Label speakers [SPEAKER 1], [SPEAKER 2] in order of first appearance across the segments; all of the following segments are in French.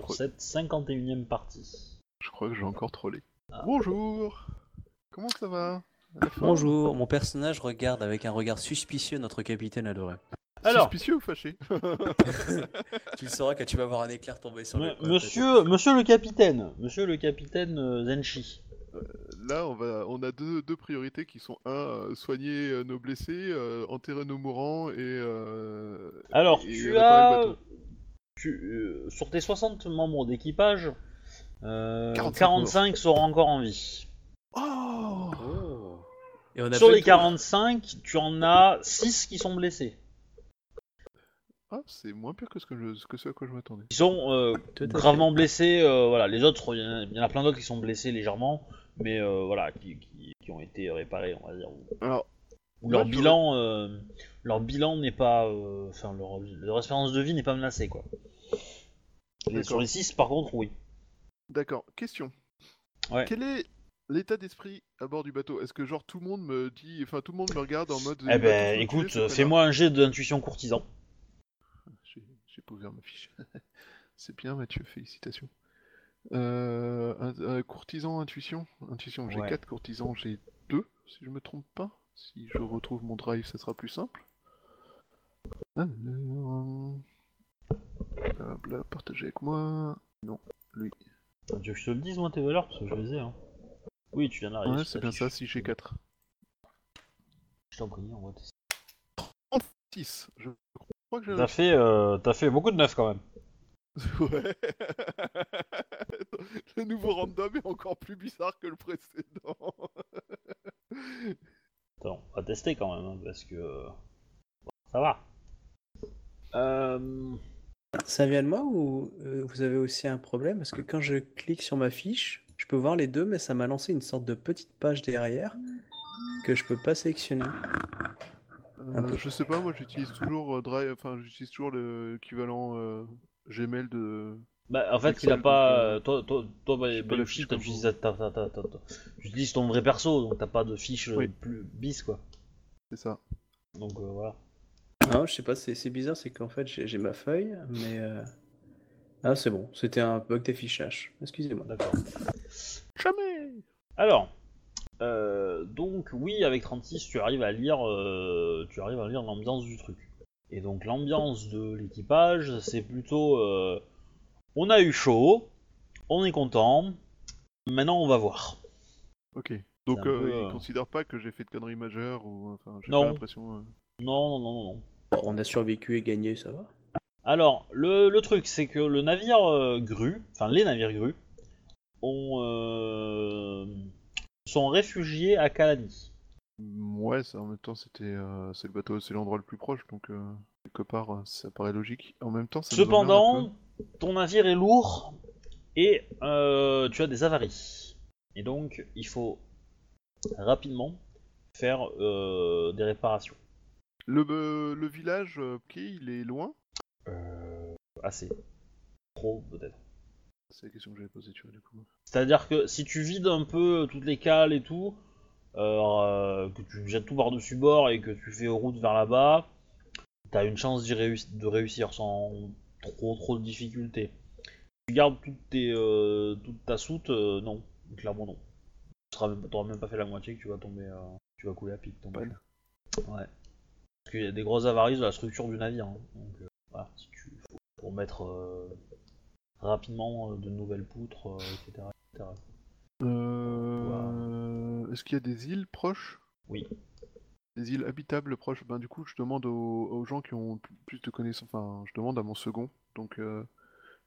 [SPEAKER 1] pour cette 51ème partie.
[SPEAKER 2] Je crois que j'ai encore trollé.
[SPEAKER 1] Ah,
[SPEAKER 2] Bonjour Comment ça va La forme
[SPEAKER 3] Bonjour, mon personnage regarde avec un regard suspicieux notre capitaine adoré.
[SPEAKER 1] Alors,
[SPEAKER 2] Suspicieux ou fâché
[SPEAKER 3] Tu le sauras quand tu vas voir un éclair tomber sur
[SPEAKER 1] me-
[SPEAKER 3] le
[SPEAKER 1] monsieur, monsieur le capitaine, monsieur le capitaine euh, Zenshi.
[SPEAKER 2] Là, on, va, on a deux, deux priorités qui sont un, euh, soigner euh, nos blessés, euh, enterrer nos mourants et. euh,
[SPEAKER 1] Alors,
[SPEAKER 2] et
[SPEAKER 1] tu
[SPEAKER 2] réparer le
[SPEAKER 1] as
[SPEAKER 2] bateau.
[SPEAKER 1] tu, euh, sur tes 60 membres d'équipage, euh,
[SPEAKER 2] 45
[SPEAKER 1] 45 seront encore en vie.
[SPEAKER 2] Oh
[SPEAKER 3] Et on a
[SPEAKER 1] Sur
[SPEAKER 3] pas eu
[SPEAKER 1] les
[SPEAKER 3] tout.
[SPEAKER 1] 45, tu en as 6 qui sont blessés.
[SPEAKER 2] Ah, c'est moins pire que ce, que, je- ce que ce à quoi je m'attendais.
[SPEAKER 1] Ils sont euh,
[SPEAKER 3] Tout à fait.
[SPEAKER 1] gravement blessés. euh, voilà, les autres, il y en a- il y, en a plein d'autres qui sont blessés légèrement, mais euh, voilà, qui, qui- qui ont été réparés, on va dire. Ou,
[SPEAKER 2] Alors,
[SPEAKER 1] ou leur
[SPEAKER 2] Ouais, je-
[SPEAKER 1] bilan, euh, leur bilan n'est pas, euh, enfin leur, leur espérance de vie n'est pas menacée, quoi. Les,
[SPEAKER 2] D'accord.
[SPEAKER 1] sur les 6, par contre, oui.
[SPEAKER 2] d'accord, question.
[SPEAKER 1] Ouais.
[SPEAKER 2] Quel est l'état d'esprit à bord du bateau Est-ce que, genre, tout le monde me dit. Enfin, tout le monde me regarde en mode.
[SPEAKER 1] eh
[SPEAKER 2] le bateau
[SPEAKER 1] ben,
[SPEAKER 2] sous le
[SPEAKER 1] écoute,
[SPEAKER 2] filet, c'est pas
[SPEAKER 1] fais-moi un jet d'intuition courtisan.
[SPEAKER 2] grave. J'ai j'ai pas ouvert ma fiche. c'est bien, Mathieu, félicitations. Euh, un- un courtisan, intuition Intuition, j'ai
[SPEAKER 1] Ouais.
[SPEAKER 2] 4 courtisans, j'ai 2, si je me trompe pas. Si je retrouve mon drive, ça sera plus simple. Alors... Blabla, partagez avec moi. Non, lui.
[SPEAKER 1] Tu veux que je te le dise, moi, tes valeurs, parce que je les ai. Hein. Oui, tu viens d'arriver.
[SPEAKER 2] Ouais,
[SPEAKER 1] sur
[SPEAKER 2] c'est
[SPEAKER 1] ta
[SPEAKER 2] bien
[SPEAKER 1] fiche.
[SPEAKER 2] ça, si j'ai 4.
[SPEAKER 1] Je t'en prie, on va tester.
[SPEAKER 2] 6, je crois que j'ai
[SPEAKER 1] T'as fait, euh, t'as fait beaucoup de neuf quand même.
[SPEAKER 2] Ouais. le nouveau random est encore plus bizarre que le précédent.
[SPEAKER 1] Attends, on va tester quand même, hein, parce que. euh, Ça va. Euh,
[SPEAKER 3] Ça vient de moi ou euh, vous avez aussi un problème Parce que quand je clique sur ma fiche, je peux voir les deux, mais ça m'a lancé une sorte de petite page derrière que je peux pas sélectionner. Un peu.
[SPEAKER 2] Euh, je sais pas, moi j'utilise toujours euh, Drive, enfin j'utilise toujours l'équivalent euh, Gmail de.
[SPEAKER 1] Bah, en fait,
[SPEAKER 2] Excel,
[SPEAKER 1] il a pas.
[SPEAKER 2] donc, euh,
[SPEAKER 1] euh, Toi, toi, toi, bah,
[SPEAKER 2] j'ai pas
[SPEAKER 1] bah,
[SPEAKER 2] la
[SPEAKER 1] le
[SPEAKER 2] fiche
[SPEAKER 1] fiche,
[SPEAKER 2] comme
[SPEAKER 1] t'utilises
[SPEAKER 2] vous.
[SPEAKER 1] ta- ta- ta- ta- ta- tu utilises ton vrai perso, donc t'as pas de fiche euh,
[SPEAKER 2] Oui.
[SPEAKER 1] plus bis, quoi.
[SPEAKER 2] C'est ça.
[SPEAKER 1] Donc euh, voilà.
[SPEAKER 3] Non, je sais pas, c'est c'est bizarre, c'est qu'en fait j'ai j'ai ma feuille, mais. euh, Ah, c'est bon, c'était un bug d'affichage. Excusez-moi.
[SPEAKER 1] D'accord.
[SPEAKER 2] Jamais
[SPEAKER 1] Alors, euh, donc oui, avec 36, tu arrives à lire, euh, tu arrives à lire l'ambiance du truc. Et donc l'ambiance de l'équipage, c'est plutôt, euh, on a eu chaud, on est content, maintenant on va voir.
[SPEAKER 2] Ok. Donc
[SPEAKER 1] C'est un
[SPEAKER 2] euh,
[SPEAKER 1] peu,
[SPEAKER 2] ils
[SPEAKER 1] euh,
[SPEAKER 2] considèrent pas que j'ai fait de conneries majeures ou. Enfin, j'ai
[SPEAKER 1] Non.
[SPEAKER 2] pas l'impression. euh,
[SPEAKER 1] Non, non, non, non, non.
[SPEAKER 3] Bon, on a survécu et gagné, ça va
[SPEAKER 1] Alors, le, le truc, c'est que le navire euh, grue, enfin les navires grues, ont, euh, sont réfugiés à Calani.
[SPEAKER 2] Ouais, ça, en même temps, c'était, euh, c'est le bateau, c'est l'endroit le plus proche, donc euh, quelque part, euh, ça paraît logique. En même temps, ça nous emmerde un peu.
[SPEAKER 1] Cependant, ton navire est lourd et euh, tu as des avaries. Et donc, il faut rapidement faire euh, des réparations.
[SPEAKER 2] Le, euh, le village, euh, ok, il est loin
[SPEAKER 1] Assez. Trop, peut-être.
[SPEAKER 2] C'est la question que j'avais posée, tu vois, du coup.
[SPEAKER 1] C'est-à-dire que si tu vides un peu toutes les cales et tout, euh, que tu jettes tout par-dessus bord et que tu fais route vers là-bas, t'as une chance d'y réuss- de réussir sans trop trop de difficultés. Tu gardes toutes tes, euh, toute ta soute, euh, non, clairement non. Tu seras même- T'auras même pas fait la moitié que tu vas tomber, euh, tu vas couler à pic. ton
[SPEAKER 2] Panne.
[SPEAKER 1] bateau. Ouais. Parce qu'il y a des grosses avaries de la structure du navire. hein. Donc euh, voilà, si tu faut- pour mettre euh, rapidement euh, de nouvelles poutres, euh, etc. etc.
[SPEAKER 2] Euh... Est-ce qu'il y a des îles proches
[SPEAKER 1] Oui.
[SPEAKER 2] Des îles habitables proches Ben du coup, je demande aux, aux gens qui ont p- plus de connaissances. Enfin, je demande à mon second. Donc, euh,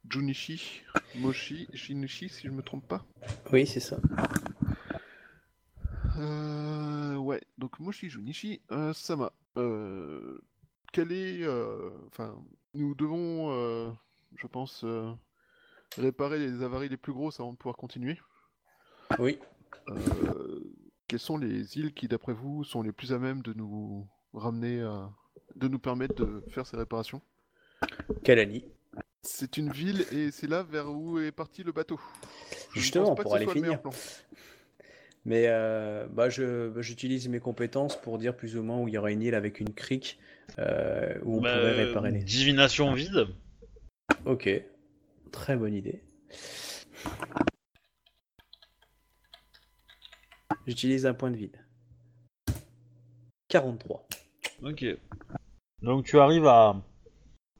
[SPEAKER 2] Junichi, Moshi, Shinichi, si je me trompe pas.
[SPEAKER 3] Oui, c'est ça.
[SPEAKER 2] Euh... Ouais. Donc Moshi, Junichi, euh, Sama. Euh... Quel est euh, Enfin, nous devons, euh, je pense, euh, réparer les avaries les plus grosses avant de pouvoir continuer.
[SPEAKER 3] Oui.
[SPEAKER 2] Euh, quelles sont les îles qui, d'après vous, sont les plus à même de nous ramener, à- de nous permettre de faire ces réparations
[SPEAKER 3] Kalani.
[SPEAKER 2] C'est une ville et c'est là vers où est parti le bateau. Je ne
[SPEAKER 3] Justement,
[SPEAKER 2] pense pas que
[SPEAKER 3] pour
[SPEAKER 2] ce
[SPEAKER 3] aller
[SPEAKER 2] soit le meilleur
[SPEAKER 3] finir. Mais euh, bah, je- bah, j'utilise mes compétences pour dire plus ou moins où il y aurait une île avec une crique euh, où on
[SPEAKER 1] Bah,
[SPEAKER 3] Ah. pourrait réparer les.
[SPEAKER 1] Divination vide.
[SPEAKER 3] Ok. Très bonne idée. J'utilise un point de vide. 43.
[SPEAKER 1] Ok. Donc tu arrives à,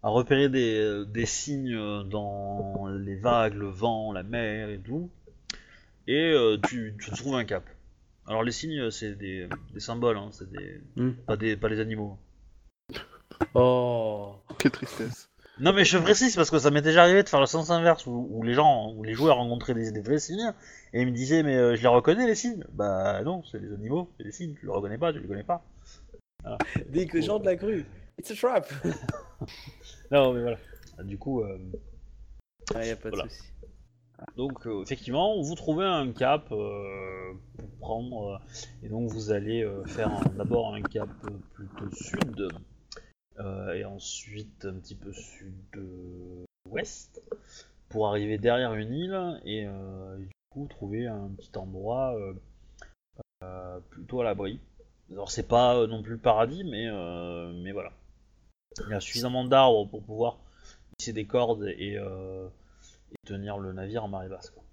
[SPEAKER 1] à repérer des, euh, des signes dans les vagues, le vent, la mer et tout. Et euh, tu, tu trouves un cap. Alors les signes, euh, c'est des, des symboles, hein, c'est des,
[SPEAKER 3] Hmm.
[SPEAKER 1] pas des pas les animaux.
[SPEAKER 3] Oh
[SPEAKER 2] Quelle tristesse.
[SPEAKER 1] Non mais je précise parce que ça m'est déjà arrivé de faire le sens inverse où, où les gens, où les joueurs rencontraient des, des vrais signes et ils me disaient mais euh, je les reconnais les signes. Bah non, c'est les animaux, c'est les signes, tu les reconnais pas, tu les connais pas.
[SPEAKER 3] Des gens de la grue It's a trap
[SPEAKER 1] Non mais voilà. Du coup, euh,
[SPEAKER 3] Ah, y a pas de
[SPEAKER 1] Voilà.
[SPEAKER 3] souci.
[SPEAKER 1] donc euh, effectivement, vous trouvez un cap euh, pour prendre euh, et donc vous allez euh, faire un- d'abord un cap euh, plutôt sud euh, et ensuite un petit peu sud-ouest pour arriver derrière une île et, euh, et du coup trouver un petit endroit euh, euh, plutôt à l'abri. Alors c'est pas euh, non plus le paradis, mais euh, mais voilà. Il y a suffisamment d'arbres pour pouvoir tisser des cordes et, euh, et tenir le navire en marée basse. quoi.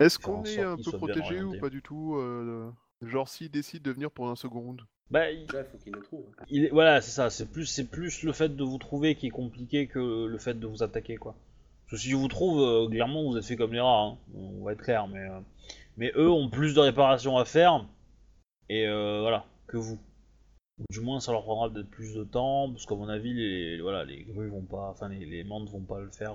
[SPEAKER 2] Est-ce
[SPEAKER 1] Faire en
[SPEAKER 2] qu'on est
[SPEAKER 1] sorte
[SPEAKER 2] un
[SPEAKER 1] qu'ils
[SPEAKER 2] peu
[SPEAKER 1] soient bien
[SPEAKER 2] protégé ou
[SPEAKER 1] orientés.
[SPEAKER 2] pas du tout euh, Genre s'ils décident de venir pour un second round.
[SPEAKER 1] Bah, il-
[SPEAKER 3] Déjà, faut qu'il nous trouve.
[SPEAKER 1] il est- voilà, c'est ça. C'est plus, c'est plus le fait de vous trouver qui est compliqué que le fait de vous attaquer, quoi. Parce que si je vous trouve, euh, clairement, vous êtes fait comme les rats. hein. On va être clair, mais euh, mais eux ont plus de réparations à faire et euh, voilà que vous. Ou Du moins, ça leur prendra peut-être plus de temps parce qu'à mon avis, les voilà, les grues vont pas, enfin les, les mantes vont pas le faire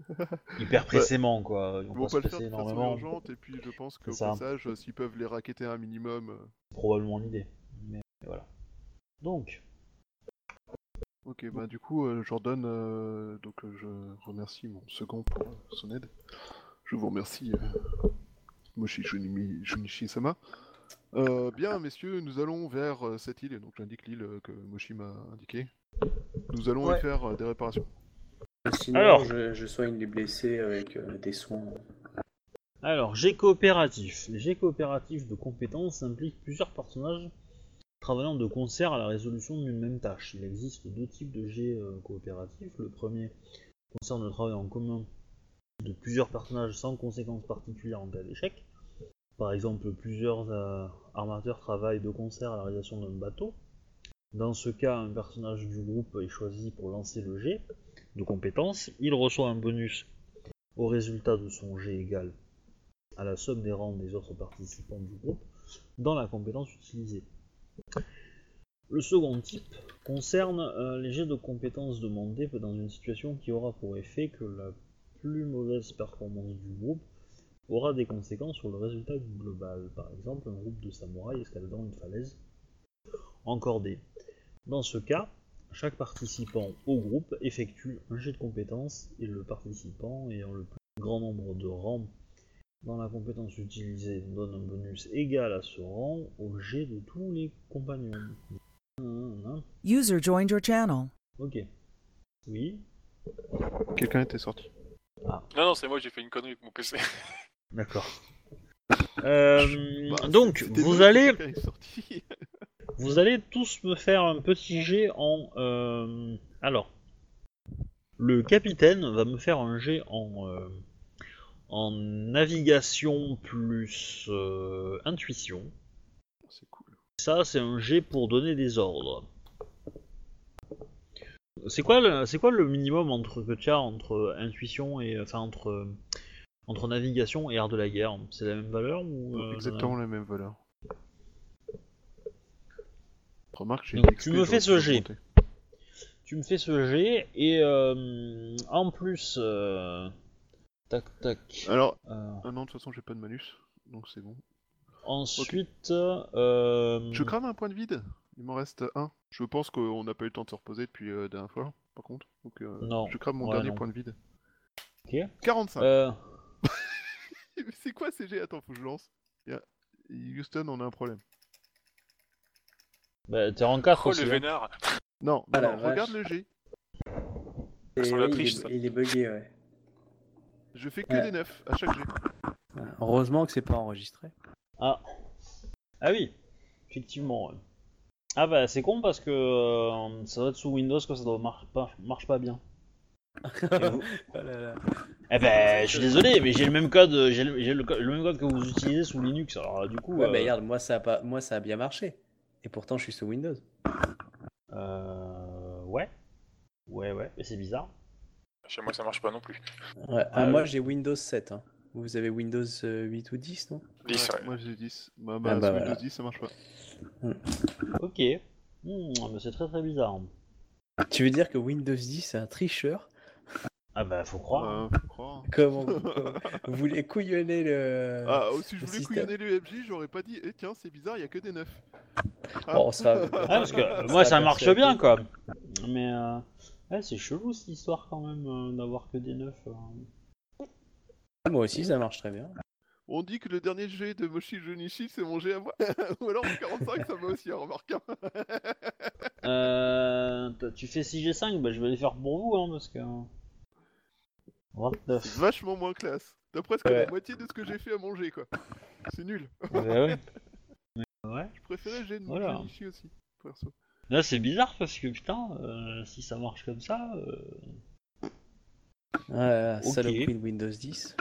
[SPEAKER 1] euh, hyper pressément, quoi. Ils
[SPEAKER 2] Ils
[SPEAKER 1] vont,
[SPEAKER 2] vont
[SPEAKER 1] pas se
[SPEAKER 2] pas le faire
[SPEAKER 1] presser
[SPEAKER 2] de façon
[SPEAKER 1] énormément.
[SPEAKER 2] urgente et puis je pense qu'au
[SPEAKER 1] C'est ça.
[SPEAKER 2] passage, euh, s'ils peuvent les raqueter un minimum. euh,
[SPEAKER 1] probablement l'idée. Mais voilà. Donc,
[SPEAKER 2] Ok, bah du coup, euh, Jordan, euh, donc euh, je remercie mon second pour euh, son aide. Je vous remercie, euh, Moshi Junimi- Junichi-sama. Euh, bien, messieurs, nous allons vers euh, cette île, et donc j'indique l'île euh, que Moshi m'a indiquée. Nous allons
[SPEAKER 1] Ouais.
[SPEAKER 2] y faire euh, des réparations.
[SPEAKER 3] Sinon,
[SPEAKER 1] Alors.
[SPEAKER 3] je, je soigne les blessés avec euh, des soins.
[SPEAKER 1] alors, j'ai coopératif. J'ai coopératif de compétences implique plusieurs personnages travaillant de concert à la résolution d'une même tâche. Il existe deux types de jets euh, coopératifs. Le premier concerne le travail en commun de plusieurs personnages sans conséquences particulières en cas d'échec. Par exemple, plusieurs euh, armateurs travaillent de concert à la réalisation d'un bateau. Dans ce cas, un personnage du groupe est choisi pour lancer le jet de compétences. Il reçoit un bonus au résultat de son jet égal à la somme des rangs des autres participants du groupe dans la compétence utilisée. Le second type concerne euh, les jets de compétences demandés dans une situation qui aura pour effet que la plus mauvaise performance du groupe aura des conséquences sur le résultat global. Par exemple, un groupe de samouraïs escaladant une falaise encordée. Dans ce cas, chaque participant au groupe effectue un jet de compétences et le participant ayant le plus grand nombre de rangs dans la compétence utilisée donne un bonus égal à ce rang au jet de tous les compagnons. Hum, hum, hum.
[SPEAKER 4] User joined your channel.
[SPEAKER 1] Ok. Oui.
[SPEAKER 2] Quelqu'un était sorti.
[SPEAKER 5] Non, non, c'est moi, j'ai fait une connerie avec mon PC.
[SPEAKER 1] D'accord. Euh,
[SPEAKER 2] Bah,
[SPEAKER 1] donc,
[SPEAKER 2] c'était nous
[SPEAKER 1] vous
[SPEAKER 2] que
[SPEAKER 1] allez,
[SPEAKER 2] quelqu'un est sorti.
[SPEAKER 1] vous allez tous me faire un petit jet en. euh, alors, le capitaine va me faire un jet en euh, en navigation plus euh, intuition.
[SPEAKER 2] C'est cool.
[SPEAKER 1] Ça, c'est un jet pour donner des ordres. C'est quoi le, c'est quoi le minimum entre que tu as entre intuition et enfin entre entre navigation et art de la guerre C'est la même valeur ou euh,
[SPEAKER 2] Exactement la même valeur. Remarque, j'ai
[SPEAKER 1] Donc,
[SPEAKER 2] une
[SPEAKER 1] tu
[SPEAKER 2] XP,
[SPEAKER 1] me fais
[SPEAKER 2] j'aurais
[SPEAKER 1] ce
[SPEAKER 2] pu
[SPEAKER 1] jet.
[SPEAKER 2] augmenter.
[SPEAKER 1] tu me fais ce jet et euh, en plus euh, tac tac.
[SPEAKER 2] Alors,
[SPEAKER 1] euh,
[SPEAKER 2] ah non, de toute façon, j'ai pas de malus, donc c'est bon.
[SPEAKER 1] ensuite, euh,
[SPEAKER 3] Mm.
[SPEAKER 2] Je crame un point de vide. Il m'en reste un. Je pense qu'on n'a pas eu le temps de se reposer depuis euh, la dernière fois, par contre. Donc, euh,
[SPEAKER 1] Non.
[SPEAKER 2] je crame mon
[SPEAKER 1] Ouais,
[SPEAKER 2] dernier
[SPEAKER 1] non.
[SPEAKER 2] point de vide.
[SPEAKER 1] Ok.
[SPEAKER 2] 45.
[SPEAKER 1] euh,
[SPEAKER 2] Mais C'est quoi ces G Attends, faut que je lance. Il y a- Houston, on a un problème.
[SPEAKER 1] bah, t'es en 4
[SPEAKER 5] Oh,
[SPEAKER 1] aussi.
[SPEAKER 5] le
[SPEAKER 1] hein.
[SPEAKER 5] vénard
[SPEAKER 2] Non,
[SPEAKER 3] Ah,
[SPEAKER 2] non,
[SPEAKER 3] la
[SPEAKER 2] non,
[SPEAKER 3] vache.
[SPEAKER 2] regarde le G.
[SPEAKER 3] Et
[SPEAKER 5] Ça, on
[SPEAKER 3] oui,
[SPEAKER 5] la
[SPEAKER 3] il,
[SPEAKER 5] triche,
[SPEAKER 3] est,
[SPEAKER 5] ça.
[SPEAKER 3] il est bugué, ouais.
[SPEAKER 2] Je fais que
[SPEAKER 3] Ouais.
[SPEAKER 2] des 9 à chaque G.
[SPEAKER 3] Ah, Heureusement que c'est pas enregistré.
[SPEAKER 1] Ah. Ah oui, effectivement. ouais. Ah bah c'est con parce que euh, ça doit être sous Windows que ça doit mar- pas- marche pas bien.
[SPEAKER 3] oh
[SPEAKER 1] Et vous-
[SPEAKER 3] là là.
[SPEAKER 1] Eh ben, je suis désolé, mais j'ai le même code, euh, j'ai le, j'ai le co- le même code que vous utilisez sous Linux. Alors euh, du coup,
[SPEAKER 3] Ouais,
[SPEAKER 1] euh,
[SPEAKER 3] mais regarde, moi ça, a pas... moi ça a bien marché. Et pourtant, je suis sous Windows.
[SPEAKER 1] euh, ouais, ouais, ouais, mais c'est bizarre.
[SPEAKER 5] Chez moi, ça marche pas non plus.
[SPEAKER 3] Ouais, ah,
[SPEAKER 1] Ah,
[SPEAKER 3] moi
[SPEAKER 1] ouais.
[SPEAKER 3] j'ai Windows 7. hein. Vous avez Windows euh, 8 ou 10, non
[SPEAKER 5] 10, ouais.
[SPEAKER 2] Moi j'ai 10. Bah, bah,
[SPEAKER 3] Ah bah
[SPEAKER 2] sous Windows
[SPEAKER 3] voilà.
[SPEAKER 2] 10, ça marche pas.
[SPEAKER 1] Ok, Hmm, mais c'est très très bizarre.
[SPEAKER 3] Tu veux dire que Windows 10 c'est un tricheur
[SPEAKER 1] Ah bah, faut croire.
[SPEAKER 2] Bah, faut croire.
[SPEAKER 3] Comment vous, comment- vous voulez couillonner le.
[SPEAKER 2] Ah, oh, si je
[SPEAKER 3] Euh, le
[SPEAKER 2] voulais
[SPEAKER 3] système.
[SPEAKER 2] couillonner le FJ, j'aurais pas dit, eh tiens, c'est bizarre, il y a que des neufs.
[SPEAKER 3] Bon, Oh, ça va.
[SPEAKER 1] Ah, parce que euh,
[SPEAKER 3] Ça
[SPEAKER 1] moi,
[SPEAKER 3] va
[SPEAKER 1] ça
[SPEAKER 3] pas
[SPEAKER 1] marche
[SPEAKER 3] se
[SPEAKER 1] bien,
[SPEAKER 3] faire.
[SPEAKER 1] quoi. Mais euh, ouais, c'est chelou cette histoire quand même euh, d'avoir que des neufs. euh.
[SPEAKER 3] Moi aussi ça marche très bien.
[SPEAKER 2] On dit que le dernier jet de Moshi Junichi, c'est mon jet à moi. Ou alors mon 45, ça va aussi, hein, remarque. hein.
[SPEAKER 1] Euh, t- tu fais 6G5, bah je vais les faire pour vous, hein, parce que. 29.
[SPEAKER 2] C'est vachement moins classe. T'as presque
[SPEAKER 3] Ouais.
[SPEAKER 2] la moitié de ce que j'ai fait à manger, quoi. C'est nul.
[SPEAKER 1] bah ouais. Ouais.
[SPEAKER 2] Je préférais le jet de Moshi
[SPEAKER 1] Voilà.
[SPEAKER 2] Junichi aussi, perso.
[SPEAKER 1] Là, c'est bizarre parce que putain, euh, si ça marche comme ça, euh,
[SPEAKER 3] Ah,
[SPEAKER 1] Ok.
[SPEAKER 3] Saloperie de Windows 10.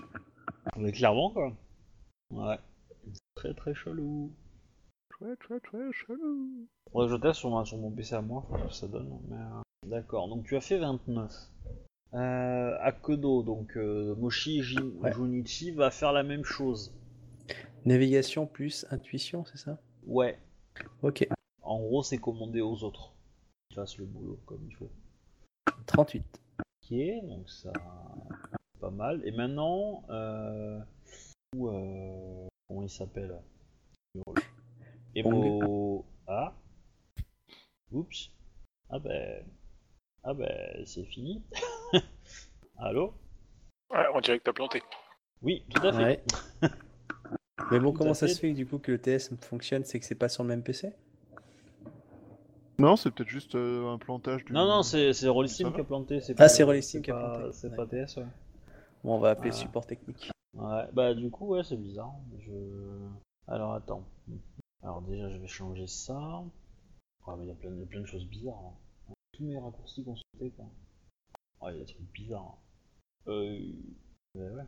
[SPEAKER 1] mais clairement quoi. Ouais. Très très chelou.
[SPEAKER 2] Chouette, chouette, chouette, chelou.
[SPEAKER 1] Ouais, je teste sur, ma- sur mon PC à moi, faut voir ce que ça donne. mais, euh, D'accord, donc tu as fait 29. Euh, Akodo, donc euh, Moshi Jin-
[SPEAKER 3] Ouais.
[SPEAKER 1] Junichi va faire la même chose.
[SPEAKER 3] Navigation plus intuition, c'est ça
[SPEAKER 1] Ouais.
[SPEAKER 3] Ok.
[SPEAKER 1] En gros, c'est commander aux autres qu'ils fassent le boulot comme il faut.
[SPEAKER 3] 38.
[SPEAKER 1] Ok, donc ça. Pas mal. Et maintenant, euh... où, euh, Comment il s'appelle Emo. Ah Oups Ah ben. Ah ben, c'est fini. Allô
[SPEAKER 5] Ouais, on dirait que t'as planté.
[SPEAKER 1] Oui, tout à fait.
[SPEAKER 3] Ouais. Mais bon,
[SPEAKER 1] Tout à
[SPEAKER 3] comment ça
[SPEAKER 1] fait.
[SPEAKER 3] se fait du coup que le TS fonctionne C'est que c'est pas sur le même PC
[SPEAKER 2] Non, c'est peut-être juste euh, un plantage du.
[SPEAKER 1] Non, non, c'est c'est
[SPEAKER 2] Ça
[SPEAKER 1] Rollistim
[SPEAKER 2] va
[SPEAKER 1] qui a planté. c'est
[SPEAKER 3] Ah,
[SPEAKER 1] pas-
[SPEAKER 3] c'est Rollistim qui a
[SPEAKER 1] pas-
[SPEAKER 3] planté.
[SPEAKER 1] C'est pas TS, ouais.
[SPEAKER 3] Bon, on va appeler
[SPEAKER 1] Ah.
[SPEAKER 3] le support technique.
[SPEAKER 1] Ouais, bah du coup, ouais, c'est bizarre. Je... Alors attends. Alors déjà, je vais changer ça. Ouais, mais il y a plein de, plein de choses bizarres. hein. Tous mes raccourcis qu'on sautait, quoi. Ouais, il y a des trucs bizarres. hein. Euh... ouais, ouais.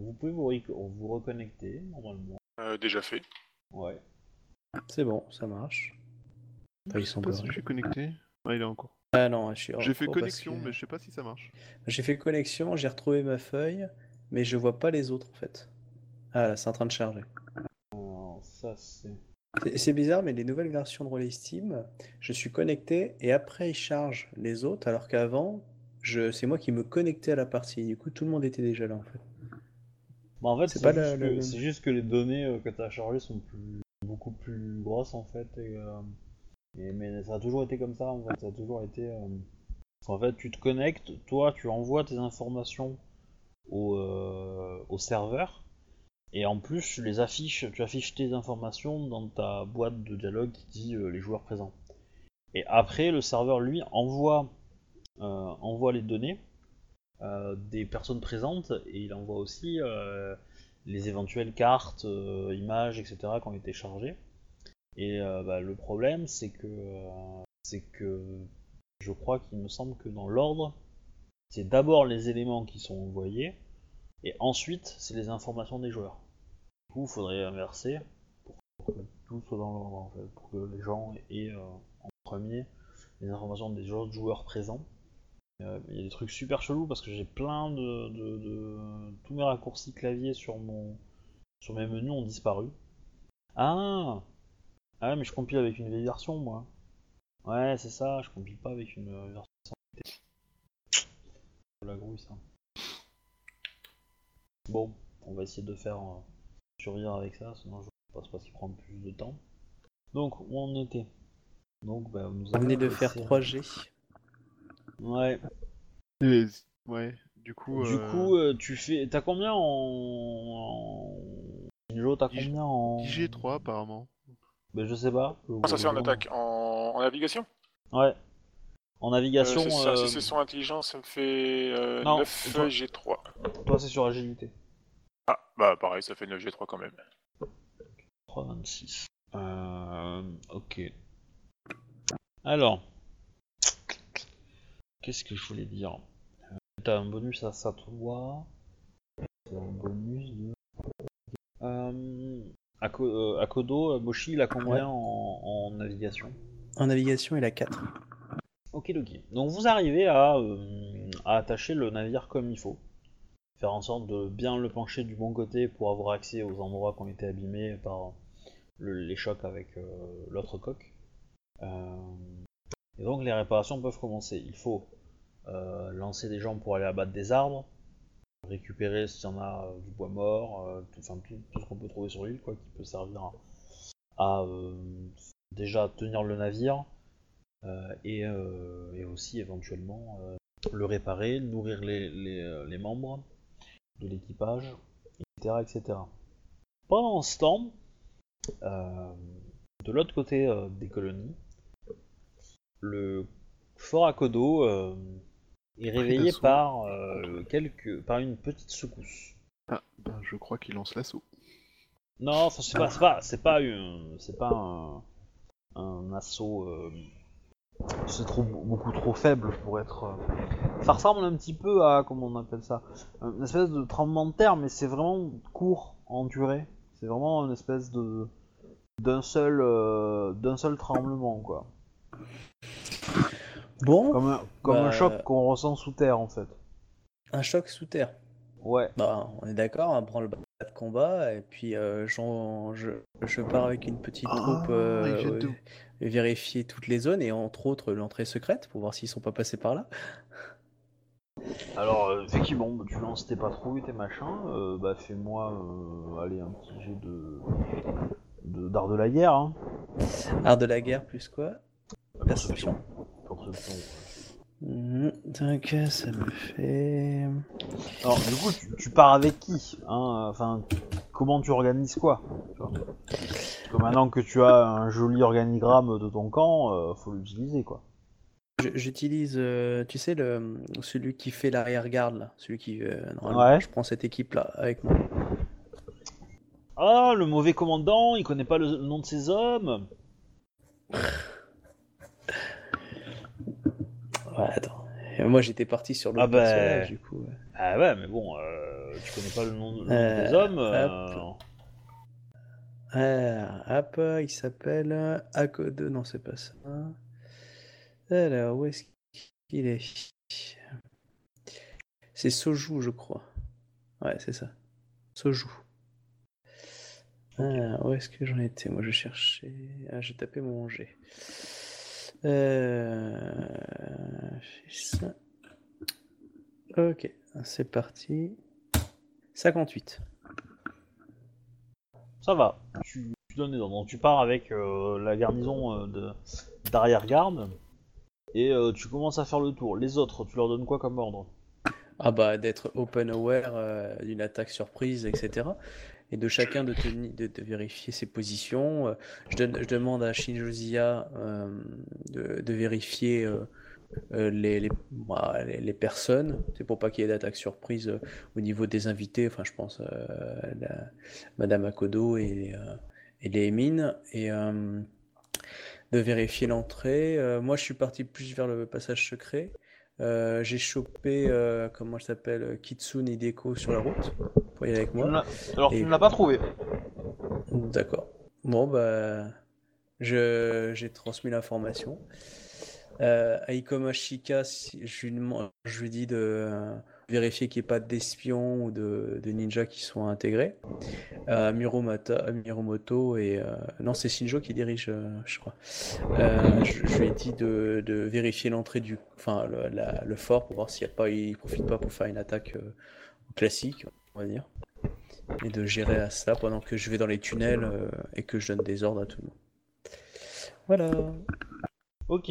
[SPEAKER 1] Vous pouvez vous, rec- vous reconnecter, normalement.
[SPEAKER 5] Euh, déjà fait.
[SPEAKER 1] Ouais.
[SPEAKER 3] C'est bon, ça marche. Ah, ils sont
[SPEAKER 2] pas si
[SPEAKER 3] beurrés.
[SPEAKER 2] je suis connecté. Ah, il est encore.
[SPEAKER 3] Ah non, je suis hors
[SPEAKER 2] J'ai fait
[SPEAKER 3] cours parce
[SPEAKER 2] connexion,
[SPEAKER 3] que-
[SPEAKER 2] mais je sais pas si ça marche.
[SPEAKER 3] J'ai fait connexion, j'ai retrouvé ma feuille, mais je vois pas les autres en fait. Ah là, c'est en train de charger.
[SPEAKER 1] Alors ça, c'est...
[SPEAKER 3] C'est- C'est bizarre, mais les nouvelles versions de Relay Steam, je suis connecté et après ils chargent les autres, alors qu'avant, je... c'est moi qui me connectais à la partie. Du coup, tout le monde était déjà là en fait.
[SPEAKER 1] Bah, en fait,
[SPEAKER 3] C'est
[SPEAKER 1] c'est
[SPEAKER 3] pas
[SPEAKER 1] juste,
[SPEAKER 3] la- la
[SPEAKER 1] que-
[SPEAKER 3] même.
[SPEAKER 1] c'est juste que les données euh, que tu as chargées sont plus... beaucoup plus grosses en fait. Et, euh, et- mais ça a toujours été comme ça en fait. Ça a toujours été. euh, En fait, tu te connectes, toi, tu envoies tes informations au, euh, au serveur. Et en plus, tu les affiches, tu affiches tes informations dans ta boîte de dialogue qui dit euh, les joueurs présents. Et après, le serveur lui envoie, euh, envoie les données euh, des personnes présentes et il envoie aussi euh, les éventuelles cartes, euh, images, etc. qui ont été chargées. Et euh, bah, le problème, c'est que, euh, c'est que je crois qu'il me semble que dans l'ordre, c'est d'abord les éléments qui sont envoyés et ensuite c'est les informations des joueurs. Du coup, il faudrait inverser pour que tout soit dans l'ordre en fait, pour que les gens aient euh, en premier les informations des autres joueurs présents. Euh, Il y a des trucs super chelous parce que j'ai plein de, de- de- Tous mes raccourcis clavier sur mon sur mes menus ont disparu. Ah Ah mais je compile avec une vieille version moi. Ouais c'est ça, je compile pas avec une euh, version sans update. C'est de la grouille ça. Bon, on va essayer de faire euh, survivre avec ça, sinon je pense pas ce qui prend plus de temps. Donc où on était Donc bah nous
[SPEAKER 3] On venait de faire
[SPEAKER 1] laissé-
[SPEAKER 3] 3G.
[SPEAKER 1] Ouais.
[SPEAKER 2] Et- Ouais, du coup.
[SPEAKER 1] Du
[SPEAKER 2] euh,
[SPEAKER 1] coup, euh, tu fais. T'as combien en. en- Ninjo, t'as
[SPEAKER 2] Digi-
[SPEAKER 1] combien en.
[SPEAKER 2] IG3 apparemment.
[SPEAKER 1] Ben, je sais pas.
[SPEAKER 5] Ah, ça, c'est en attaque. En, en navigation
[SPEAKER 1] Ouais. En
[SPEAKER 5] Euh,
[SPEAKER 1] navigation,
[SPEAKER 5] c'est ça,
[SPEAKER 1] euh,
[SPEAKER 5] Si c'est son intelligence, ça me fait euh,
[SPEAKER 1] Non,
[SPEAKER 5] 9
[SPEAKER 1] toi.
[SPEAKER 5] G3.
[SPEAKER 1] toi c'est sur agilité.
[SPEAKER 5] Ah, bah pareil, ça fait 9 G3 quand même.
[SPEAKER 1] 3,26. Euh. Ok. Alors. Qu'est-ce que je voulais dire Euh, T'as un bonus à ça, toi. T'as un bonus de- Euh, à, Co- euh, à Kodo, euh, Moshi, il a combien en, en navigation
[SPEAKER 3] En navigation, il a 4.
[SPEAKER 1] Ok, ok. Donc vous arrivez à, euh, à attacher le navire comme il faut. Faire en sorte de bien le pencher du bon côté pour avoir accès aux endroits qui ont été abîmés par le- les chocs avec euh, l'autre coque. Euh, et donc les réparations peuvent commencer. Il faut euh, lancer des gens pour aller abattre des arbres, récupérer s'il y en a euh, du bois mort, euh, tout, enfin, tout- tout ce qu'on peut trouver sur l'île quoi, qui peut servir à, à, euh, déjà tenir le navire, euh, et, euh, et aussi éventuellement euh, le réparer, nourrir les, les, euh, les membres de l'équipage, etc., etc. Pendant ce temps, euh, de l'autre côté euh, des colonies, le fort à Kodo euh, est réveillé
[SPEAKER 2] d'assaut.
[SPEAKER 1] par, euh, quelques, par une petite secousse.
[SPEAKER 2] Ah, ben, je crois qu'il lance l'assaut.
[SPEAKER 1] Non, enfin, c'est pas, c'est pas, c'est pas, une- c'est pas un, un assaut. euh, c'est trop, beaucoup trop faible pour être. euh, Ça ressemble un petit peu à comment on appelle ça, une espèce de tremblement de terre, mais c'est vraiment court en durée. C'est vraiment une espèce de d'un seul, euh, d'un seul tremblement quoi.
[SPEAKER 3] Bon,
[SPEAKER 1] Comme un, comme un
[SPEAKER 3] Bah,
[SPEAKER 1] choc qu'on ressent sous terre en fait.
[SPEAKER 3] un choc sous terre.
[SPEAKER 1] Ouais.
[SPEAKER 3] Bah, on est d'accord, on prend le bas de combat, et puis euh, j'en- je, je pars avec une petite
[SPEAKER 2] Ah,
[SPEAKER 3] troupe
[SPEAKER 2] il jette
[SPEAKER 3] euh,
[SPEAKER 2] de-
[SPEAKER 3] euh, vérifier toutes les zones, et entre autres l'entrée secrète, pour voir s'ils sont pas passés par là.
[SPEAKER 1] Alors euh, effectivement, bah, tu lances tes patrouilles, tes machins, euh, bah fais-moi euh, aller un petit jet de de- d'art de, la guerre. Hein.
[SPEAKER 3] Art de la guerre, plus quoi Perception.
[SPEAKER 1] Perception.
[SPEAKER 3] Mhm, Donc, euh, ça me fait.
[SPEAKER 1] Alors du coup, tu, tu pars avec qui hein Enfin, comment tu organises quoi tu vois Parce que maintenant que tu as un joli organigramme de ton camp, euh, faut l'utiliser quoi.
[SPEAKER 3] Je- J'utilise, euh, tu sais, le, celui qui fait l'arrière-garde, là. Celui qui. euh, normalement,
[SPEAKER 1] Ouais.
[SPEAKER 3] Je prends cette équipe-là avec moi.
[SPEAKER 1] Ah, le mauvais commandant, il connaît pas le nom de ses hommes.
[SPEAKER 3] Ouais, attends. Et moi, j'étais parti sur le
[SPEAKER 1] Ah bah.
[SPEAKER 3] personnage, du coup. ouais.
[SPEAKER 1] Ah ouais, mais bon, euh, tu connais pas le nom, le nom de tes
[SPEAKER 3] Euh,
[SPEAKER 1] hommes. euh,
[SPEAKER 3] Ah, hop, euh, il s'appelle euh, Akodo. Non, c'est pas ça. Alors, où est-ce qu'il est C'est Soju, je crois. Ouais, c'est ça. Soju. Ah, où est-ce que j'en étais? Moi, je cherchais. Ah, j'ai tapé mon G. Euh... fils. Ok, c'est parti. 58.
[SPEAKER 1] Ça va. Tu, tu donnes des ordres. Donc, Tu pars avec euh, la garnison euh, de- d'arrière-garde et euh, tu commences à faire le tour. Les autres, tu leur donnes quoi comme ordre
[SPEAKER 3] Ah bah d'être open aware euh, d'une attaque surprise, etc. Et de chacun de, teni- de, de vérifier ses positions. Euh, Je, donne- je demande à Shinjozia euh, de, de vérifier euh, euh, les, les, bah, les, les personnes. C'est pour pas qu'il y ait d'attaque surprise euh, au niveau des invités. Enfin, je pense euh, la- Madame Akodo et, euh, et les mines. Et euh, de vérifier l'entrée. Euh, moi, je suis parti plus vers le passage secret. Euh, j'ai chopé, euh, comment elle s'appelle, euh, Kitsune Hideko sur la route pour y aller avec moi.
[SPEAKER 1] Alors
[SPEAKER 3] Et-
[SPEAKER 1] tu ne l'as pas trouvé.
[SPEAKER 3] D'accord. Bon, bah, je, j'ai transmis l'information. Euh, à Ikoma Shika, si- je lui, demande- je lui dis de euh, vérifier qu'il n'y ait pas d'espions ou de, de ninjas qui soient intégrés. À Muromata, à Miromoto et. euh, non, c'est Shinjo qui dirige, euh, je crois. Euh, je, je lui ai dit de, de vérifier l'entrée du. Enfin, le, la- le fort pour voir s'il ne pas, il profite pas pour faire une attaque euh, classique, on va dire et de gérer à cela pendant que je vais dans les tunnels euh, et que je donne des ordres à tout le monde. Voilà.
[SPEAKER 1] Ok.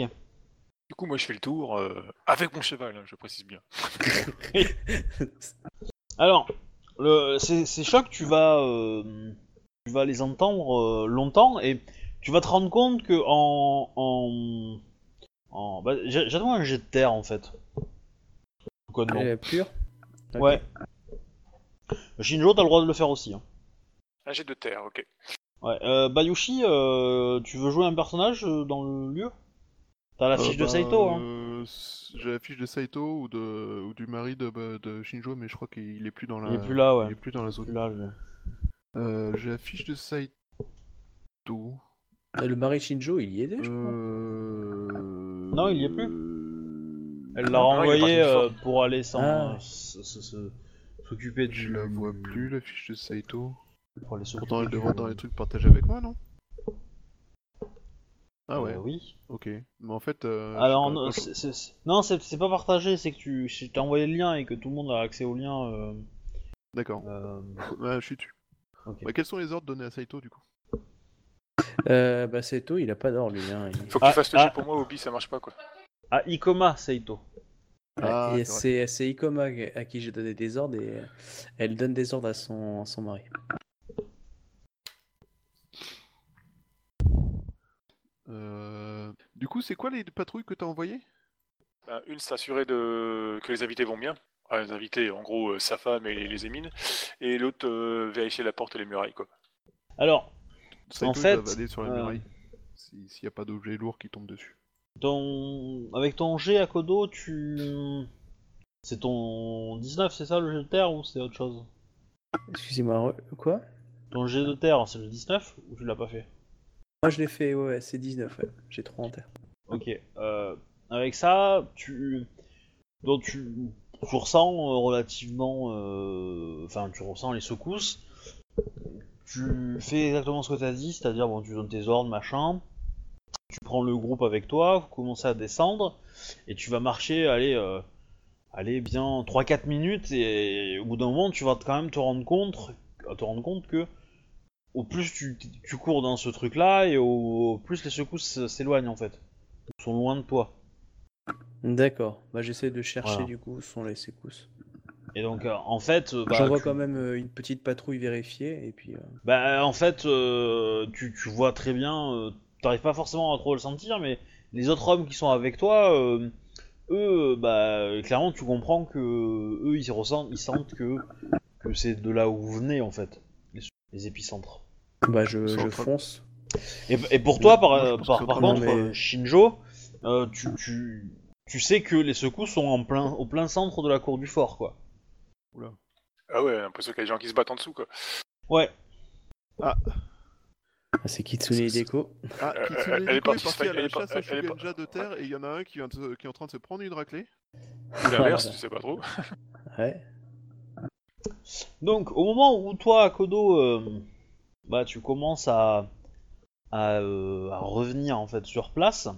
[SPEAKER 5] Du coup, moi, je fais le tour euh, avec mon cheval, hein, je précise bien.
[SPEAKER 1] Alors, le, ces, ces chocs, tu vas, euh, tu vas les entendre euh, longtemps et tu vas te rendre compte que en, en, en- bah, j'a- j'attends un jet de terre en fait. Quoi de bon.
[SPEAKER 3] Elle est pure. Ok.
[SPEAKER 1] Ouais. Shinjo, t'as le droit de le faire aussi. hein.
[SPEAKER 5] Un jet de terre, ok.
[SPEAKER 1] Ouais, euh, Bayushi, euh, tu veux jouer un personnage euh, dans le lieu T'as la
[SPEAKER 2] Euh,
[SPEAKER 1] fiche de
[SPEAKER 2] ben,
[SPEAKER 1] Saito, hein
[SPEAKER 2] euh, de, j'ai la fiche de Saito ou, de, ou du mari de, bah, de Shinjo, mais je crois qu'il est plus dans la.
[SPEAKER 1] Il est plus là, ouais.
[SPEAKER 2] euh, il est Ah, plus dans la zone.
[SPEAKER 1] Là, je-
[SPEAKER 2] Euh, j'ai la fiche de Saito.
[SPEAKER 3] Et Le mari Shinjo, il y était, je crois.
[SPEAKER 2] Euh...
[SPEAKER 1] Non, il y est plus.
[SPEAKER 2] Euh,
[SPEAKER 1] Elle l'a
[SPEAKER 5] non, il
[SPEAKER 1] renvoyé
[SPEAKER 5] est parti
[SPEAKER 1] euh, pour aller s'en-
[SPEAKER 3] Ah.
[SPEAKER 1] s- s- s- s'occuper du.
[SPEAKER 2] Je la vois plus, la fiche de Saito.
[SPEAKER 1] Pour aller s'occuper
[SPEAKER 2] Pourtant, elle
[SPEAKER 1] du-
[SPEAKER 2] devrait être dans les trucs partagés avec moi, non Ah ouais,
[SPEAKER 1] Euh, oui.
[SPEAKER 2] ok. Mais en fait. euh,
[SPEAKER 1] Alors, non,
[SPEAKER 2] je sais pas, quand je-
[SPEAKER 1] c'est- c'est- c'est- non, c'est c'est pas partagé, c'est que tu je t'ai envoyé le lien et que tout le monde a accès au lien. euh,
[SPEAKER 2] D'accord.
[SPEAKER 1] euh,
[SPEAKER 2] Ouais, je suis dessus.
[SPEAKER 1] Ok.
[SPEAKER 2] Bah, quels sont les ordres donnés à Saito du coup
[SPEAKER 3] Euh, bah, c'est tout, il a pas d'or, lui. Hein. il-
[SPEAKER 5] Faut que
[SPEAKER 1] Ah,
[SPEAKER 5] tu fasses le jeu
[SPEAKER 1] ah.
[SPEAKER 5] pour moi, Obi, ça marche pas quoi.
[SPEAKER 1] À Ikoma Saito.
[SPEAKER 2] Ah,
[SPEAKER 3] et
[SPEAKER 2] c'est vrai.
[SPEAKER 3] c'est c'est Ikoma à qui j'ai donné des ordres et euh, elle donne des ordres à son, à son mari.
[SPEAKER 2] Euh, Du coup, c'est quoi les patrouilles que t'as envoyées
[SPEAKER 5] Ben, une, s'assurer de... que les invités vont bien. Ah, les invités, en gros, euh, sa femme et les, les émines. Et l'autre, euh, vérifier la porte et les murailles quoi.
[SPEAKER 1] Alors,
[SPEAKER 2] Saito,
[SPEAKER 1] En
[SPEAKER 2] il
[SPEAKER 1] fait,
[SPEAKER 2] va aller sur la
[SPEAKER 1] euh,
[SPEAKER 2] muraille. si- S'il n'y a pas d'objet lourd qui tombe dessus.
[SPEAKER 1] ton... avec ton G à Kodo, tu. C'est ton 19, c'est ça le jet de terre ou c'est autre chose
[SPEAKER 3] Excusez-moi, re- quoi
[SPEAKER 1] Ton jet de terre, c'est le 19 ou tu l'as pas fait
[SPEAKER 3] Moi, je l'ai fait, ouais, ouais, c'est 19, ouais. j'ai 3 en terre.
[SPEAKER 1] Ok. euh, avec ça, tu. Donc tu, tu ressens euh, relativement. euh, Enfin, tu ressens les secousses. Tu fais exactement ce que t'as dit, c'est-à-dire, bon, tu donnes tes ordres, machin. Tu prends le groupe avec toi, vous commencez à descendre, et tu vas marcher, allez, euh, allez bien 3-4 minutes, et au bout d'un moment, tu vas te- quand même te rendre compte, te rendre compte que au plus tu, tu cours dans ce truc-là, et au, au plus les secousses s'éloignent en fait sont loin de toi.
[SPEAKER 3] D'accord, bah, j'essaie de chercher
[SPEAKER 1] Voilà.
[SPEAKER 3] du coup où sont les secousses.
[SPEAKER 1] Et donc, euh, en fait, euh, bah,
[SPEAKER 3] J'envoie
[SPEAKER 1] tu-
[SPEAKER 3] quand même euh, une petite patrouille vérifier et puis. euh,
[SPEAKER 1] bah, en fait, euh, tu, tu vois très bien, euh, t'arrives pas forcément à trop le sentir, mais les autres hommes qui sont avec toi, euh, eux, euh, bah, euh, clairement, tu comprends que euh, eux, ils ressentent, ils sentent que, que c'est de là où vous venez, en fait, les, les épicentres.
[SPEAKER 3] Bah, je,
[SPEAKER 2] Sans
[SPEAKER 3] je
[SPEAKER 2] problème.
[SPEAKER 3] fonce.
[SPEAKER 1] Et, et pour toi, par,
[SPEAKER 2] Moi, je pense que
[SPEAKER 1] par,
[SPEAKER 2] c'est
[SPEAKER 1] par
[SPEAKER 3] vraiment,
[SPEAKER 1] contre,
[SPEAKER 3] mais-
[SPEAKER 1] euh, Shinjo, euh, tu, tu, tu sais que les secousses sont en plein, au plein centre de la cour du fort, quoi.
[SPEAKER 5] Ah ouais, l'impression qu'il y a des gens qui se battent en dessous quoi.
[SPEAKER 1] Ouais.
[SPEAKER 3] Ah, C'est Kitsune Hideko.
[SPEAKER 2] Ah,
[SPEAKER 5] Euh,
[SPEAKER 2] Kitsune
[SPEAKER 5] elle est
[SPEAKER 2] Hideko
[SPEAKER 5] partie se
[SPEAKER 2] partie à
[SPEAKER 5] faire- elle
[SPEAKER 2] la
[SPEAKER 5] est par-
[SPEAKER 2] chasse au
[SPEAKER 5] elle est par-
[SPEAKER 2] Shuganja de terre et il y en a un qui, vient de- qui est en train de se prendre une raclée.
[SPEAKER 5] Ou l'inverse, tu sais pas trop.
[SPEAKER 3] Ouais.
[SPEAKER 1] Donc, au moment où toi, Kodo, euh, bah, tu commences à, à, euh, à revenir en fait sur place,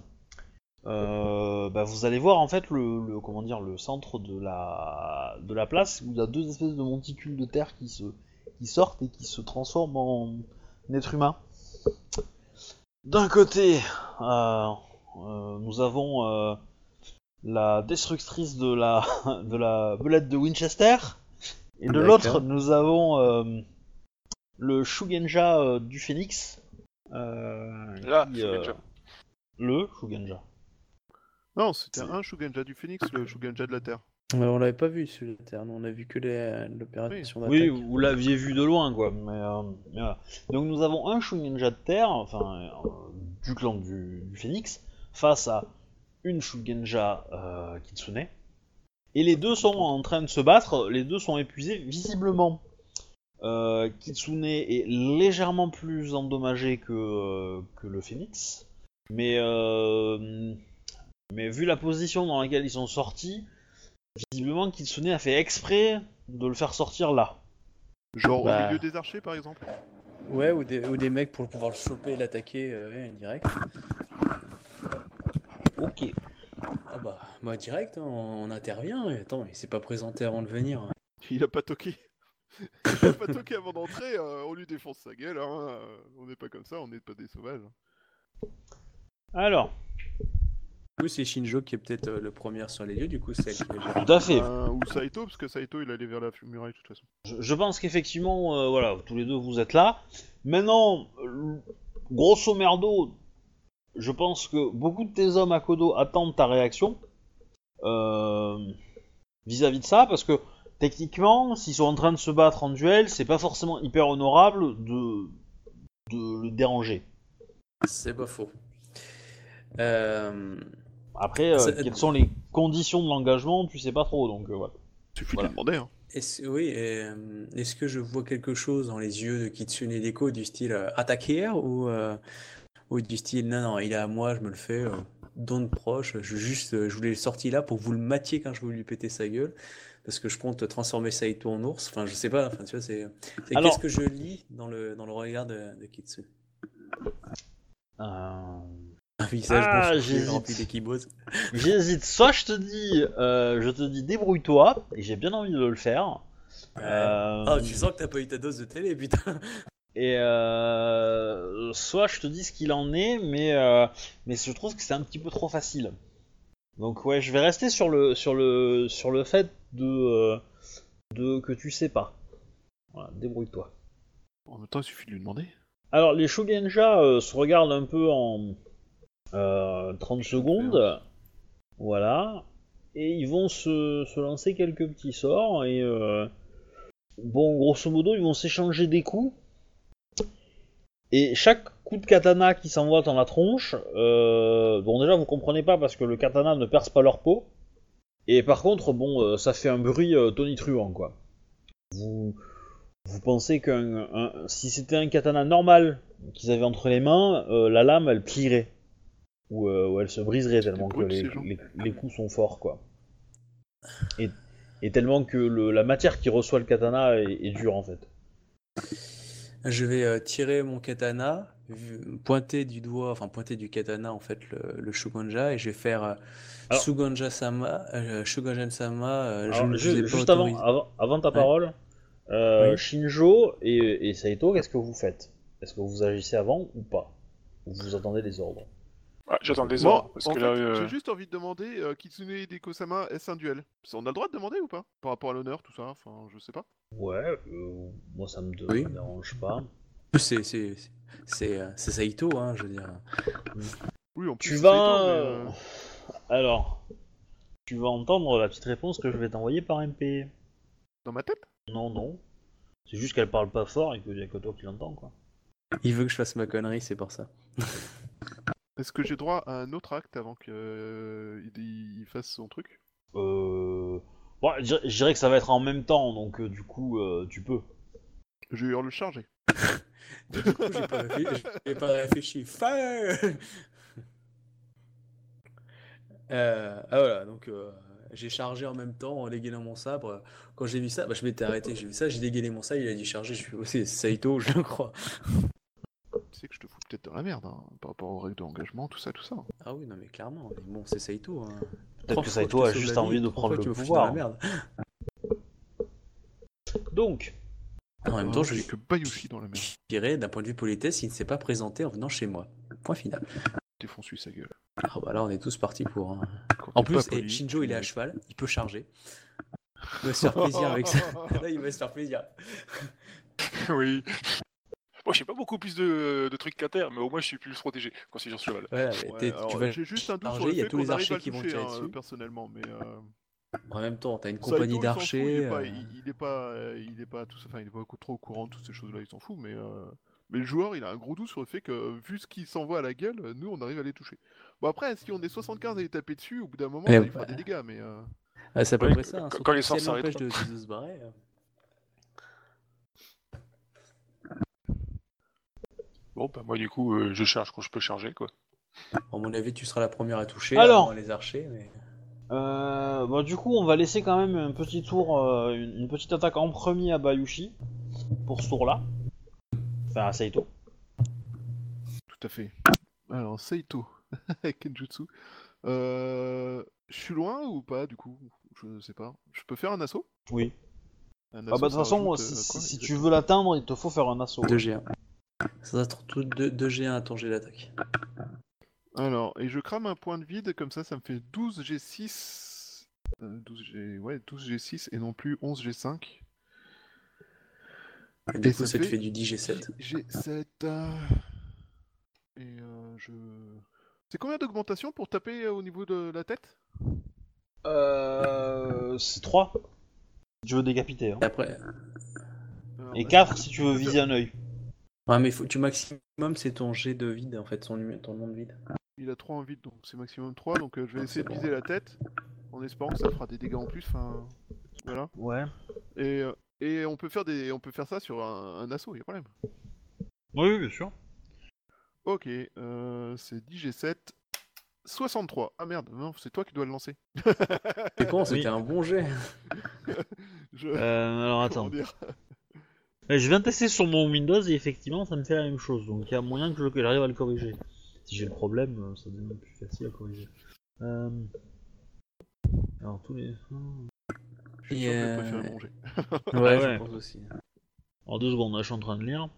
[SPEAKER 1] euh, bah, vous allez voir en fait le, le- comment dire le centre de la de la place où il y a deux espèces de monticules de terre qui se qui sortent et qui se transforment en, être humain. D'un côté, euh, euh, nous avons euh, la destructrice de la de la belette de Winchester. Et de
[SPEAKER 3] D'accord.
[SPEAKER 1] l'autre, nous avons euh, le Shugenja euh, du Phénix. euh,
[SPEAKER 5] Là,
[SPEAKER 1] qui, euh,
[SPEAKER 5] Shugenja.
[SPEAKER 1] le Shugenja.
[SPEAKER 2] Non, c'était un Shuganja du Phoenix, le Shuganja de la terre.
[SPEAKER 3] Ouais, on l'avait pas vu celui de terre, nous, on a vu que les- euh, l'opération
[SPEAKER 1] Oui,
[SPEAKER 3] d'attaque.
[SPEAKER 1] vous l'aviez vu de loin, quoi. Mais, euh, mais voilà. Donc nous avons un Shugenja de terre, enfin, euh, du clan du, du Phénix, face à une Shugenja euh, Kitsune. Et les deux sont en train de se battre, les deux sont épuisés visiblement. Euh, Kitsune est légèrement plus endommagée que, euh, que le Phénix. Mais, euh, mais vu la position dans laquelle ils sont sortis, visiblement Kitsune a fait exprès de le faire sortir là.
[SPEAKER 2] Genre
[SPEAKER 3] Bah.
[SPEAKER 2] au milieu des archers par exemple.
[SPEAKER 3] Ouais, ou des, ou des mecs pour pouvoir le choper et l'attaquer euh, ouais, direct.
[SPEAKER 1] Ok.
[SPEAKER 3] Ah bah, moi direct, hein, on, on intervient. et Attends, il s'est pas présenté avant de venir. hein.
[SPEAKER 2] Il a pas toqué. Il a pas toqué avant d'entrer, euh, on lui défonce sa gueule. hein, euh, On n'est pas comme ça, on n'est pas des sauvages.
[SPEAKER 1] Alors,
[SPEAKER 3] Du coup, c'est Shinjo qui est peut-être euh, le premier sur les lieux, du coup, c'est elle qui va gérer.
[SPEAKER 1] tout à fait.
[SPEAKER 2] Euh, ou Saito, parce que Saito il allait vers la muraille de toute façon.
[SPEAKER 1] Je, je pense qu'effectivement, euh, voilà, tous les deux vous êtes là. Maintenant, euh, grosso merdo, je pense que beaucoup de tes hommes à Kodo attendent ta réaction euh, vis-à-vis de ça, parce que techniquement, s'ils sont en train de se battre en duel, c'est pas forcément hyper honorable de, de le déranger.
[SPEAKER 3] C'est pas faux. Euh,
[SPEAKER 1] Après, euh,
[SPEAKER 3] Ça-
[SPEAKER 1] quelles sont les conditions de l'engagement, tu sais pas trop, donc euh, voilà.
[SPEAKER 2] Suffit
[SPEAKER 1] Voilà.
[SPEAKER 2] de demander. Hein.
[SPEAKER 3] Est-ce, oui, et, euh, est-ce que je vois quelque chose dans les yeux de Kitsune Deko du style euh, attaquer ou, euh, ou du style non, non, il est à moi, je me le fais, euh, don de proche, je, juste, euh, je voulais le sortir là pour vous le matier quand je voulais lui péter sa gueule, parce que je compte transformer Saito en ours, enfin je sais pas, enfin tu vois, c'est, c'est
[SPEAKER 1] Alors-
[SPEAKER 3] qu'est-ce que je lis dans le, dans le regard de, de Kitsune?
[SPEAKER 1] Euh,
[SPEAKER 3] Un visage
[SPEAKER 1] Ah,
[SPEAKER 3] monstrueux
[SPEAKER 1] j'hésite.
[SPEAKER 3] rempli d'équibose.
[SPEAKER 1] J'hésite, soit je te dis, euh, je te dis débrouille-toi, et j'ai bien envie de le faire. Euh,
[SPEAKER 3] Ah, tu sens que t'as pas eu ta dose de télé, putain.
[SPEAKER 1] Et euh, soit je te dis ce qu'il en est, mais euh, mais je trouve que c'est un petit peu trop facile. Donc ouais, je vais rester sur le sur le sur le fait de euh, de que tu sais pas. Voilà, débrouille-toi.
[SPEAKER 2] En même temps, il suffit de lui demander.
[SPEAKER 1] Alors, les Shogenja euh, se regardent un peu en euh, 30 secondes. Voilà. Et ils vont se, se lancer quelques petits sorts. Et euh, bon, grosso modo, ils vont s'échanger des coups. Et chaque coup de katana qui s'envoie dans la tronche, euh, bon, déjà, vous comprenez pas parce que le katana ne perce pas leur peau. Et par contre, bon, euh, ça fait un bruit euh, tonitruant, quoi. Vous, vous pensez qu'un un- si c'était un katana normal qu'ils avaient entre les mains, euh, la lame elle plierait ou, euh, ou elle se briserait tellement que
[SPEAKER 2] brutes,
[SPEAKER 1] les,
[SPEAKER 2] ces gens.
[SPEAKER 1] les- les coups sont forts quoi. Et, et tellement que le- la matière qui reçoit le katana est, est dure en fait.
[SPEAKER 3] Je vais euh, tirer mon katana, vu- pointer du doigt, enfin pointer du katana en fait le, le Shuganja et je vais faire euh,
[SPEAKER 1] Alors-
[SPEAKER 3] Suganja-sama, euh, Shuganjan-sama, euh, je
[SPEAKER 1] Alors,
[SPEAKER 3] ne vous
[SPEAKER 1] ju-
[SPEAKER 3] ai pas
[SPEAKER 1] juste avant,
[SPEAKER 3] autorisé.
[SPEAKER 1] avant, avant ta parole, euh,
[SPEAKER 3] Oui.
[SPEAKER 1] Shinjo et, et Saito, qu'est-ce que vous faites Est-ce que vous agissez avant ou pas Ou vous attendez les ordres
[SPEAKER 5] Ouais, Ah, J'attends des
[SPEAKER 2] Bon,
[SPEAKER 5] ordres, parce
[SPEAKER 2] en
[SPEAKER 5] que
[SPEAKER 2] fait,
[SPEAKER 5] là, euh,
[SPEAKER 2] j'ai juste envie de demander euh, Kitsune et Deko-sama, est-ce un duel Ça, On a le droit de demander ou pas Par rapport à l'honneur, tout ça, enfin, je sais pas.
[SPEAKER 1] Ouais, euh, moi ça me,
[SPEAKER 3] Oui.
[SPEAKER 1] me dérange pas.
[SPEAKER 3] C'est, c'est, c'est, c'est, euh, c'est Saito, hein, je veux dire.
[SPEAKER 2] Oui, en plus,
[SPEAKER 1] Tu
[SPEAKER 2] c'est
[SPEAKER 1] vas.
[SPEAKER 2] étonnant, mais, euh,
[SPEAKER 1] euh, Alors, tu vas entendre la petite réponse que je vais t'envoyer par MP.
[SPEAKER 2] Dans ma tête
[SPEAKER 1] Non, non. C'est juste qu'elle parle pas fort et que y a que toi qui l'entends, quoi.
[SPEAKER 3] Il veut que je fasse ma connerie, c'est pour ça.
[SPEAKER 2] Est-ce que j'ai droit à un autre acte avant qu'il euh, il- il fasse son truc
[SPEAKER 1] Euh. Bon, je dirais- je dirais que ça va être en même temps, donc euh, du coup, euh, tu peux.
[SPEAKER 2] Je vais le charger.
[SPEAKER 3] Du coup, j'ai pas, réfléchi- j'ai pas réfléchi. Fire Euh, ah voilà, donc euh, j'ai chargé en même temps en dégainant mon sabre. Quand j'ai vu ça, bah, je m'étais arrêté, j'ai vu ça, j'ai dégainé mon sabre, il a dit charger, je suis oh, c'est Saito, je le crois.
[SPEAKER 2] Tu sais que je te fous peut-être dans la merde, hein, par rapport aux règles d'engagement, tout ça, tout ça.
[SPEAKER 3] Ah oui, non mais clairement, mais bon, c'est Saito. hein.
[SPEAKER 1] Peut-être
[SPEAKER 3] Trois
[SPEAKER 1] que
[SPEAKER 3] fois,
[SPEAKER 1] Saito
[SPEAKER 3] je te
[SPEAKER 1] a
[SPEAKER 3] sauve
[SPEAKER 1] juste
[SPEAKER 3] la
[SPEAKER 1] envie
[SPEAKER 3] vie,
[SPEAKER 1] de
[SPEAKER 3] trois
[SPEAKER 1] prendre
[SPEAKER 3] fois, tu
[SPEAKER 1] le
[SPEAKER 3] me fous dans la
[SPEAKER 1] pouvoir.
[SPEAKER 3] merde.
[SPEAKER 1] Donc,
[SPEAKER 3] En même temps,
[SPEAKER 2] Ah,
[SPEAKER 3] je
[SPEAKER 2] j'ai
[SPEAKER 3] lui
[SPEAKER 2] que Bayushi dans la merde.
[SPEAKER 3] dirais, d'un point de vue politesse, il ne s'est pas présenté en venant chez moi. Point final.
[SPEAKER 2] Défonce-lui sa gueule.
[SPEAKER 3] Ah bah là, on est tous partis pour. hein.
[SPEAKER 2] Quand
[SPEAKER 3] En
[SPEAKER 2] t'es pas
[SPEAKER 3] plus, eh,
[SPEAKER 2] poli,
[SPEAKER 3] Shinjo,
[SPEAKER 2] tu
[SPEAKER 3] il est à
[SPEAKER 2] mérites.
[SPEAKER 3] cheval, il peut charger. Il va se faire plaisir avec ça. Là, il va se faire plaisir.
[SPEAKER 5] oui. Moi, j'ai pas beaucoup plus de, de trucs qu'à terre, mais au moins, je suis plus protégé quand je suis sur cheval.
[SPEAKER 3] Voilà, mais
[SPEAKER 2] Ouais,
[SPEAKER 3] t'es-
[SPEAKER 2] alors,
[SPEAKER 3] tu vas
[SPEAKER 2] J'ai juste un doute
[SPEAKER 3] charger,
[SPEAKER 2] sur le
[SPEAKER 3] il y a
[SPEAKER 2] fait
[SPEAKER 3] tous
[SPEAKER 2] qu'on
[SPEAKER 3] les
[SPEAKER 2] arrive
[SPEAKER 3] archers
[SPEAKER 2] à le
[SPEAKER 3] qui vont
[SPEAKER 2] toucher,
[SPEAKER 3] tirer
[SPEAKER 2] hein,
[SPEAKER 3] dessus.
[SPEAKER 2] personnellement, mais... euh,
[SPEAKER 3] en même temps, t'as une
[SPEAKER 2] Saito,
[SPEAKER 3] compagnie
[SPEAKER 2] il s'en fout, Il
[SPEAKER 3] d'archers.
[SPEAKER 2] est pas,
[SPEAKER 3] euh,
[SPEAKER 2] il, il est pas, euh, il est pas tout ça. Enfin, il est pas beaucoup trop au courant de toutes ces choses-là. Il s'en fout, mais euh, mais le joueur, il a un gros doute sur le fait que vu ce qu'il s'envoie à la gueule, euh, nous, on arrive à les toucher. Bon après, si on est 75 à les taper dessus, au bout d'un moment,
[SPEAKER 3] Eh
[SPEAKER 2] bah, il fera
[SPEAKER 3] bah.
[SPEAKER 2] des dégâts, mais euh,
[SPEAKER 3] Ah, c'est à peu
[SPEAKER 5] Ouais,
[SPEAKER 3] près ça. hein,
[SPEAKER 5] quand-
[SPEAKER 3] surtout
[SPEAKER 5] quand les
[SPEAKER 3] si
[SPEAKER 5] sorts
[SPEAKER 3] elle l'empêche
[SPEAKER 5] s'arrêteront.
[SPEAKER 3] de, de se barrer. euh.
[SPEAKER 5] Bon, bah, moi, du coup, euh, je charge quand je peux charger, quoi.
[SPEAKER 3] À mon avis, tu seras la première à toucher.
[SPEAKER 1] Alors.
[SPEAKER 3] avant les archers, mais.
[SPEAKER 1] euh, bah, du coup, on va laisser quand même un petit tour, euh, une, une petite attaque en premier à Bayushi pour ce tour-là. Enfin, à Saito.
[SPEAKER 2] tout à fait. Alors Saito, Kenjutsu, euh, je suis loin ou pas du coup Je sais pas. Je peux faire un assaut
[SPEAKER 1] Oui.
[SPEAKER 2] Un
[SPEAKER 1] Ah bah, de
[SPEAKER 2] assaut,
[SPEAKER 1] toute
[SPEAKER 2] ça
[SPEAKER 1] façon,
[SPEAKER 2] rajoute,
[SPEAKER 1] si,
[SPEAKER 2] euh,
[SPEAKER 1] si-
[SPEAKER 2] quoi,
[SPEAKER 1] si tu
[SPEAKER 2] exactement
[SPEAKER 1] veux l'atteindre, il te faut faire un
[SPEAKER 2] Oh.
[SPEAKER 1] assaut.
[SPEAKER 3] 2G1. Ça sera tout 2G1 à ton jet d'attaque.
[SPEAKER 2] Alors, et je crame un point de vide, comme ça, ça me fait 12 G6. euh, 12 G... Ouais, 12 G6 et non plus 11 G5.
[SPEAKER 3] Et du
[SPEAKER 2] Et
[SPEAKER 3] coup,
[SPEAKER 2] ça
[SPEAKER 3] ça te
[SPEAKER 2] fait
[SPEAKER 3] fait du 10G7.
[SPEAKER 2] G7. euh, Et euh, je. C'est combien d'augmentation pour taper euh, au niveau de la tête
[SPEAKER 1] Euh, c'est 3. Je veux décapiter. hein.
[SPEAKER 3] Et après.
[SPEAKER 2] Alors,
[SPEAKER 1] Et
[SPEAKER 2] bah,
[SPEAKER 1] 4 si tu veux viser un œil.
[SPEAKER 3] Ouais, mais faut, tu maximum, c'est ton jet de vide, en fait, son, numé- ton nom de vide.
[SPEAKER 2] Il a 3 en vide, donc c'est maximum 3. Donc euh, je vais essayer de viser la tête, en espérant que ça fera des dégâts en plus. Enfin, voilà.
[SPEAKER 1] Ouais.
[SPEAKER 2] Et, euh, et on, peut faire des... on peut faire ça sur un, un assaut, il y a problème.
[SPEAKER 1] Oui, oui, bien sûr.
[SPEAKER 2] Ok, euh, c'est 10 G7. 63. Ah merde, non, c'est toi qui dois le lancer.
[SPEAKER 3] C'est con, c'était un bon jet.
[SPEAKER 2] Je...
[SPEAKER 1] Euh, alors
[SPEAKER 2] comment
[SPEAKER 1] attends.
[SPEAKER 2] dire
[SPEAKER 1] Euh, Je viens de tester sur mon Windows et effectivement ça me fait la même chose. Donc il y a moyen que je- que j'arrive à le corriger. Si j'ai le problème, euh, ça devient plus facile à corriger. Euh, Alors tous les.
[SPEAKER 2] Je suis
[SPEAKER 3] Et
[SPEAKER 2] sûr que je
[SPEAKER 3] euh,
[SPEAKER 2] préférais manger.
[SPEAKER 1] Ouais, ouais.
[SPEAKER 3] je pense aussi.
[SPEAKER 1] En deux secondes, là, je suis en train de lire.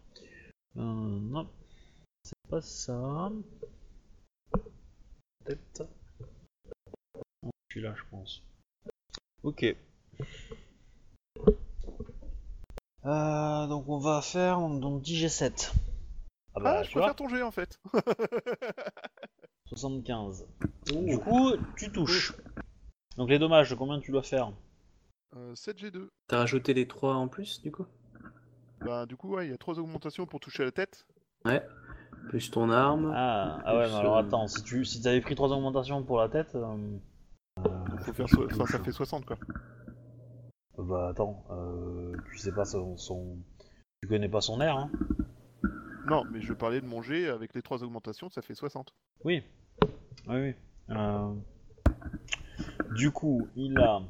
[SPEAKER 1] Euh, non, c'est pas ça. Peut-être. Oh, Je suis là, je pense. Ok. Euh, donc on va faire donc 10 G7. Ah bah
[SPEAKER 2] Ah, je
[SPEAKER 1] tu vois,
[SPEAKER 2] préfère ton jet en fait.
[SPEAKER 1] 75. Du coup, tu touches. Donc les dommages, de combien tu dois faire
[SPEAKER 2] Euh, 7G2.
[SPEAKER 3] T'as rajouté les 3 en plus, du coup
[SPEAKER 2] Bah, du coup, ouais, il y a 3 augmentations pour toucher à la tête.
[SPEAKER 3] Ouais. Plus ton arme.
[SPEAKER 1] Ah, ah ouais,
[SPEAKER 3] Plus,
[SPEAKER 1] mais alors
[SPEAKER 3] euh,
[SPEAKER 1] attends, si tu si avais pris 3 augmentations pour la tête... euh,
[SPEAKER 2] Donc, faut faire so- enfin, ça fait 60 quoi.
[SPEAKER 1] Bah attends, euh, tu sais pas son, son- Tu connais pas son air, hein
[SPEAKER 2] Non, mais je parlais de manger avec les 3 augmentations, ça fait 60.
[SPEAKER 1] Oui. Oui, oui. Euh, Du coup, il a...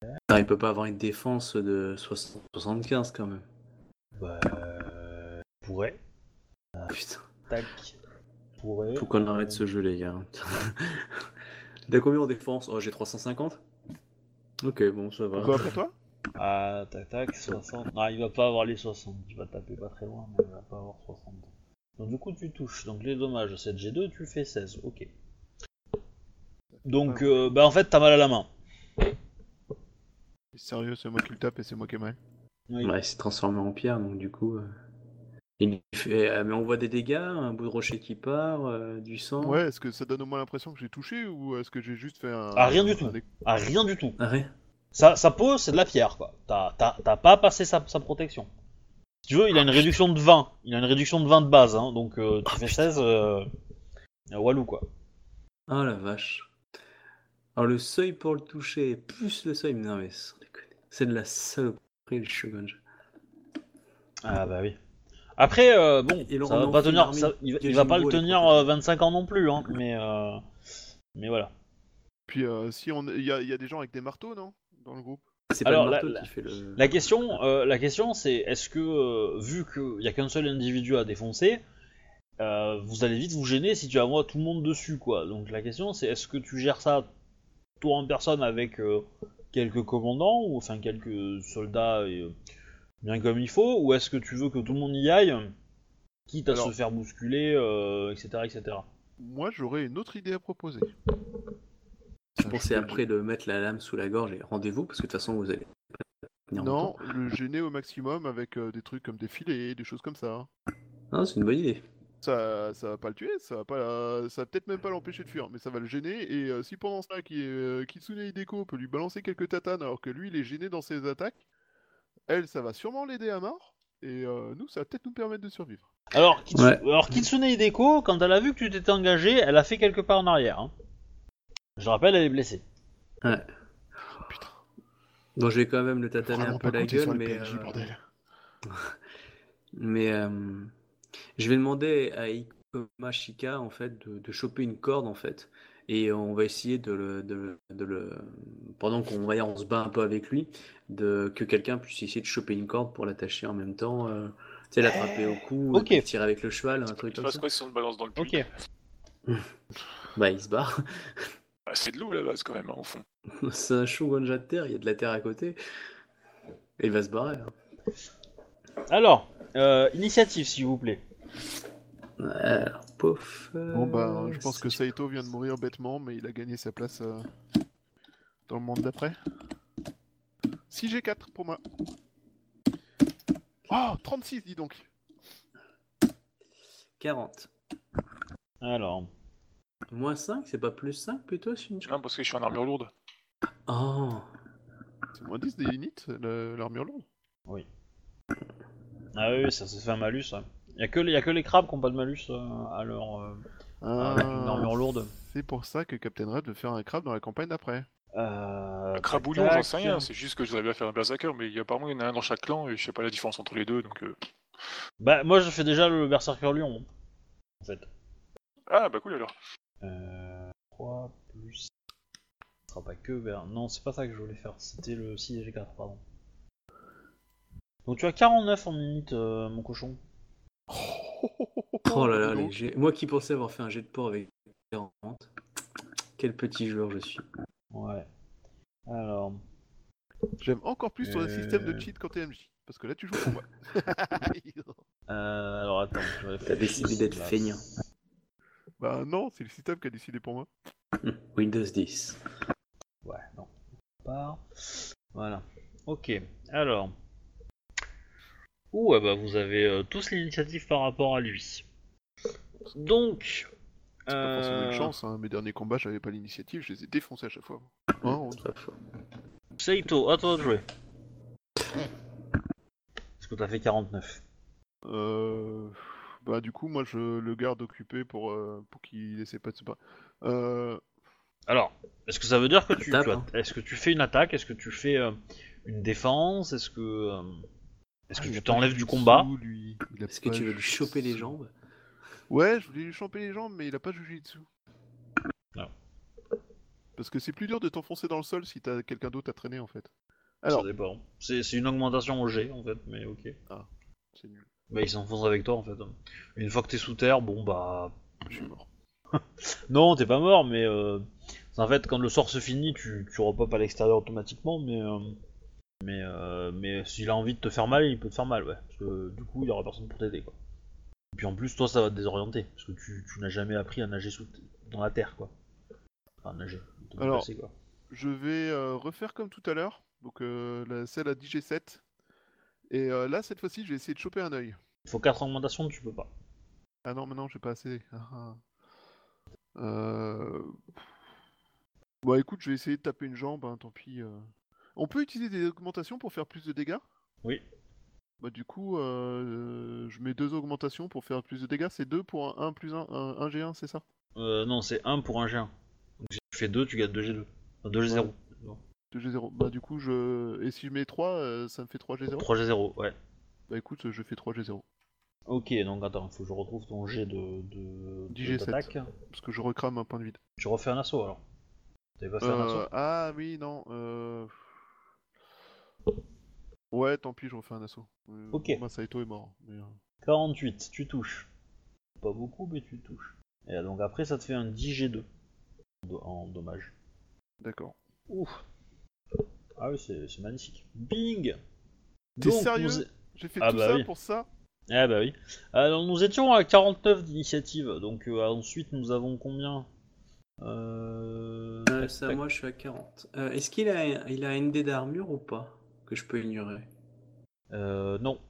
[SPEAKER 3] Putain, il peut pas avoir une défense de 60 75 quand même.
[SPEAKER 1] Bah... Pourrait.
[SPEAKER 2] Ah.
[SPEAKER 3] Putain,
[SPEAKER 1] Tac. Pourrait.
[SPEAKER 3] faut qu'on arrête ce jeu, les gars. T'as combien en défense Oh, j'ai 350 Ok, bon, ça va.
[SPEAKER 2] Quoi après toi
[SPEAKER 1] Ah, tac, tac, 60. Non, il va pas avoir les 60. Il va taper pas très loin, mais il va pas avoir 60. Donc du coup, tu touches. Donc les dommages, 7G2, tu fais 16. Ok. Donc, euh, bah en fait, t'as mal à la main.
[SPEAKER 2] Sérieux, c'est moi qui le tape et c'est moi qui ai mal.
[SPEAKER 1] Oui.
[SPEAKER 3] Ouais, Bah, il s'est transformé en pierre, donc du coup. euh, Il fait... euh, Mais on voit des dégâts, un bout de rocher qui part, euh, du sang.
[SPEAKER 2] Ouais, est-ce que ça donne au moins l'impression que j'ai touché ou est-ce que j'ai juste fait un.
[SPEAKER 1] Ah, rien du
[SPEAKER 2] un-
[SPEAKER 1] tout.
[SPEAKER 2] un-
[SPEAKER 1] Ah, rien du tout.
[SPEAKER 3] Ah ouais
[SPEAKER 1] Sa, sa peau, c'est de la pierre, quoi. T'as- T'as t'as pas passé sa, sa protection. Si tu veux, il a une réduction de 20. Il a une réduction de 20 de base, hein. Donc, euh, tu
[SPEAKER 3] Oh,
[SPEAKER 1] fais
[SPEAKER 3] putain.
[SPEAKER 1] 16, euh, euh, Walou, quoi.
[SPEAKER 3] Ah la vache. Alors le seuil pour le toucher, plus le seuil, mais non mais sans déconner. C'est de la saloperie le Shogun.
[SPEAKER 1] Ah, bah oui. Après, euh, bon,
[SPEAKER 3] Et Laurent
[SPEAKER 1] ça va
[SPEAKER 3] Blanc
[SPEAKER 1] pas
[SPEAKER 3] fait une
[SPEAKER 1] tenir,
[SPEAKER 3] armée
[SPEAKER 1] ça- il, va- il
[SPEAKER 3] de
[SPEAKER 1] va pas le
[SPEAKER 3] Yojimbo, les
[SPEAKER 1] tenir
[SPEAKER 3] protégés.
[SPEAKER 1] euh, 25 ans non plus, hein. Mais, euh, mais voilà.
[SPEAKER 2] Puis euh, si on. Il y, a- il y a des gens avec des marteaux, non Dans le groupe
[SPEAKER 3] C'est pas
[SPEAKER 1] Alors,
[SPEAKER 3] le marteau
[SPEAKER 1] la-
[SPEAKER 3] qui fait le.
[SPEAKER 1] La question, euh, la question c'est est-ce que, euh, vu qu'il n'y a qu'un seul individu à défoncer, euh, vous allez vite vous gêner si tu envoies tout le monde dessus, quoi. Donc la question, c'est est-ce que tu gères ça toi en personne avec euh, quelques commandants, ou enfin quelques soldats et, euh, bien comme il faut, ou est-ce que tu veux que tout le monde y aille, quitte à
[SPEAKER 2] Alors-
[SPEAKER 1] se faire bousculer, euh, etc., etc.
[SPEAKER 2] Moi, j'aurais une autre idée à proposer.
[SPEAKER 3] Je pensais après de mettre la lame sous la gorge et rendez-vous parce que de toute façon vous allez. pas tenir
[SPEAKER 2] Non,
[SPEAKER 3] longtemps.
[SPEAKER 2] le gêner au maximum avec euh, des trucs comme des filets, des choses comme ça. hein.
[SPEAKER 3] Non, c'est une bonne idée.
[SPEAKER 2] Ça, ça va pas le tuer, ça va pas, ça va peut-être même pas l'empêcher de fuir, mais ça va le gêner. Et euh, si pendant cela, qui euh, Kitsune Hideko peut lui balancer quelques tatanes alors que lui, il est gêné dans ses attaques, elle, ça va sûrement l'aider à mort. Et euh, nous, ça va peut-être nous permettre de survivre.
[SPEAKER 1] Alors, Kitsu-
[SPEAKER 3] Ouais.
[SPEAKER 1] alors, Kitsune Hideko, quand elle a vu que tu t'étais engagé, elle a fait quelques pas en arrière. hein. Je rappelle, elle est blessée.
[SPEAKER 2] Putain,
[SPEAKER 3] Bon, je vais quand même le tataner un
[SPEAKER 2] vraiment
[SPEAKER 3] peu
[SPEAKER 2] pas
[SPEAKER 3] la
[SPEAKER 2] compter sur
[SPEAKER 3] gueule,
[SPEAKER 2] le
[SPEAKER 3] mais.
[SPEAKER 2] PNJ,
[SPEAKER 3] euh,
[SPEAKER 2] bordel.
[SPEAKER 3] Mais euh, je vais demander à Ikoma Shika en fait de, de choper une corde en fait. Et on va essayer de le, de, le- de le pendant qu'on va on se bat un peu avec lui, de que quelqu'un puisse essayer de choper une corde pour l'attacher en même temps, euh, tu sais l'attraper au cou,
[SPEAKER 1] Ok.
[SPEAKER 3] puis tirer avec le cheval, un truc
[SPEAKER 5] Tu
[SPEAKER 3] comme
[SPEAKER 5] fasses
[SPEAKER 3] ça.
[SPEAKER 5] quoi si on le balance dans le puits
[SPEAKER 1] Ok.
[SPEAKER 3] Bah il se barre.
[SPEAKER 5] Bah, C'est de l'eau la base quand même, hein, au fond.
[SPEAKER 3] C'est un shogunja de terre, il y a de la terre à côté. Et il va se barrer. hein.
[SPEAKER 1] Alors, euh, initiative, s'il vous plaît.
[SPEAKER 3] Alors, pof.
[SPEAKER 2] Bon, bah, je pense
[SPEAKER 3] euh,
[SPEAKER 2] que Saito vient de mourir bêtement, mais il a gagné sa place euh, dans le monde d'après. 6G4 pour moi. Oh, 36, dis donc.
[SPEAKER 3] 40.
[SPEAKER 1] Alors,
[SPEAKER 3] Moins 5, c'est pas plus 5 plutôt, Shinjo
[SPEAKER 5] Non, parce que je suis en armure lourde.
[SPEAKER 3] Oh
[SPEAKER 2] C'est moins 10 des units, le- l'armure lourde.
[SPEAKER 1] hein. ah oui, ça s'est fait un malus. Il Y a que les, y a que les crabes qui ont pas de malus euh, à leur, euh,
[SPEAKER 2] Ah,
[SPEAKER 1] avec une armure lourde.
[SPEAKER 2] C'est pour ça que Captain Red veut faire un crabe dans la campagne d'après.
[SPEAKER 1] Euh,
[SPEAKER 5] Un crabouillon,
[SPEAKER 1] tac,
[SPEAKER 5] j'en sais rien, c'est juste que je voudrais bien faire un berserker, mais il y a, apparemment il y en a un dans chaque clan et je sais pas la différence entre les deux, donc. euh,
[SPEAKER 1] Bah, moi, je fais déjà le Berserker Lion. En fait.
[SPEAKER 5] Ah bah cool alors.
[SPEAKER 1] Euh, 3 plus. Ce sera pas que vers. Non, c'est pas ça que je voulais faire. C'était le 6G4, pardon. Donc tu as 49 en minutes, euh, mon cochon.
[SPEAKER 3] Oh là là,
[SPEAKER 2] Donc,
[SPEAKER 3] les jets. moi qui pensais avoir fait un jet de port avec 40. Quel petit joueur je suis.
[SPEAKER 1] Ouais. Alors.
[SPEAKER 2] J'aime encore plus ton
[SPEAKER 1] Euh.
[SPEAKER 2] système de cheat quand t'es MJ. Parce que là, tu joues pour moi.
[SPEAKER 1] Euh, alors attends, je vais
[SPEAKER 3] T'as décidé d'être feignant.
[SPEAKER 2] bah non, c'est le système qui a décidé pour moi.
[SPEAKER 3] Windows 10.
[SPEAKER 1] Ouais, non. On part. Voilà. Ok, alors. Ouh, eh ben, vous avez euh, tous l'initiative par rapport à lui. Donc.
[SPEAKER 2] C'est pas forcément
[SPEAKER 1] euh,
[SPEAKER 2] une chance, hein. mes derniers combats, j'avais pas l'initiative, je les ai défoncés à chaque fois. Hein, on-
[SPEAKER 3] C'est pas faux.
[SPEAKER 1] Saito, à toi de jouer. Parce que t'as fait 49.
[SPEAKER 2] Euh, Bah du coup, moi, je le garde occupé pour, euh, pour qu'il essaie pas de se battre. Euh...
[SPEAKER 1] Alors, est-ce que ça veut dire que tu,
[SPEAKER 3] Tape,
[SPEAKER 1] tu as-
[SPEAKER 3] hein.
[SPEAKER 1] est-ce que tu fais une attaque Est-ce que tu fais euh, une défense Est-ce que euh, est-ce
[SPEAKER 2] ah,
[SPEAKER 1] que
[SPEAKER 2] il a
[SPEAKER 1] tu
[SPEAKER 2] pas
[SPEAKER 1] t'enlèves
[SPEAKER 2] de
[SPEAKER 1] du combat
[SPEAKER 2] sous, lui. Il a
[SPEAKER 3] Est-ce que
[SPEAKER 2] pas
[SPEAKER 3] tu veux
[SPEAKER 2] de
[SPEAKER 3] lui choper les
[SPEAKER 2] sous.
[SPEAKER 3] jambes
[SPEAKER 2] Ouais, je voulais lui choper les jambes, mais il a pas jugé dessous.
[SPEAKER 1] Ah.
[SPEAKER 2] Parce que c'est plus dur de t'enfoncer dans le sol si t'as quelqu'un d'autre à traîner en fait.
[SPEAKER 1] Ça
[SPEAKER 2] Alors,
[SPEAKER 1] dépend. C'est, c'est une augmentation au G en fait, mais ok.
[SPEAKER 2] c'est nul,
[SPEAKER 1] Bah il s'enfonce avec toi en fait. Une fois que t'es sous terre, bon bah
[SPEAKER 2] je suis mort.
[SPEAKER 1] non, t'es pas mort, mais euh, en fait quand le sort se finit, tu, tu repopes à l'extérieur automatiquement, mais euh, mais euh, mais s'il a envie de te faire mal, il peut te faire mal, ouais. Parce que du coup, il y aura personne pour t'aider quoi. Et puis en plus, toi, ça va te désorienter parce que tu, tu n'as jamais appris à nager sous dans la terre quoi. Enfin, nager. te
[SPEAKER 2] Alors,
[SPEAKER 1] déplacer, quoi.
[SPEAKER 2] Je vais euh, refaire comme tout à l'heure, donc euh, la- celle à 10 G7. Et euh, là, cette fois-ci, je vais essayer de choper un œil.
[SPEAKER 1] Il faut quatre augmentations, tu peux pas.
[SPEAKER 2] Ah non, mais non, j'ai pas assez. Ah, ah. Euh... Bon, écoute, je vais essayer de taper une jambe, hein, tant pis. euh. On peut utiliser des augmentations pour faire plus de dégâts?
[SPEAKER 1] Oui.
[SPEAKER 2] Bah, du coup, euh, je mets deux augmentations pour faire plus de dégâts. C'est deux pour un 1 plus 1, un, un G1, c'est ça?
[SPEAKER 1] Euh, non, c'est 1 pour un G1. Donc si tu fais 2, tu gagnes 2 G2. Enfin, 2 G0.
[SPEAKER 2] 2 G0. Bah, du coup, je. Et si je mets 3, ça me fait 3 G0?
[SPEAKER 1] 3 G0, ouais.
[SPEAKER 2] Bah, écoute, je fais 3 G0.
[SPEAKER 1] Ok, donc attends, faut que je retrouve ton G de, de, de
[SPEAKER 2] 10G7.
[SPEAKER 1] d'attaque.
[SPEAKER 2] Parce que je recrame un point de vide.
[SPEAKER 1] Tu refais un assaut alors. T'avais pas fait un
[SPEAKER 2] Euh,
[SPEAKER 1] assaut
[SPEAKER 2] ah oui, non. euh, Ouais, tant pis, je refais un assaut. Euh,
[SPEAKER 1] Ok.
[SPEAKER 2] Moi, Saito est mort. mais, euh,
[SPEAKER 1] 48, tu touches. Pas beaucoup, mais tu touches. Et donc après, ça te fait un 10G2 en- en dommage.
[SPEAKER 2] D'accord.
[SPEAKER 1] Ouh Ah oui, c'est c'est magnifique. Bing
[SPEAKER 2] T'es
[SPEAKER 1] Donc,
[SPEAKER 2] sérieux
[SPEAKER 1] nous-
[SPEAKER 2] J'ai fait
[SPEAKER 1] Ah
[SPEAKER 2] tout
[SPEAKER 1] bah
[SPEAKER 2] ça
[SPEAKER 1] oui.
[SPEAKER 2] pour ça
[SPEAKER 1] Eh bah oui. Alors nous étions à 49 d'initiative, donc euh, ensuite nous avons combien euh...
[SPEAKER 3] Euh,
[SPEAKER 1] tac,
[SPEAKER 3] ça,
[SPEAKER 1] tac.
[SPEAKER 3] moi, je suis à 40. Euh, Est-ce qu'il a, il a une dé d'armure ou pas Que je peux ignorer.
[SPEAKER 1] Euh, non.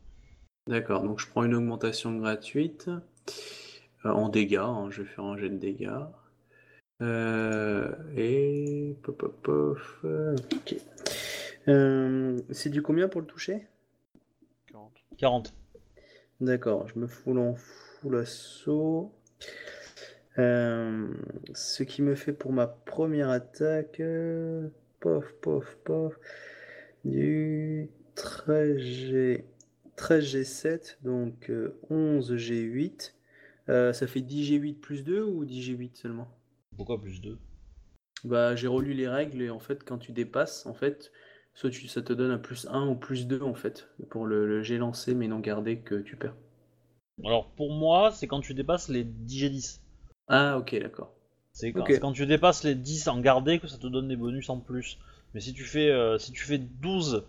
[SPEAKER 3] D'accord, donc je prends une augmentation gratuite euh, en dégâts. hein, je vais faire un jet de dégâts. Euh, et. pop, pop, pop, euh, ok. Euh, C'est du combien pour le toucher
[SPEAKER 2] 40.
[SPEAKER 1] 40.
[SPEAKER 3] D'accord, je me fous l'en fous l'assaut. Euh, ce qui me fait pour ma première attaque, euh, pof, pof, pof, du 13G, 13G7, donc euh, 11G8. Euh, ça fait 10G8 plus 2 ou 10G8 seulement?
[SPEAKER 1] Pourquoi plus 2
[SPEAKER 3] Bah, j'ai relu les règles et en fait, quand tu dépasses, en fait, soit tu- ça te donne un plus 1 ou plus 2 en fait, pour le, le G lancé mais non gardé que tu perds.
[SPEAKER 1] Alors pour moi, c'est quand tu dépasses les 10G10.
[SPEAKER 3] Ah, ok, d'accord.
[SPEAKER 1] C'est quand,
[SPEAKER 3] Ok.
[SPEAKER 1] c'est quand tu dépasses les 10 en gardé que ça te donne des bonus en plus. Mais si tu fais, euh, si tu fais 12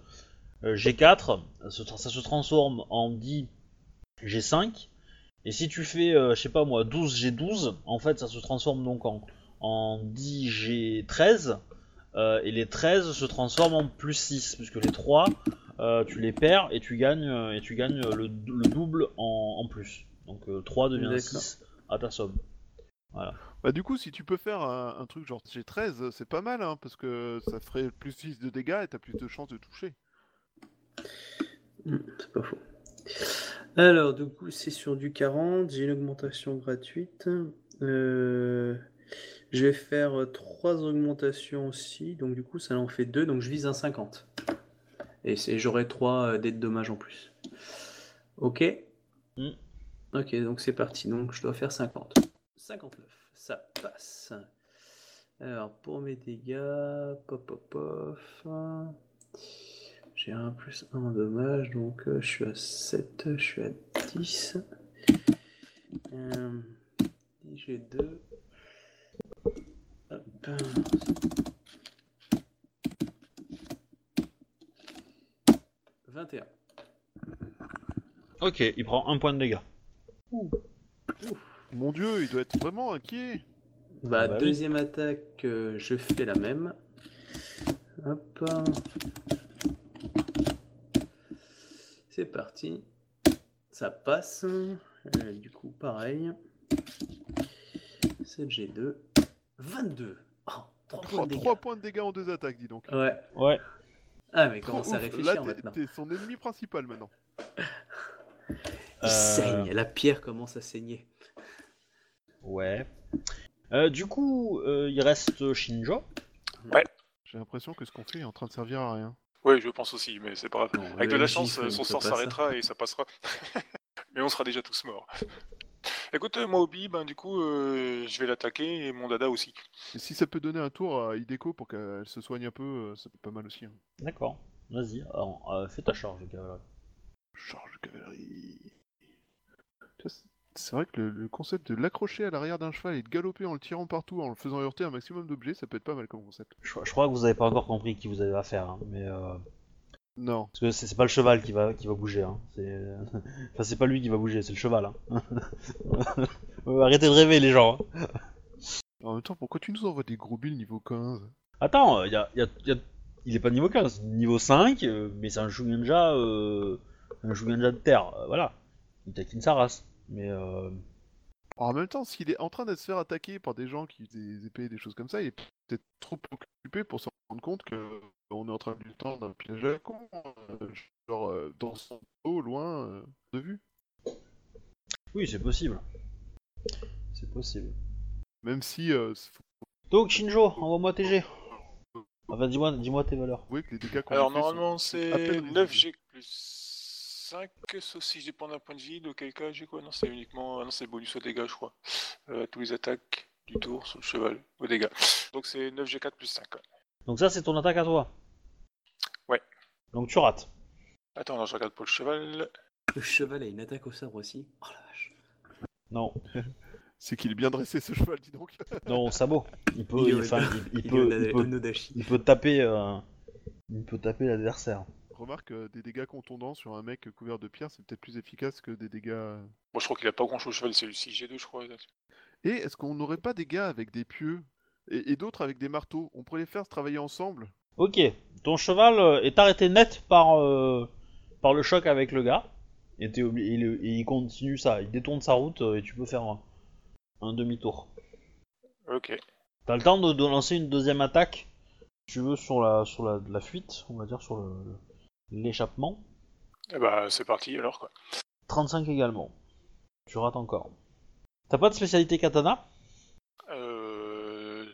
[SPEAKER 1] euh, G4, ça se, tra- ça se transforme en 10 G5. Et si tu fais, euh, je sais pas moi, 12 G12, en fait ça se transforme donc en, en 10 G13. euh, et les 13 se transforment en plus 6, puisque les 3, euh, tu les perds et tu gagnes, euh, et tu gagnes euh, le, le double en, en plus. Donc euh, 3 devient
[SPEAKER 3] D'accord.
[SPEAKER 1] 6 à ta somme.
[SPEAKER 2] Bah, du coup, si tu peux faire un, un truc genre G13, c'est pas mal, hein, parce que ça ferait plus 6 de dégâts et t'as plus de chances de toucher.
[SPEAKER 3] Hmm, C'est pas faux. Alors, du coup, c'est sur du 40, j'ai une augmentation gratuite. Euh, je vais faire euh, trois augmentations aussi, donc du coup ça en fait deux, donc je vise un 50. Et c'est- j'aurai trois euh, dés de dommages en plus. Ok
[SPEAKER 1] Mm.
[SPEAKER 3] Ok, donc c'est parti, donc je dois faire 50. 59, ça passe. Alors pour mes dégâts, pop pop pof. hein. J'ai un plus un en dommage, donc euh, je suis à 7, je suis à 10. Euh, et J'ai 2. Hop.
[SPEAKER 1] Ok, il prend un point de dégâts.
[SPEAKER 2] Mon dieu, il doit être vraiment inquiet.
[SPEAKER 3] Bah,
[SPEAKER 1] Ah bah oui.
[SPEAKER 3] deuxième attaque, euh, je fais la même. Hop. C'est parti. Ça passe. Euh, du coup, pareil. 7G2. 22. Oh, 3 points
[SPEAKER 2] Oh,
[SPEAKER 3] de dégâts.
[SPEAKER 2] 3 points de dégâts en deux attaques, dis donc.
[SPEAKER 3] Ouais.
[SPEAKER 1] Ouais.
[SPEAKER 3] Ah, mais commence à
[SPEAKER 2] Ouf,
[SPEAKER 3] réfléchir
[SPEAKER 2] là, t'es-
[SPEAKER 3] maintenant.
[SPEAKER 2] t'es son ennemi principal maintenant.
[SPEAKER 3] Il
[SPEAKER 1] Euh,
[SPEAKER 3] saigne, la pierre commence à saigner.
[SPEAKER 1] Ouais. Euh, du coup, euh, il reste Shinjo.
[SPEAKER 2] J'ai l'impression que ce qu'on fait est en train de servir à rien.
[SPEAKER 5] Oui, je pense aussi, mais c'est pas grave.
[SPEAKER 3] Non, la
[SPEAKER 5] Avec de la
[SPEAKER 3] magie,
[SPEAKER 5] chance, euh,
[SPEAKER 3] ça, on
[SPEAKER 5] son
[SPEAKER 3] fait
[SPEAKER 5] sort
[SPEAKER 3] pas ça.
[SPEAKER 5] s'arrêtera et ça passera. mais on sera déjà tous morts. Écoute, euh, moi, Obi, ben, du coup, euh, je vais l'attaquer et mon dada aussi.
[SPEAKER 2] Et si ça peut donner un tour à Hideko pour qu'elle se soigne un peu, euh, ça peut être pas mal aussi. hein.
[SPEAKER 1] D'accord. Vas-y, alors, euh, fais ta charge, cavalerie.
[SPEAKER 2] Charge de cavalerie. Tu vois, c'est- C'est vrai que le, le concept de l'accrocher à l'arrière d'un cheval et de galoper en le tirant partout, en le faisant heurter un maximum d'objets, ça peut être pas mal comme concept.
[SPEAKER 1] Je, je crois que vous avez pas encore compris qui vous avez affaire, hein, mais euh,
[SPEAKER 2] Non.
[SPEAKER 1] parce que c'est c'est pas le cheval qui va qui va bouger. Hein. C'est, enfin, c'est pas lui qui va bouger, c'est le cheval. Hein. Euh, Arrêtez de rêver, les gens. hein.
[SPEAKER 2] En même temps, pourquoi tu nous envoies des gros billes niveau 15
[SPEAKER 1] Attends, euh, y a- y a- y a- il est pas niveau 15, niveau 5, euh, mais c'est un Shugenja, euh, un Shugenja de terre. euh, voilà, il taquine sa race. Mais euh,
[SPEAKER 2] En même temps, s'il est en train de se faire attaquer par des gens qui utilisent des épées et des choses comme ça, il est peut-être trop occupé pour se rendre compte que euh, on est en train de lui tendre un piège à la con, euh, genre euh, dans son dos, loin euh, de vue.
[SPEAKER 1] oui, c'est possible. C'est possible.
[SPEAKER 2] Même si euh, faut
[SPEAKER 1] Donc Shinjo, envoie-moi tes G. Enfin, dis-moi, dis-moi tes valeurs.
[SPEAKER 2] avouer que les dégâts qu'on
[SPEAKER 5] Alors,
[SPEAKER 2] lui fait sont-
[SPEAKER 5] normalement,
[SPEAKER 2] à
[SPEAKER 5] c'est
[SPEAKER 2] peine résolu.
[SPEAKER 5] 9G plus 5, sauf si je dépends d'un point de vie, auquel cas j'ai quoi Non, c'est uniquement. ah non, c'est bonus aux dégâts, je crois. Euh, tous les attaques du tour sur le cheval, aux dégâts. Donc, c'est 9G4 plus 5. ouais.
[SPEAKER 1] Donc ça, c'est ton attaque à toi.
[SPEAKER 5] Ouais.
[SPEAKER 1] Donc tu rates.
[SPEAKER 5] Attends, non, je regarde pour le cheval.
[SPEAKER 3] Le cheval a une attaque au sabre aussi. Oh la vache.
[SPEAKER 1] Non,
[SPEAKER 2] C'est qu'il est bien dressé ce cheval, dis donc.
[SPEAKER 1] non, au sabot. Il peut,
[SPEAKER 3] Il est
[SPEAKER 1] il,
[SPEAKER 3] au-
[SPEAKER 1] enfin, il- il
[SPEAKER 3] Il est
[SPEAKER 1] peut,
[SPEAKER 3] au-
[SPEAKER 1] il peut-
[SPEAKER 3] Onodashi.
[SPEAKER 1] il peut taper, euh, il peut taper l'adversaire.
[SPEAKER 2] Remarque, euh, des dégâts contondants sur un mec couvert de pierre, c'est peut-être plus efficace que des dégâts.
[SPEAKER 5] Bon, je crois qu'il a pas grand chose au cheval, c'est le 6G2, je crois.
[SPEAKER 2] Et est-ce qu'on n'aurait pas des gars avec des pieux et, et d'autres avec des marteaux On pourrait les faire travailler ensemble.
[SPEAKER 1] Ok, ton cheval euh, est arrêté net par, euh, par le choc avec le gars. Et, t'es obli- et le- et il continue ça, il détourne sa route euh, et tu peux faire un, un demi-tour.
[SPEAKER 5] Ok.
[SPEAKER 1] T'as le temps de, de lancer une deuxième attaque, si tu veux, sur la, sur la, la fuite, on va dire, sur le- l'échappement.
[SPEAKER 5] Eh bah, c'est parti alors, quoi.
[SPEAKER 1] 35 également. Tu rates encore. T'as pas de spécialité katana
[SPEAKER 5] Euh.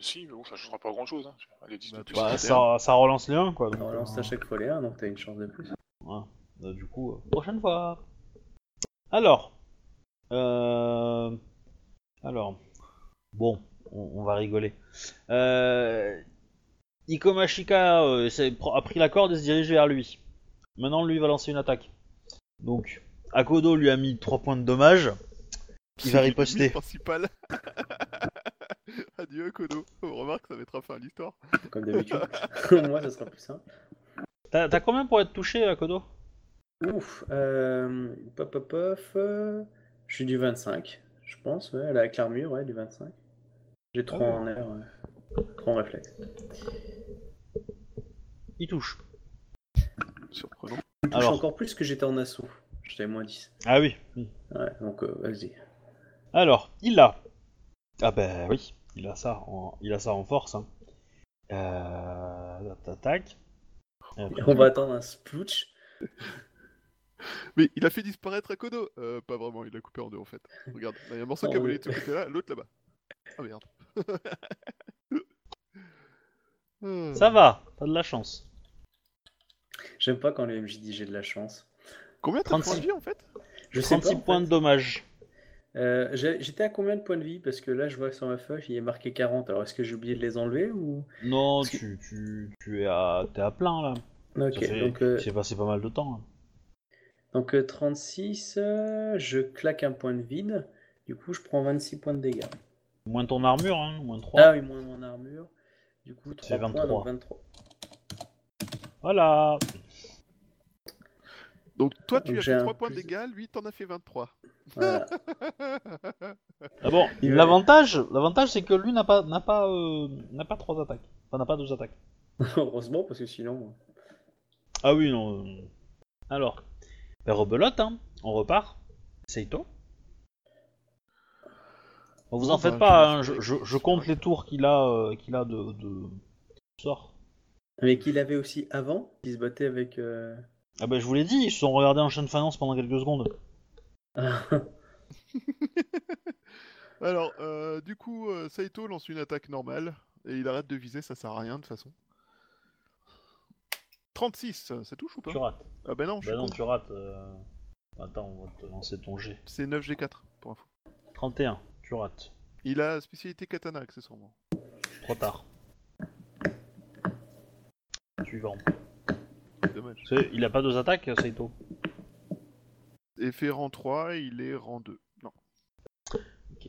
[SPEAKER 5] Si, mais bon, ça changera pas grand chose. Hein. Un des 10 de
[SPEAKER 2] Bah,
[SPEAKER 5] plus.
[SPEAKER 2] tu-
[SPEAKER 1] Bah, ça, ça relance les 1 quoi. donc,
[SPEAKER 3] On relance
[SPEAKER 1] euh,
[SPEAKER 3] à chaque fois les 1, donc t'as une chance de plus.
[SPEAKER 1] euh, du coup, euh, prochaine fois. Alors. Euh... Alors. Bon, on, on va rigoler. Euh... Ikomashika euh, s'est pr- a pris la corde et se dirige vers lui. Maintenant, lui va lancer une attaque. Donc, Akodo lui a mis 3 points de dommage. Il va
[SPEAKER 2] C'est
[SPEAKER 1] riposter.
[SPEAKER 2] l'ennemi Principal. Adieu Kodo. Oh, Remarque, ça mettra fin à l'histoire.
[SPEAKER 3] Comme d'habitude. Au moins, ça sera plus simple.
[SPEAKER 1] T'as t'as combien pour être touché, Akodo
[SPEAKER 3] Ouf. Euh, pop, pop, pop. euh, je suis du 25, je pense. Ouais, là, avec l'armure, ouais, du 25. J'ai 3
[SPEAKER 1] Oh.
[SPEAKER 3] en air, ouais. 3 en réflexe.
[SPEAKER 1] Il touche.
[SPEAKER 2] bah, Surprenant.
[SPEAKER 3] Je touche
[SPEAKER 1] Alors.
[SPEAKER 3] encore plus que j'étais en assaut. J'étais moins 10.
[SPEAKER 1] Ah oui. oui.
[SPEAKER 3] Ouais, donc euh, vas-y.
[SPEAKER 1] Alors, il a. Ah ben oui, il a ça en, il a ça en force. Hein. Euh... Attaque. Et après-
[SPEAKER 3] On va attendre un splooch.
[SPEAKER 2] Mais il a fait disparaître Akodo. Euh, pas vraiment, il l'a coupé en deux en fait. Regarde, là, il y a un morceau
[SPEAKER 3] Oh,
[SPEAKER 2] qui a volé
[SPEAKER 3] oui.
[SPEAKER 2] de ce côté-là, l'autre là-bas. Ah merde. Euh,
[SPEAKER 1] Ça va, t'as de la chance.
[SPEAKER 3] J'aime pas quand le MJ dit j'ai de la chance.
[SPEAKER 2] Combien t'as de points
[SPEAKER 1] 36.
[SPEAKER 2] de vie en fait
[SPEAKER 3] Je sais
[SPEAKER 1] 36
[SPEAKER 3] pas. en
[SPEAKER 1] points de
[SPEAKER 3] fait.
[SPEAKER 1] dommage.
[SPEAKER 3] Euh, j'ai- J'étais à combien de points de vie Parce que là, je vois que sur ma feuille, il est marqué 40. Alors, est-ce que j'ai oublié de les enlever ou
[SPEAKER 1] Non,
[SPEAKER 3] Parce que-
[SPEAKER 1] tu, tu, tu es à, t'es à plein là.
[SPEAKER 3] Ok,
[SPEAKER 1] Ça fait-
[SPEAKER 3] donc, euh,
[SPEAKER 1] C'est passé pas mal de temps. hein.
[SPEAKER 3] donc euh, 36, euh, je claque un point de vide, du coup je prends 26 points de dégâts.
[SPEAKER 1] Moins ton armure, hein, moins 3.
[SPEAKER 3] Ah oui, moins mon armure, du coup 3
[SPEAKER 1] fait
[SPEAKER 3] points,
[SPEAKER 1] 23.
[SPEAKER 3] donc 23.
[SPEAKER 1] Voilà.
[SPEAKER 2] Donc toi tu
[SPEAKER 3] Donc
[SPEAKER 2] as
[SPEAKER 3] Euh, j'ai
[SPEAKER 2] fait
[SPEAKER 3] un
[SPEAKER 2] 3 points de
[SPEAKER 3] plus-
[SPEAKER 2] dégâts, lui t'en as fait 23.
[SPEAKER 3] Voilà.
[SPEAKER 1] Ah bon,
[SPEAKER 3] Il va-
[SPEAKER 1] l'avantage, l'avantage c'est que lui n'a pas, n'a pas, euh, n'a pas trois attaques. Enfin, n'a pas deux attaques.
[SPEAKER 3] Heureusement, parce que sinon.
[SPEAKER 1] Ah oui, non. euh. Alors, ben rebelote, hein. On repart. Seito. Bon, vous en
[SPEAKER 2] Bon,
[SPEAKER 1] faites
[SPEAKER 2] bah,
[SPEAKER 1] pas,
[SPEAKER 2] je-
[SPEAKER 1] hein, je, je- je compte les tours qu'il a, euh, qu'il a de, de sort.
[SPEAKER 3] Mais qu'il avait aussi avant, qui se battait avec. euh,
[SPEAKER 1] Ah ben je vous l'ai dit, ils se sont regardés en chaîne finance pendant quelques secondes.
[SPEAKER 2] Alors, euh, du coup, euh, Saito lance une attaque normale et il arrête de viser, ça sert à rien de toute façon. 36, euh, ça touche ou pas
[SPEAKER 1] Tu rates.
[SPEAKER 2] Ah bah non, je
[SPEAKER 1] Bah
[SPEAKER 2] suis
[SPEAKER 1] non,
[SPEAKER 2] con.
[SPEAKER 1] tu rates. euh. Attends, on va te lancer ton G.
[SPEAKER 2] c'est 9G4 pour info.
[SPEAKER 1] 31, tu rates.
[SPEAKER 2] Il a spécialité katana accessoirement.
[SPEAKER 1] Trop tard. Suivant.
[SPEAKER 2] Dommage.
[SPEAKER 1] C'est- Il a pas deux attaques, Saito.
[SPEAKER 2] Et fait rang 3, il est rang 2. Non.
[SPEAKER 1] Ok.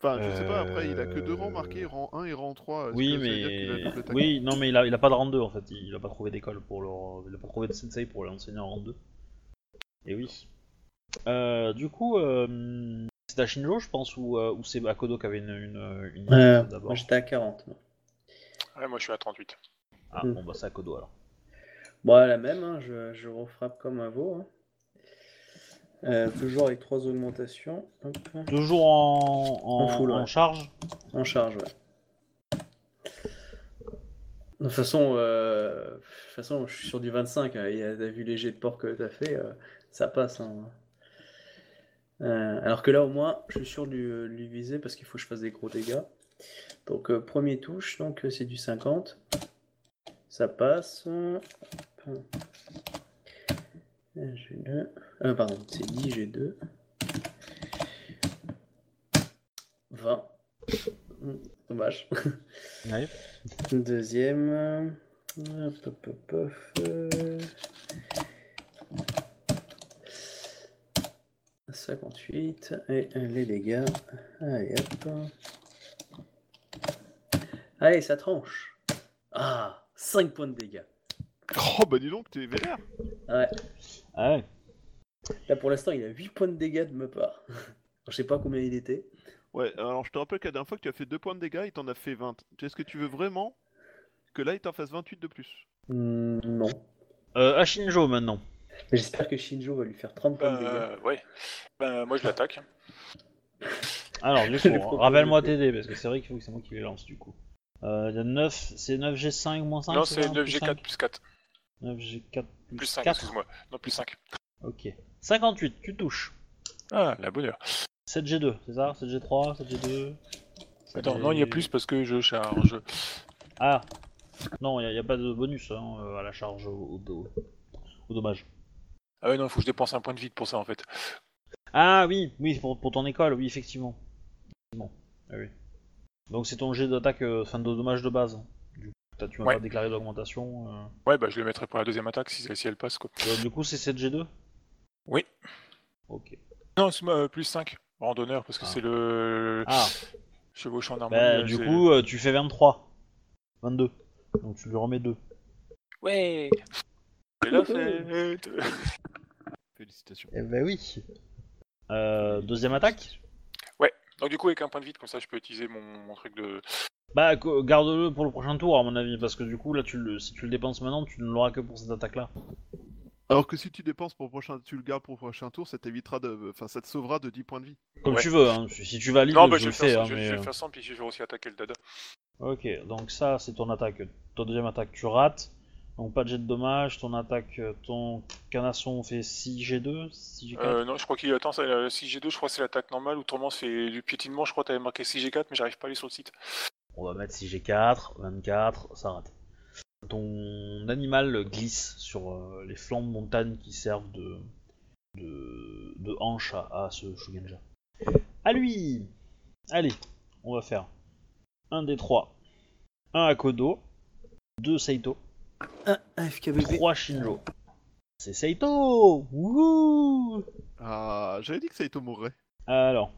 [SPEAKER 2] Enfin, je sais pas, après, il a que deux
[SPEAKER 1] Euh,
[SPEAKER 2] rangs marqués, rang 1 et rang 3. est-ce
[SPEAKER 1] Oui,
[SPEAKER 2] que ça veut dire qu'il a
[SPEAKER 1] mais.
[SPEAKER 2] double attaque
[SPEAKER 1] Oui, non, mais il a, il a pas de rang 2 en fait. Il, il a pas trouvé d'école pour leur. Il a pas trouvé de sensei pour l'enseigner en rang 2. Et oui. Euh, du coup, euh, c'est à Shinjo, je pense, ou, euh, ou c'est à Kodo qui avait une. une, une
[SPEAKER 3] euh,
[SPEAKER 1] d'abord.
[SPEAKER 3] moi, j'étais à 40. Moi.
[SPEAKER 5] Ouais, moi je suis à 38.
[SPEAKER 1] Ah, bon, bah c'est à Kodo alors.
[SPEAKER 3] Bon, la même, hein, je, je refrappe comme un veau. hein. Euh, toujours avec trois augmentations. Hop,
[SPEAKER 1] Toujours en, en,
[SPEAKER 3] En full, ouais.
[SPEAKER 1] en charge
[SPEAKER 3] en charge, ouais. De toute façon, euh, de toute façon je suis sur du 25. hein, et, euh, T'as vu les jets de porc que t'as fait, euh, ça passe. hein. Euh, alors que là, au moins, je suis sûr de lui, lui viser parce qu'il faut que je fasse des gros dégâts. Donc, euh, premier touche, donc euh, c'est du 50. Ça passe. Euh, G2. Euh, pardon, c'est 10 G2. 20. Hmm, Dommage.
[SPEAKER 1] Ouais.
[SPEAKER 3] Deuxième. euh, hop, hop, hop, hop, euh, 58. Et euh, les dégâts. Allez, hop. Allez, ça tranche. Ah, 5 points de dégâts.
[SPEAKER 2] Oh, bah dis donc, t'es vénère
[SPEAKER 3] Ouais.
[SPEAKER 1] Ah ouais.
[SPEAKER 3] Là, pour l'instant, il a 8 points de dégâts de ma part. Je sais pas combien il était.
[SPEAKER 2] Ouais, alors je te rappelle que la dernière fois que tu as fait 2 points de dégâts, il t'en a fait 20. Tu sais, Est-ce que tu veux vraiment que là, il t'en fasse 28 de plus
[SPEAKER 3] Hmm, non.
[SPEAKER 1] Euh, à Shinjo maintenant.
[SPEAKER 3] Mais J'espère que Shinjo va lui faire 30 points
[SPEAKER 2] Ah,
[SPEAKER 3] de dégâts.
[SPEAKER 5] Euh, ouais. Ben, moi je l'attaque.
[SPEAKER 1] Alors, du
[SPEAKER 3] Le
[SPEAKER 1] coup,
[SPEAKER 3] problème,
[SPEAKER 1] rappelle-moi
[SPEAKER 3] je sais.
[SPEAKER 1] TD, parce que c'est vrai qu'il faut que c'est moi qui les lance, du coup. Euh, il y a 9, c'est 9G5 moins 5
[SPEAKER 5] non, c'est
[SPEAKER 1] ça
[SPEAKER 5] 9G4 plus 4.
[SPEAKER 1] 9G4 plus,
[SPEAKER 5] Plus 5,
[SPEAKER 1] 4.
[SPEAKER 5] excuse-moi. Non, plus 5.
[SPEAKER 1] Ok. 58, tu touches.
[SPEAKER 5] Ah, la bonne heure.
[SPEAKER 1] 7G2, c'est ça 7G3, 7G2
[SPEAKER 5] Attends,
[SPEAKER 1] Et-
[SPEAKER 5] non, il y a plus parce que je charge.
[SPEAKER 1] Ah Non, il n'y a, pas de bonus hein, euh, à la charge au, au, au- au dommage.
[SPEAKER 5] Ah ouais, non, faut que je dépense un point de vide pour ça en fait.
[SPEAKER 1] Ah oui, oui, c'est pour, pour ton école, oui, effectivement. Effectivement. Ah oui. Donc c'est ton jet d'attaque, euh, enfin de dommage de base. Du coup, t'as- tu m'as
[SPEAKER 5] Ouais.
[SPEAKER 1] pas déclaré d'augmentation. euh.
[SPEAKER 5] Ouais, bah je le mettrai pour la deuxième attaque si, si elle passe quoi.
[SPEAKER 1] Euh, du coup, c'est 7G2
[SPEAKER 5] Oui.
[SPEAKER 1] Ok.
[SPEAKER 5] Non, c'est moi plus 5. Randonneur parce que
[SPEAKER 1] Ah.
[SPEAKER 5] c'est le
[SPEAKER 1] Ah,
[SPEAKER 5] chevauche en armure.
[SPEAKER 1] bah, du coup, euh, tu fais 23. 22. Donc tu lui remets 2.
[SPEAKER 5] Ouais C'est la fête
[SPEAKER 2] Félicitations.
[SPEAKER 1] Eh bah oui. Euh, deuxième attaque
[SPEAKER 5] Donc, du coup, avec un point de vide, comme ça je peux utiliser mon, mon truc de.
[SPEAKER 1] Bah, co- garde-le pour le prochain tour, à mon avis, parce que du coup, là, tu le, si tu le dépenses maintenant, tu ne l'auras que pour cette attaque-là.
[SPEAKER 2] Alors que si tu dépenses pour le prochain, tu le gardes pour le prochain tour, ça t'évitera de, enfin, ça te sauvera de 10 points de vie.
[SPEAKER 1] Comme
[SPEAKER 5] Ouais.
[SPEAKER 1] tu veux, hein. si si tu valides,
[SPEAKER 5] Non, bah
[SPEAKER 1] je
[SPEAKER 5] je
[SPEAKER 1] le
[SPEAKER 5] vais faire
[SPEAKER 1] fais.
[SPEAKER 5] ça,
[SPEAKER 1] hein,
[SPEAKER 5] je vais-
[SPEAKER 1] mais,
[SPEAKER 5] je vais
[SPEAKER 1] euh,
[SPEAKER 5] faire ça, puis je vais aussi attaquer le dada.
[SPEAKER 1] Ok, donc ça, c'est ton attaque. Ton deuxième attaque, tu rates. Donc pas de jet de dommages, ton attaque, euh, ton canasson fait 6 G2, 6 G4.
[SPEAKER 5] Euh, non, je crois qu'il attend ça, euh, 6G2, je crois que c'est l'attaque normale, ou Torment fait du piétinement, je crois que t'avais marqué 6G4, mais j'arrive pas à aller sur le site.
[SPEAKER 1] On va mettre 6 G4, 24, ça rate. Ton animal glisse sur euh, les flancs de montagne qui servent de, de, de hanche à, à ce Shugenja. À lui Allez, on va faire un des trois. Un à Kodo, deux Saito,
[SPEAKER 3] Un FKBB.
[SPEAKER 1] Euh, trois Shinjo. C'est Saito Wouhou
[SPEAKER 2] Ah, j'avais dit que Saito mourrait.
[SPEAKER 1] Alors,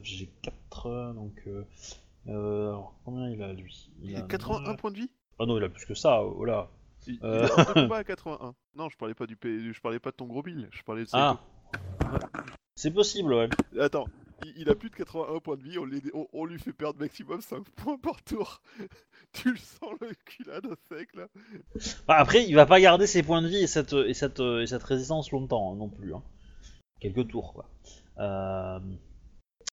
[SPEAKER 1] 9G4, donc... euh, euh, alors, combien il a, lui
[SPEAKER 2] Il
[SPEAKER 1] a
[SPEAKER 2] a 81 points de vie
[SPEAKER 1] Ah non, il a plus que ça, oh là
[SPEAKER 2] Il, il
[SPEAKER 1] Euh.
[SPEAKER 2] a un combat à 81. Non, je parlais pas du P... je parlais pas de ton gros bill, je parlais de Saito.
[SPEAKER 1] Ah C'est possible, ouais.
[SPEAKER 2] Attends, il, il a plus de 81 points de vie, on, l'est- on- on lui fait perdre maximum 5 points par tour. tu le sens le culade à sec là
[SPEAKER 1] Enfin, Bah, après, il va pas garder ses points de vie et cette, et cette, et cette résistance longtemps hein, non plus. hein. Quelques tours, quoi. Euh,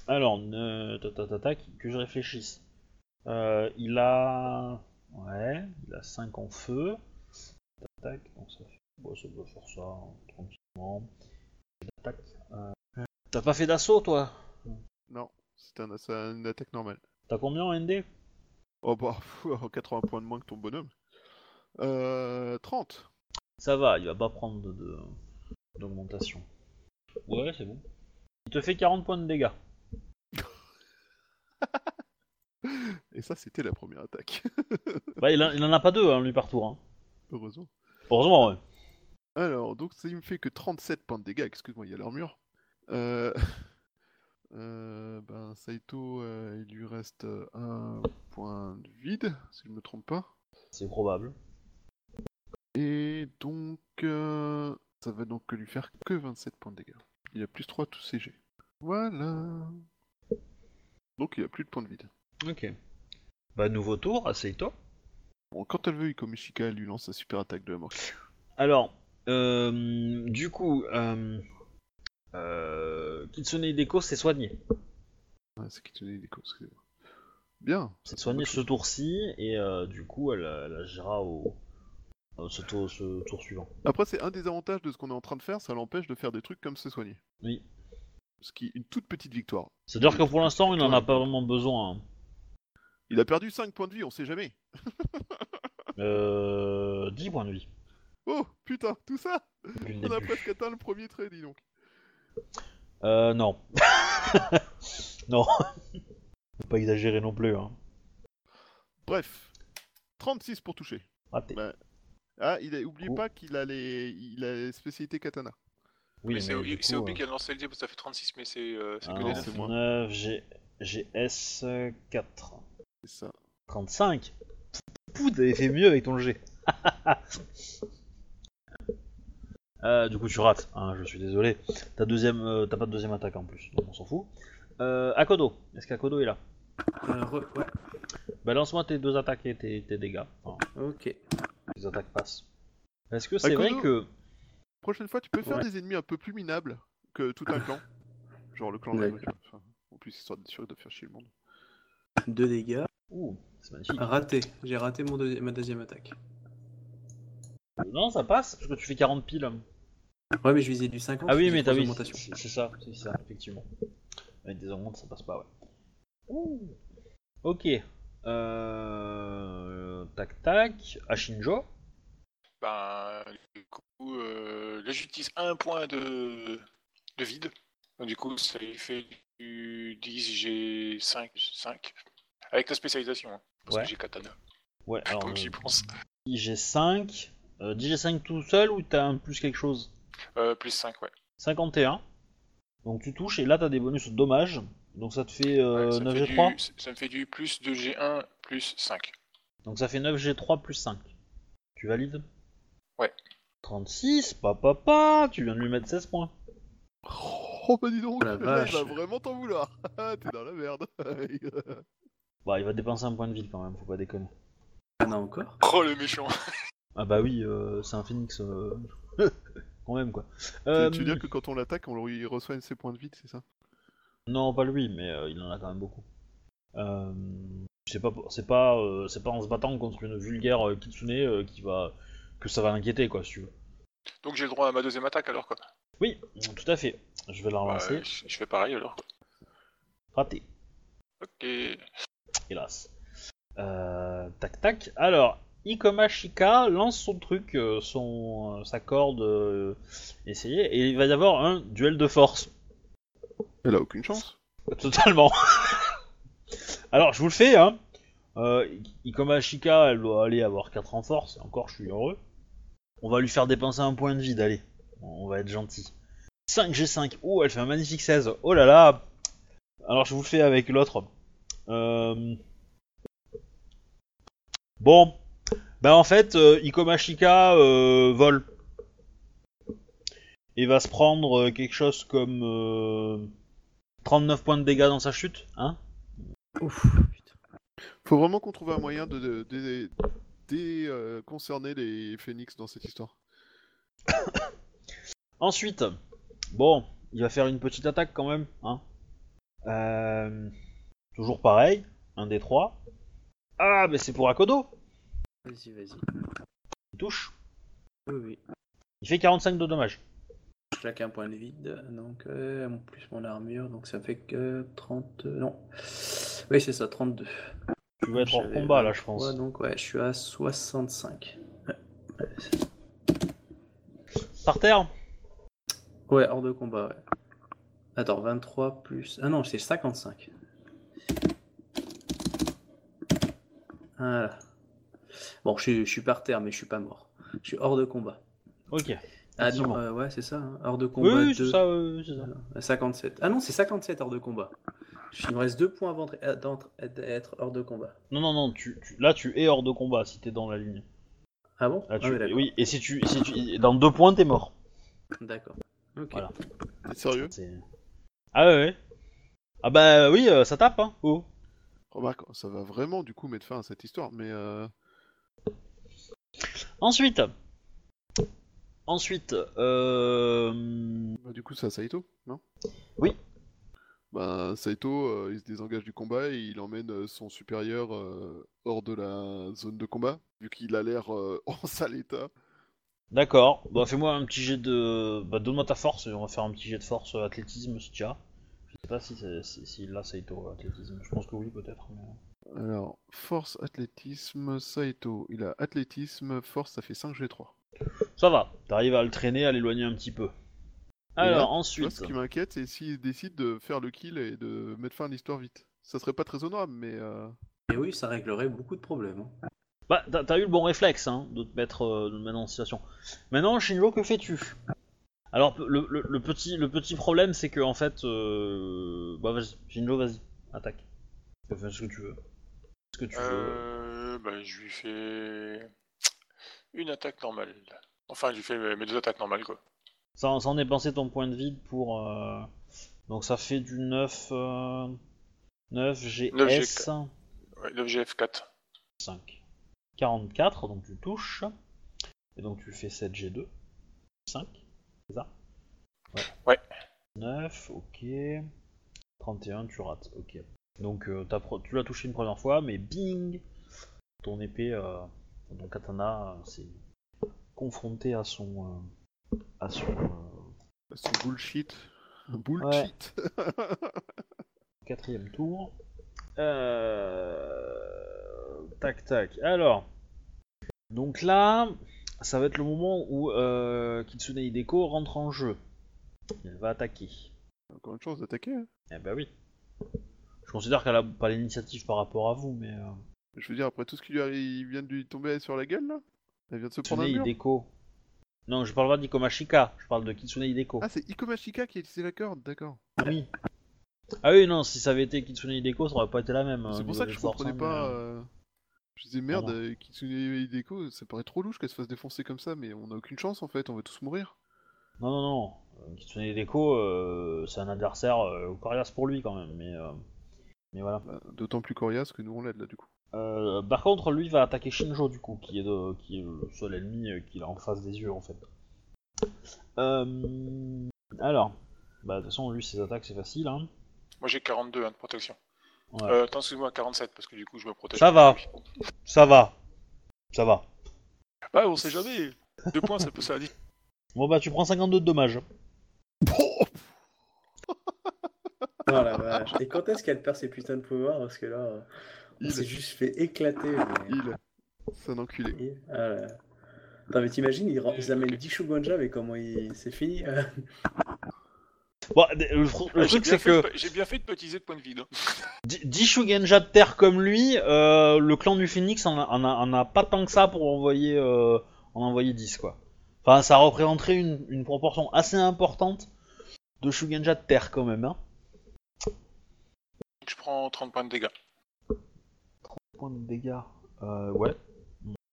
[SPEAKER 1] Alors, ne... ta, ta, ta, ta, que je réfléchisse. Euh, il a. Ouais, il a 5 en feu. Tac, tac, donc ça fait. bon, ça doit faire ça, hein, tranquillement. Tac, euh, T'as pas fait d'assaut, toi
[SPEAKER 2] Non, c'est un, c'est une attaque normale.
[SPEAKER 1] T'as combien en ND
[SPEAKER 2] Oh bah, pff, 80 points de moins que ton bonhomme. Euh, 30.
[SPEAKER 1] Ça va, il va pas prendre de- de- d'augmentation. ouais, c'est bon. Il te fait 40 points de dégâts.
[SPEAKER 2] Et ça, c'était la première attaque.
[SPEAKER 1] Bah, il, a- il en a pas deux, hein, lui, par tour. hein.
[SPEAKER 2] Heureusement.
[SPEAKER 1] Heureusement, ouais.
[SPEAKER 2] Alors, donc ça il me fait que 37 points de dégâts, excuse-moi, il y a l'armure. Euh... euh, ben, Saito, euh, il lui reste euh, un point de vide, si je me trompe pas.
[SPEAKER 1] C'est probable.
[SPEAKER 2] Et donc, euh, ça va donc lui faire que 27 points de dégâts. Il a plus 3 à tous ses jets. Voilà. Donc il a plus de points de vide.
[SPEAKER 1] Ok. Bah, nouveau tour, à Seito.
[SPEAKER 2] Bon, quand elle veut, Ikomishika elle lui lance sa super attaque de la mort.
[SPEAKER 1] Alors, euh, du coup, euh, euh, Kitsune Deko s'est soigné.
[SPEAKER 2] Ah, c'est qui te donne des causes, excusez-moi. Bien.
[SPEAKER 1] S'est
[SPEAKER 2] c'est
[SPEAKER 1] soignée
[SPEAKER 2] une
[SPEAKER 1] ce tour-ci, et euh, du coup, elle, elle agira au. au- ce, tour, ce tour suivant.
[SPEAKER 2] Après, c'est un des avantages de ce qu'on est en train de faire, ça l'empêche de faire des trucs comme se soigner.
[SPEAKER 1] Oui.
[SPEAKER 2] Ce qui est une toute petite victoire.
[SPEAKER 1] C'est-à-dire que pour l'instant, il en a pas vraiment besoin. hein.
[SPEAKER 2] Il a perdu 5 points de vie, on sait jamais.
[SPEAKER 1] Euh, 10 points de vie.
[SPEAKER 2] Oh putain, tout ça
[SPEAKER 1] Depuis le
[SPEAKER 2] On a
[SPEAKER 1] début.
[SPEAKER 2] presque atteint le premier trait, dis donc.
[SPEAKER 1] Euh, non. non. Faut pas exagérer non plus. Hein.
[SPEAKER 2] Bref, 36 pour toucher.
[SPEAKER 1] Raté.
[SPEAKER 2] Bah, Ah, il a... oublie
[SPEAKER 1] Oh.
[SPEAKER 2] pas qu'il a les, il a les spécialités katana.
[SPEAKER 1] Oui,
[SPEAKER 5] mais c'est
[SPEAKER 1] mais du
[SPEAKER 5] c'est
[SPEAKER 1] coup,
[SPEAKER 5] OB
[SPEAKER 1] euh,
[SPEAKER 5] qui a lancé le dé, parce que ça fait 36, mais c'est euh, c'est
[SPEAKER 1] Ah
[SPEAKER 5] que
[SPEAKER 1] non,
[SPEAKER 5] des
[SPEAKER 2] neuf.
[SPEAKER 1] c'est
[SPEAKER 2] moi.
[SPEAKER 1] 9, G- GS 4.
[SPEAKER 2] C'est ça.
[SPEAKER 1] 35 Pouh, t'avais fait mieux avec ton G. Euh, du coup, tu rates, hein, je suis désolé. T'as deuxième, euh, t'as pas de deuxième attaque en plus, donc on s'en fout. Euh, Akodo, est-ce qu'Akodo est là
[SPEAKER 3] Euh, re- ouais.
[SPEAKER 1] Bah, lance-moi tes deux attaques et tes, tes dégâts. Enfin,
[SPEAKER 3] Ok.
[SPEAKER 1] tes attaques passent. Est-ce que c'est
[SPEAKER 2] Akodo
[SPEAKER 1] vrai que.
[SPEAKER 2] Prochaine fois, tu peux faire
[SPEAKER 3] Ouais.
[SPEAKER 2] des ennemis un peu plus minables que tout un clan. Genre le clan de la
[SPEAKER 3] D'accord.
[SPEAKER 2] meute, enfin, En plus, histoire d'être sûr de faire chier le monde.
[SPEAKER 3] Deux dégâts.
[SPEAKER 1] Ouh, c'est magnifique.
[SPEAKER 3] Raté. J'ai raté mon deuxi- ma deuxième attaque.
[SPEAKER 1] Non, ça passe, parce que tu fais 40 piles.
[SPEAKER 3] Ouais, mais je visais du 50.
[SPEAKER 1] Ah oui,
[SPEAKER 3] j'ai
[SPEAKER 1] mais
[SPEAKER 3] trois
[SPEAKER 1] t'as oui,
[SPEAKER 3] augmentations.
[SPEAKER 1] c'est c'est ça, c'est ça, effectivement. Avec des augmentes, ça passe pas, ouais. Ok. Euh... Tac tac. À Shinjo.
[SPEAKER 5] Ben, du coup, euh, là j'utilise un point de, de vide. Donc, du coup, ça lui fait du 10 G5, 5. Avec la spécialisation, hein, parce
[SPEAKER 1] Ouais.
[SPEAKER 5] que j'ai katana,
[SPEAKER 1] Ouais, alors. euh,
[SPEAKER 5] comme j'y pense.
[SPEAKER 1] IG5. Euh, DG5 tout seul ou t'as un plus quelque chose
[SPEAKER 5] Euh, plus 5, ouais.
[SPEAKER 1] 51. Donc tu touches et là t'as des bonus dommages. Donc ça te fait euh,
[SPEAKER 5] Ouais, ça, me fait
[SPEAKER 1] 9G3.
[SPEAKER 5] du, ça me fait du plus 2G1 plus 5.
[SPEAKER 1] Donc ça fait 9G3 plus 5. Tu valides
[SPEAKER 5] Ouais.
[SPEAKER 1] 36, papa, papa, tu viens de lui mettre 16 points.
[SPEAKER 2] Oh bah dis donc,
[SPEAKER 3] Oh la
[SPEAKER 2] là,
[SPEAKER 3] vache.
[SPEAKER 2] il va vraiment t'en vouloir. T'es dans la merde.
[SPEAKER 1] Bah, il va dépenser un point de vie quand même, faut pas déconner.
[SPEAKER 3] Ah non, encore
[SPEAKER 5] Oh le méchant
[SPEAKER 1] Ah bah oui, euh, c'est un phoenix. euh, quand même, quoi.
[SPEAKER 2] Tu-
[SPEAKER 1] Euh,
[SPEAKER 2] Tu veux dire que quand on l'attaque, on lui reçoit ses points de vide, c'est ça
[SPEAKER 1] Non, pas lui, mais euh, il en a quand même beaucoup. Euh, C'est pas, c'est pas, euh, c'est pas en se battant contre une vulgaire euh, kitsune euh, qui va, que ça va l'inquiéter quoi, si tu veux.
[SPEAKER 5] Donc j'ai le droit à ma deuxième attaque alors quoi.
[SPEAKER 1] Oui, tout à fait. Je vais la relancer.
[SPEAKER 5] Euh, je, je fais pareil alors. quoi.
[SPEAKER 1] Raté,
[SPEAKER 5] Ok. Et
[SPEAKER 1] hélas. Euh, tac tac. Alors, Ikoma Shika lance son truc, euh, son, euh, sa corde euh, essayée, et il va y avoir un duel de force.
[SPEAKER 2] Elle a aucune chance.
[SPEAKER 1] Totalement. Alors, je vous le fais, hein. Euh, Ikoma Shika, elle doit aller avoir 4 en force, et encore je suis heureux. On va lui faire dépenser un point de vide, allez. On va être gentil. 5G5, oh, elle fait un magnifique 16, oh là là. Alors, je vous le fais avec l'autre. Euh, Bon. Ben en fait, euh, Ikoma Shika euh, vole. Et va se prendre euh, quelque chose comme... euh, 39 points de dégâts dans sa chute, hein
[SPEAKER 3] Ouf, putain.
[SPEAKER 2] Faut vraiment qu'on trouve un moyen de, de, de- de- euh, concerner les phénix dans cette histoire.
[SPEAKER 1] Ensuite, bon, il va faire une petite attaque quand même, hein Euh, Toujours pareil, un des trois. Ah, mais c'est pour Akodo
[SPEAKER 3] Vas-y, vas-y.
[SPEAKER 1] Il touche.
[SPEAKER 3] Oui, oui.
[SPEAKER 1] Il fait 45 de dommages.
[SPEAKER 3] Je claque un point de vide, donc euh, mon- plus mon armure, donc ça fait que 30. Non. Oui, c'est ça, 32.
[SPEAKER 1] Tu vas être hors
[SPEAKER 3] J'avais
[SPEAKER 1] combat là, je pense.
[SPEAKER 3] 23, donc ouais, je suis à 65. Ouais. Ouais, c'est-
[SPEAKER 1] Par terre
[SPEAKER 3] Ouais, hors de combat, ouais. Attends, 23 plus. Ah non, c'est 55. Voilà. Bon, je suis, je suis par terre, mais je suis pas mort. Je suis hors de combat.
[SPEAKER 1] Ok.
[SPEAKER 3] Ah
[SPEAKER 1] Effectivement.
[SPEAKER 3] non, euh, ouais, c'est ça, hein, hors de
[SPEAKER 1] Oui,
[SPEAKER 3] combat.
[SPEAKER 1] oui, c'est
[SPEAKER 3] deux.
[SPEAKER 1] ça, oui, oui, c'est ça.
[SPEAKER 3] Voilà, 57. Ah non, c'est 57 hors de combat. Il me reste deux points avant d'être- d'entre- d'être hors de combat.
[SPEAKER 1] Non, non, non, tu, tu- là tu es hors de combat si t'es dans la ligne.
[SPEAKER 3] Ah bon
[SPEAKER 1] Là,
[SPEAKER 3] Ah
[SPEAKER 1] tu-
[SPEAKER 3] ouais, d'accord.
[SPEAKER 1] oui, et si tu, si tu. Dans deux points, t'es mort.
[SPEAKER 3] D'accord. Ok.
[SPEAKER 1] Voilà.
[SPEAKER 2] T'es sérieux
[SPEAKER 1] C'est- Ah ouais, ouais. Ah bah oui, euh, ça tape, hein. Oh.
[SPEAKER 2] Remarque, ça va vraiment du coup mettre fin à cette histoire, mais euh,
[SPEAKER 1] Ensuite. Ensuite, euh...
[SPEAKER 2] bah, du coup c'est à Saito, non
[SPEAKER 1] Oui.
[SPEAKER 2] Bah Saito, euh, il se désengage du combat et il emmène euh, son supérieur euh, hors de la zone de combat, vu qu'il a l'air euh, en sale état.
[SPEAKER 1] d'accord. Bah fais-moi un petit jet de. Bah donne-moi ta force et on va faire un petit jet de force euh, athlétisme si tu as. Je sais pas si, c'est- si, si là Saito athlétisme. Je pense que oui peut-être. mais- euh.
[SPEAKER 2] Alors, force, athlétisme, Saito. Il a athlétisme, force, ça fait 5G3.
[SPEAKER 1] Ça va. T'arrives à le traîner, à l'éloigner un petit peu. Alors
[SPEAKER 2] là, Tu vois,
[SPEAKER 1] ensuite.
[SPEAKER 2] ce qui m'inquiète, c'est s'il décide de faire le kill et de mettre fin à l'histoire vite. Ça serait pas très honorable, mais euh,
[SPEAKER 3] Et oui, ça réglerait beaucoup de problèmes. hein.
[SPEAKER 1] Bah t'as t'as eu le bon réflexe hein, de te mettre euh, de te mettre en situation. Maintenant Shinjo, que fais-tu Alors pe- le, le- le petit le petit problème c'est que en fait euh... bah vas-y Shinjo vas-y attaque. Tu peux faire ce que tu veux. Ce que tu veux.
[SPEAKER 5] Euh, bah, je lui fais une attaque normale. Enfin, je lui fais mes mes deux attaques normales quoi.
[SPEAKER 1] Sans, sans dépenser ton point de vide pour euh, donc ça fait du 9 euh, 9
[SPEAKER 5] 9
[SPEAKER 1] GS
[SPEAKER 5] GS. Ouais, 9GF4.
[SPEAKER 1] 5 44 donc tu touches et donc tu fais 7 G2 5 c'est ça
[SPEAKER 5] Ouais.
[SPEAKER 1] 9 ok 31 tu rates ok donc euh, t'as pro- tu l'as touché une première fois mais bing ton épée euh, ton katana euh, s'est confronté à son euh, à son euh,
[SPEAKER 2] c'est bullshit. Bullshit.
[SPEAKER 1] quatrième tour Euh, tac tac alors donc là ça va être le moment où euh, Kitsune Hideko rentre en jeu elle va attaquer
[SPEAKER 2] Encore une chance d'attaquer. hein.
[SPEAKER 1] Eh ben oui. Je considère qu'elle a pas l'initiative par rapport à vous, mais euh,
[SPEAKER 2] Je veux dire, après tout ce qui lui arrive, il vient de lui tomber sur la gueule, là Elle vient de se prendre
[SPEAKER 1] Kitsune
[SPEAKER 2] un mur.
[SPEAKER 1] Hideko. Non, je parle pas d'Ikomashika, je parle de Kitsune Hideko.
[SPEAKER 2] Ah, c'est Ikomashika qui a utilisé la corde, d'accord.
[SPEAKER 1] oui. Ah oui, non, si ça avait été Kitsune Hideko, ça aurait pas été la même. euh,
[SPEAKER 2] c'est
[SPEAKER 1] niveau
[SPEAKER 2] pour ça
[SPEAKER 1] des
[SPEAKER 2] que je
[SPEAKER 1] forces,
[SPEAKER 2] comprenais
[SPEAKER 1] hein,
[SPEAKER 2] pas.
[SPEAKER 1] mais, euh,
[SPEAKER 2] euh, Je disais merde,
[SPEAKER 1] non.
[SPEAKER 2] euh, Kitsune Hideko, ça paraît trop louche qu'elle se fasse défoncer comme ça, mais on a aucune chance en fait, on va tous mourir.
[SPEAKER 1] Non, non, non. Euh, Kitsune Hideko, euh, c'est un adversaire euh, coriace pour lui quand même, mais, euh, mais voilà.
[SPEAKER 2] Bah, D'autant plus coriace que nous on l'aide là du coup.
[SPEAKER 1] Euh, par contre, lui va attaquer Shinjo du coup, qui est, de- qui est le seul ennemi euh, qu'il a en face des yeux en fait. Euh, alors, bah de toute façon, lui ses attaques c'est facile. Hein.
[SPEAKER 5] Moi j'ai 42 hein, de protection.
[SPEAKER 1] Ouais.
[SPEAKER 5] Euh, attends, excuse-moi, 47, parce que du coup, je me protège.
[SPEAKER 1] Ça va. Ça va. Ça va.
[SPEAKER 5] Ah, on sait jamais. Deux points, ça peut ça dit.
[SPEAKER 1] Bon bah tu prends 52 de dommages.
[SPEAKER 3] Oh la vache. Et quand est-ce qu'elle perd ses putains de pouvoirs Parce que là, euh, on
[SPEAKER 2] Il.
[SPEAKER 3] s'est juste fait éclater.
[SPEAKER 5] Ah.
[SPEAKER 3] mais-
[SPEAKER 2] Il. C'est un enculé.
[SPEAKER 3] Il- Ah là là. Attends, mais t'imagines, ils, ram- ils amènent 10 Shugonja, mais comment il... c'est fini euh.
[SPEAKER 1] Bon, d- le, fr- le
[SPEAKER 5] Ah, J'ai
[SPEAKER 1] truc
[SPEAKER 5] bien,
[SPEAKER 1] c'est
[SPEAKER 5] fait de
[SPEAKER 1] que
[SPEAKER 5] pa- j'ai bien fait de petiser de points de vide. hein.
[SPEAKER 1] 10 Shugenja de terre comme lui, euh, le clan du Phoenix en a, en a- en a pas tant que ça pour envoyer, euh, en envoyer 10 quoi. Enfin ça représenterait une, une proportion assez importante de Shugenja de terre quand même. Hein.
[SPEAKER 5] Je prends 30 points de dégâts.
[SPEAKER 1] Point de dégâts. Euh, ouais.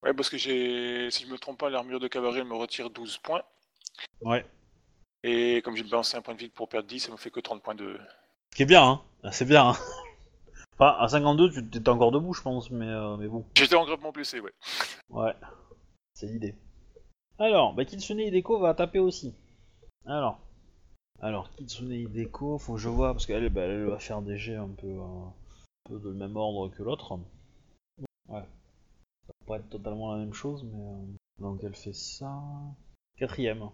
[SPEAKER 5] Ouais, parce que j'ai, si je me trompe pas, l'armure de cavalerie elle me retire 12 points.
[SPEAKER 1] Ouais.
[SPEAKER 5] Et comme j'ai balancé un point de vide pour perdre 10, ça me fait que 30 points de.
[SPEAKER 1] Ce qui est bien, hein. Ah, C'est bien. Hein. Enfin à 52 tu t'étais encore debout je pense mais, euh, mais bon.
[SPEAKER 5] J'étais en gravement blessé, ouais.
[SPEAKER 1] Ouais, c'est l'idée. Alors, bah Kitsune Hideko va taper aussi. Alors, alors Kitsune Hideko, faut que je vois, parce qu'elle bah, elle va faire des jets un peu, euh, un peu de le même ordre que l'autre. Ouais, ça va pas être totalement la même chose, mais. euh, Donc elle fait ça. Quatrième.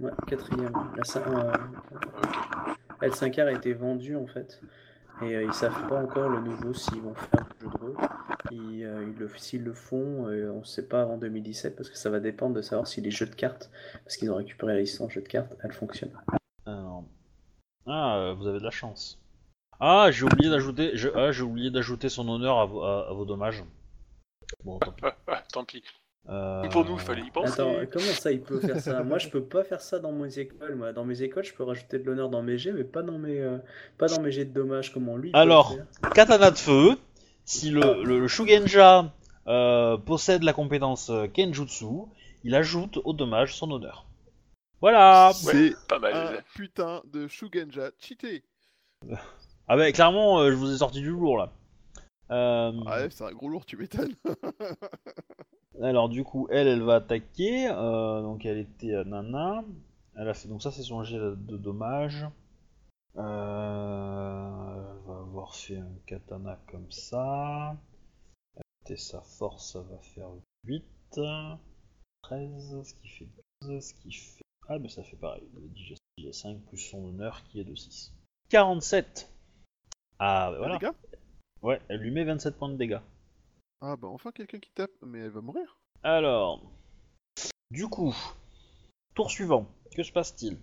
[SPEAKER 3] Ouais, quatrième. La cin- euh, L5R a été vendu en fait. Et euh, ils savent pas encore le nouveau s'ils vont faire le jeu de rôle. Ils, euh, ils le- S'ils le font, euh, on ne sait pas avant 2017 parce que ça va dépendre de savoir si les jeux de cartes, parce qu'ils ont récupéré la licence jeux de cartes, elle fonctionne.
[SPEAKER 1] Alors. Ah, euh, vous avez de la chance. Ah, j'ai oublié d'ajouter je- ah, j'ai oublié d'ajouter son honneur à, vos- à- à vos dommages. Bon, tant pis.
[SPEAKER 5] Ah, ah, tant pis.
[SPEAKER 1] Euh,
[SPEAKER 5] Pour nous, il fallait y penser.
[SPEAKER 3] Attends, euh, comment ça il peut faire ça Moi je peux pas faire ça dans mes écoles. Moi. Dans mes écoles, je peux rajouter de l'honneur dans mes jets, mais pas dans mes, euh, pas dans mes jets de dommages comment lui. il peut
[SPEAKER 1] Alors,
[SPEAKER 3] le faire.
[SPEAKER 1] katana de feu, si le, le, le Shugenja euh, possède la compétence euh, Kenjutsu, il ajoute au dommage son honneur. Voilà
[SPEAKER 2] C'est
[SPEAKER 5] Pas mal.
[SPEAKER 2] un putain de Shugenja cheaté.
[SPEAKER 1] Ah bah clairement, euh, je vous ai sorti du lourd là. Euh,
[SPEAKER 2] Ah ouais, c'est un gros lourd, tu m'étonnes.
[SPEAKER 1] Alors du coup, elle, elle va attaquer. euh, donc elle était à nana. Elle a fait donc ça, c'est son jet de dommage. Euh, elle va avoir fait un katana comme ça. Et sa force, ça va faire 8, 13, ce qui fait 12, ce qui fait... Ah mais ça fait pareil, le 5 plus son honneur qui est de 6. 47 Ah bah voilà,
[SPEAKER 2] Les gars
[SPEAKER 1] ouais, elle lui met 27 points de dégâts.
[SPEAKER 2] Ah bah enfin quelqu'un qui tape, mais elle va mourir.
[SPEAKER 1] Alors, du coup, tour suivant, que se passe-t-il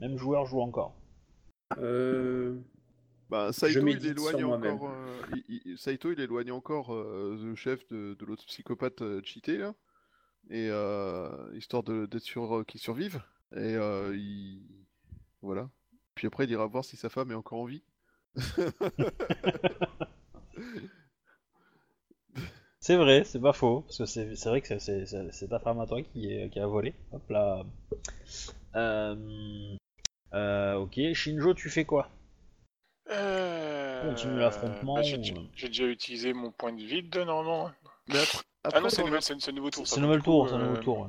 [SPEAKER 1] Même joueur joue encore.
[SPEAKER 3] Euh,
[SPEAKER 2] Bah Saito il
[SPEAKER 3] médite
[SPEAKER 2] éloigne
[SPEAKER 3] sur moi-même.
[SPEAKER 2] encore. euh, il- il- Saito il éloigne encore euh, le chef de, de l'autre psychopathe euh, cheaté là. Et euh, histoire de- d'être sûr euh, qu'il survive. Et euh, il. Voilà. Puis après il ira voir si sa femme est encore en vie.
[SPEAKER 1] C'est vrai, c'est pas faux, parce que c'est c'est vrai que c'est- c'est c'est- c'est ta femme à toi qui, est- qui a volé. Hop là. Euh, euh, ok, Shinjo, tu fais quoi
[SPEAKER 5] Euh...
[SPEAKER 1] Continue l'affrontement,
[SPEAKER 5] bah, j'ai,
[SPEAKER 1] ou-
[SPEAKER 5] j'ai- j'ai déjà utilisé mon point de vide, normalement. hein.
[SPEAKER 2] Mais après,
[SPEAKER 5] Ah non,
[SPEAKER 2] après,
[SPEAKER 5] c'est,
[SPEAKER 2] dans
[SPEAKER 5] nouvel- c'est, c'est un nouveau tour. ça,
[SPEAKER 1] C'est un
[SPEAKER 5] donc,
[SPEAKER 1] nouvel
[SPEAKER 5] du coup,
[SPEAKER 1] tour, c'est un
[SPEAKER 5] euh,
[SPEAKER 1] nouvel tour. ouais.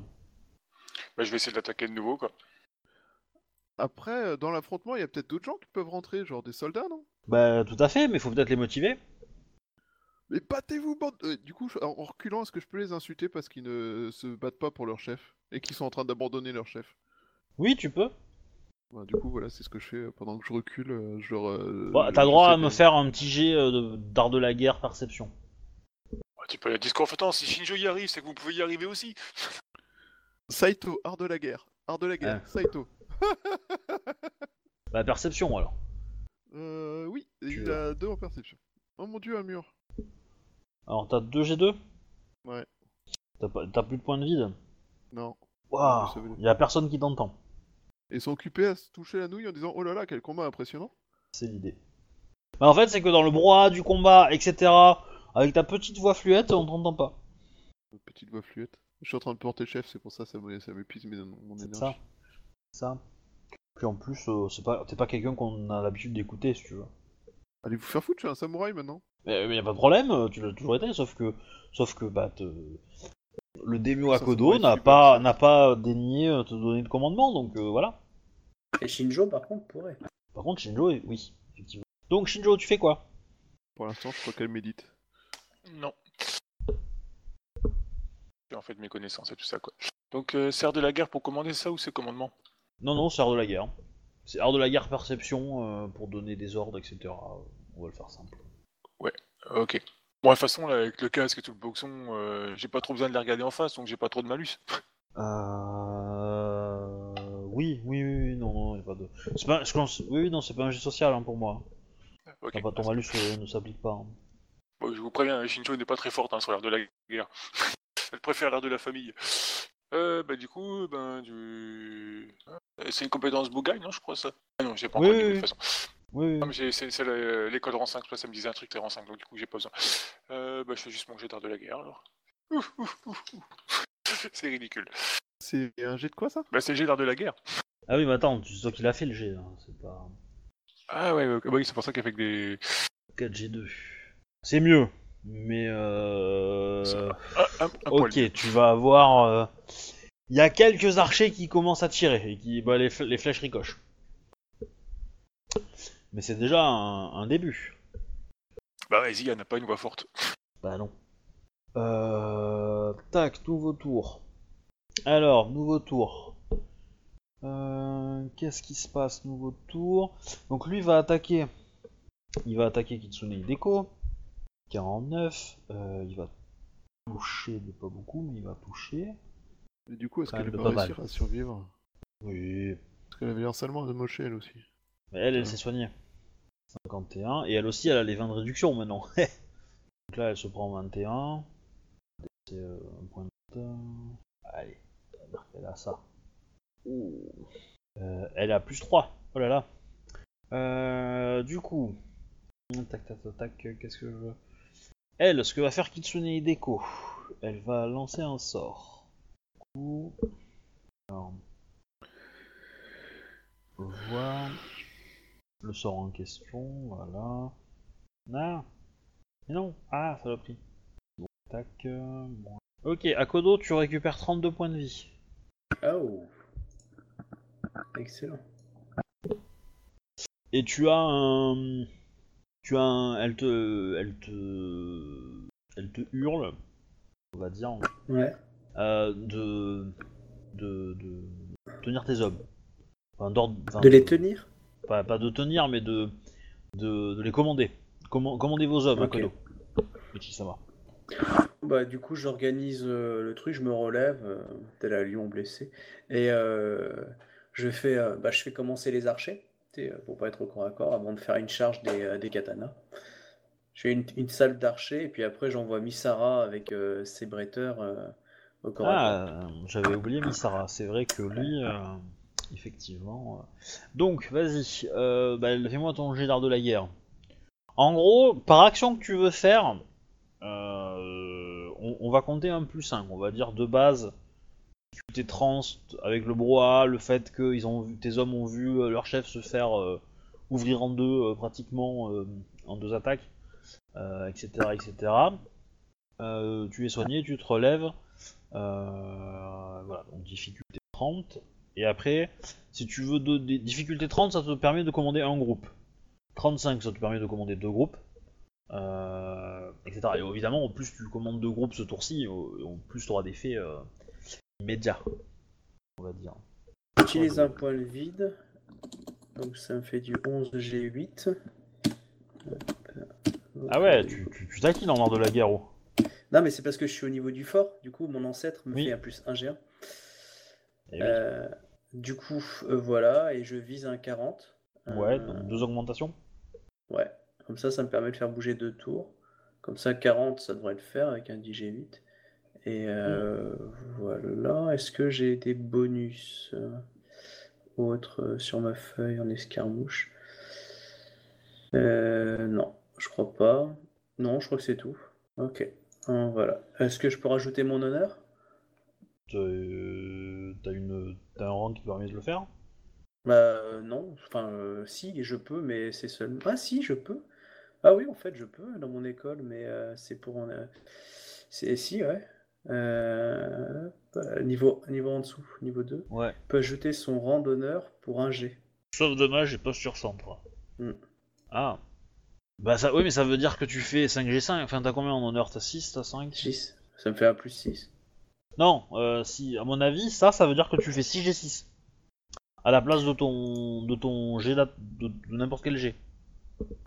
[SPEAKER 5] Bah, je vais essayer de l'attaquer de nouveau, quoi.
[SPEAKER 2] la- après, euh, dans l'affrontement, il y a peut-être d'autres gens qui peuvent rentrer, genre des soldats, non
[SPEAKER 1] Bah tout à fait, mais faut peut-être les motiver.
[SPEAKER 2] Mais battez-vous, bande Euh, Du coup, je- en en reculant, est-ce que je peux les insulter parce qu'ils ne se battent pas pour leur chef et qu'ils sont en train d'abandonner leur chef
[SPEAKER 1] Oui, tu peux.
[SPEAKER 2] Bah, Du coup, voilà, c'est ce que je fais euh, pendant que je recule. euh, Je leur. euh,
[SPEAKER 1] Bah,
[SPEAKER 2] je-
[SPEAKER 1] T'as
[SPEAKER 2] je
[SPEAKER 1] droit à
[SPEAKER 2] sais
[SPEAKER 1] me
[SPEAKER 2] pas.
[SPEAKER 1] faire un petit jet euh, de- d'art de la guerre perception.
[SPEAKER 5] Ah, tu peux le discours flottant, si Shinjo y arrive, c'est que vous pouvez y arriver aussi.
[SPEAKER 2] Saito, art de la guerre. Art de la guerre, Saito.
[SPEAKER 1] Bah perception alors.
[SPEAKER 2] Euh, oui, et
[SPEAKER 1] Tu
[SPEAKER 2] il a deux en perception. Oh mon dieu, un mur.
[SPEAKER 1] Alors t'as 2 G2
[SPEAKER 2] Ouais.
[SPEAKER 1] T'as pas- t'as plus de points de vide
[SPEAKER 2] Non.
[SPEAKER 1] Waouh,
[SPEAKER 2] Ça veut dire-
[SPEAKER 1] il a personne qui t'entend.
[SPEAKER 2] Ils sont occupés à se toucher la nouille en disant Oh là là, quel combat impressionnant.
[SPEAKER 1] C'est l'idée. Bah, en fait, c'est que dans le brouhaha du combat, etc., avec ta petite voix fluette, on t'entend pas.
[SPEAKER 2] Petite voix fluette. Je suis en train de porter chef, c'est pour ça ça me- ça m'épuise mes- mon
[SPEAKER 1] C'est
[SPEAKER 2] énergie.
[SPEAKER 1] ça. C'est ça. Puis en plus, euh, c'est pas, t'es pas quelqu'un qu'on a l'habitude d'écouter, si tu veux.
[SPEAKER 2] Allez vous faire foutre, je suis un samouraï maintenant.
[SPEAKER 1] Mais, mais y a pas de problème, euh, tu l'as toujours été, sauf que, sauf que, bah, te- le démio
[SPEAKER 2] Ça, ça
[SPEAKER 1] Akodo
[SPEAKER 2] pourrait
[SPEAKER 1] n'a
[SPEAKER 2] suivre.
[SPEAKER 1] pas, n'a pas daigné euh, te donner de commandement, donc euh, voilà.
[SPEAKER 3] Et Shinjo par contre pourrait.
[SPEAKER 1] Par contre, Shinjo, oui, effectivement. Donc Shinjo, tu fais quoi
[SPEAKER 2] Pour l'instant, je crois qu'elle médite.
[SPEAKER 5] Non. J'ai en fait mes connaissances et tout ça, quoi. Donc, euh, c'est art de la guerre pour commander ça ou c'est commandement
[SPEAKER 1] Non, non, c'est art de la guerre. C'est art de la guerre perception euh, pour donner des ordres, etc. On va le faire simple.
[SPEAKER 5] Euh, Ok. Bon, de toute façon, là, avec le casque et tout le boxon, euh, j'ai pas trop besoin de les regarder en face, donc j'ai pas trop de malus.
[SPEAKER 1] Euh... Oui, oui, oui, oui, non, non, y a pas de. C'est pas, je pense- Oui, oui, non, c'est pas un jeu social hein, pour moi.
[SPEAKER 5] Ok.
[SPEAKER 1] Enfin, ton malus euh, ne s'applique pas. hein.
[SPEAKER 5] Bon, je vous préviens, Shincho n'est pas très forte hein, sur l'ère de la guerre. Elle préfère l'ère de la famille. Euh, bah, du coup, ben, du... Euh, c'est une compétence Bougaille, non, je crois, ça Ah non, j'ai pas
[SPEAKER 1] Oui,
[SPEAKER 5] entendu,
[SPEAKER 1] oui,
[SPEAKER 5] de
[SPEAKER 1] oui.
[SPEAKER 5] toute façon.
[SPEAKER 1] Oui,
[SPEAKER 5] Non,
[SPEAKER 1] oui.
[SPEAKER 5] mais j'ai- c'est c'est la- l'école rang 5, ça me disait un truc, les rang 5, donc du coup, j'ai pas besoin. Euh, bah, je fais juste mon jet d'art de la guerre, alors. Ouh, ouh, ouh, ouh. c'est ridicule.
[SPEAKER 2] C'est un jet de quoi ça
[SPEAKER 5] Bah, c'est le jet d'art de la guerre.
[SPEAKER 1] Ah oui, mais attends, tu sais qu'il a fait le G, hein, c'est pas.
[SPEAKER 5] Ah ouais, ouais, ok. Bah oui, c'est pour ça qu'avec des...
[SPEAKER 1] 4G2. C'est mieux, mais euh...
[SPEAKER 5] C'est un- un, un poil.
[SPEAKER 1] Ok, tu vas avoir... euh, Il y a quelques archers qui commencent à tirer, et qui... Bah, les, fl- les flèches ricochent. Mais c'est déjà un, un début.
[SPEAKER 5] Bah vas-y, elle n'a pas une voix forte.
[SPEAKER 1] Bah non. Euh... Tac, nouveau tour. Alors, nouveau tour. Euh, Qu'est-ce qui se passe Nouveau tour. Donc lui va attaquer. Il va attaquer Kitsune Hideko. 49. Euh, il va toucher, mais pas beaucoup, mais il va toucher.
[SPEAKER 2] Et Du coup, est-ce
[SPEAKER 1] Quand
[SPEAKER 2] qu'elle
[SPEAKER 1] même
[SPEAKER 2] va
[SPEAKER 1] pas mal.
[SPEAKER 2] réussir à survivre
[SPEAKER 1] Oui.
[SPEAKER 2] Parce qu'elle avait l'air salement de mocher elle aussi.
[SPEAKER 1] Mais elle, elle
[SPEAKER 2] Ouais.
[SPEAKER 1] s'est soignée. 51. Et elle aussi, elle a les 20 de réduction maintenant. Donc là, elle se prend 21. C'est euh, un point de... Allez, c'est-à-dire qu'elle a ça. Ouh. Euh, elle a plus 3. Oh là là. Euh, du coup... Tac, tac, tac, tac, euh, qu'est-ce que je veux Elle, ce que va faire Kitsune Hideko, elle va lancer un sort. Du coup... Alors... Faut voir le sort en question, voilà. Ah Mais non Ah, saloperie. Bon, tac. euh, bon. Ok, à Kodo, tu récupères 32 points de vie.
[SPEAKER 3] Oh Excellent.
[SPEAKER 1] Et tu as un. Tu as un. Elle te. Elle te. Elle te hurle, on va dire,
[SPEAKER 3] Ouais.
[SPEAKER 1] euh, de, de. de. tenir tes hommes. Enfin, d'ordre. enfin,
[SPEAKER 3] De les tenir
[SPEAKER 1] pas, pas de tenir, mais de. de, de les commander. Comman- commandez vos hommes
[SPEAKER 3] Ok.
[SPEAKER 1] à Kodo. Ichisama.
[SPEAKER 3] Bah, du coup, j'organise euh, le truc, je me relève, euh, tel un lion blessé, et euh, je fais, euh, bah, je fais commencer les archers, tu sais, euh, pour pas être au corps à corps, avant de faire une charge des, euh, des katanas. Je fais une, une salve d'archers, et puis après, j'envoie Misara avec euh, ses bretteurs euh, au corps à
[SPEAKER 1] Ah, euh, j'avais oublié Missara. C'est vrai que lui, euh, effectivement. euh. Donc, vas-y, euh, bah, fais-moi ton jet d'art de la guerre. En gros, par action que tu veux faire, euh, on, on va compter un plus 5. On va dire de base, tes trans avec le brouhaha, le fait que ils ont vu- tes hommes ont vu euh, leur chef se faire euh, ouvrir en deux euh, pratiquement euh, en deux attaques, euh, etc. etc. Euh, tu es soigné, tu te relèves. Euh, voilà, donc difficulté 30. Et après, si tu veux de, des- difficulté 30, ça te permet de commander un groupe. 35, ça te permet de commander deux groupes. Euh, etc. Et évidemment, au plus tu commandes deux groupes ce tour-ci, au, au plus tu auras des faits euh, immédiats. On va dire.
[SPEAKER 3] droite. J'utilise un point de vide, donc ça me fait du 11 G8.
[SPEAKER 1] Ah ouais, tu, tu, tu taquines en l'art de la guerre. oh.
[SPEAKER 3] Non, mais c'est parce que je suis au niveau du fort, du coup, mon ancêtre me
[SPEAKER 1] Oui.
[SPEAKER 3] fait un plus 1 G1.
[SPEAKER 1] Eh oui.
[SPEAKER 3] Euh, du coup, euh, voilà, et je vise un 40. Euh,
[SPEAKER 1] Ouais, donc deux augmentations.
[SPEAKER 3] ouais, comme ça, ça me permet de faire bouger deux tours. Comme ça, 40, ça devrait le faire avec un 10G8. Et euh, voilà, est-ce que j'ai des bonus euh, autres euh, sur ma feuille en escarmouche Euh, Non, je crois pas. Non, je crois que c'est tout. Ok, Hein, voilà. Est-ce que je peux rajouter mon honneur
[SPEAKER 1] Euh, T'as une- t'as un rang qui te permet de le faire
[SPEAKER 3] Bah euh, non, enfin euh, si, je peux, mais c'est seulement... Ah si, je peux. Ah oui, en fait, je peux dans mon école, mais euh, c'est pour... en, euh, C'est si, ouais. Euh, bah, niveau, niveau en dessous, niveau 2.
[SPEAKER 1] Ouais.
[SPEAKER 3] Peut ajouter son rang d'honneur pour un G. Hmm.
[SPEAKER 1] Sauf dommage et pas sur centre.
[SPEAKER 3] Mm.
[SPEAKER 1] Ah. Bah ça, oui, mais ça veut dire que tu fais 5G5. Enfin, t'as combien en honneur T'as 6, t'as 5
[SPEAKER 3] 6. Ça me fait un plus 6.
[SPEAKER 1] Non, euh, si, à mon avis, ça, ça veut dire que tu fais 6G6. À la place de ton, de ton G, d'at- de, de n'importe quel G.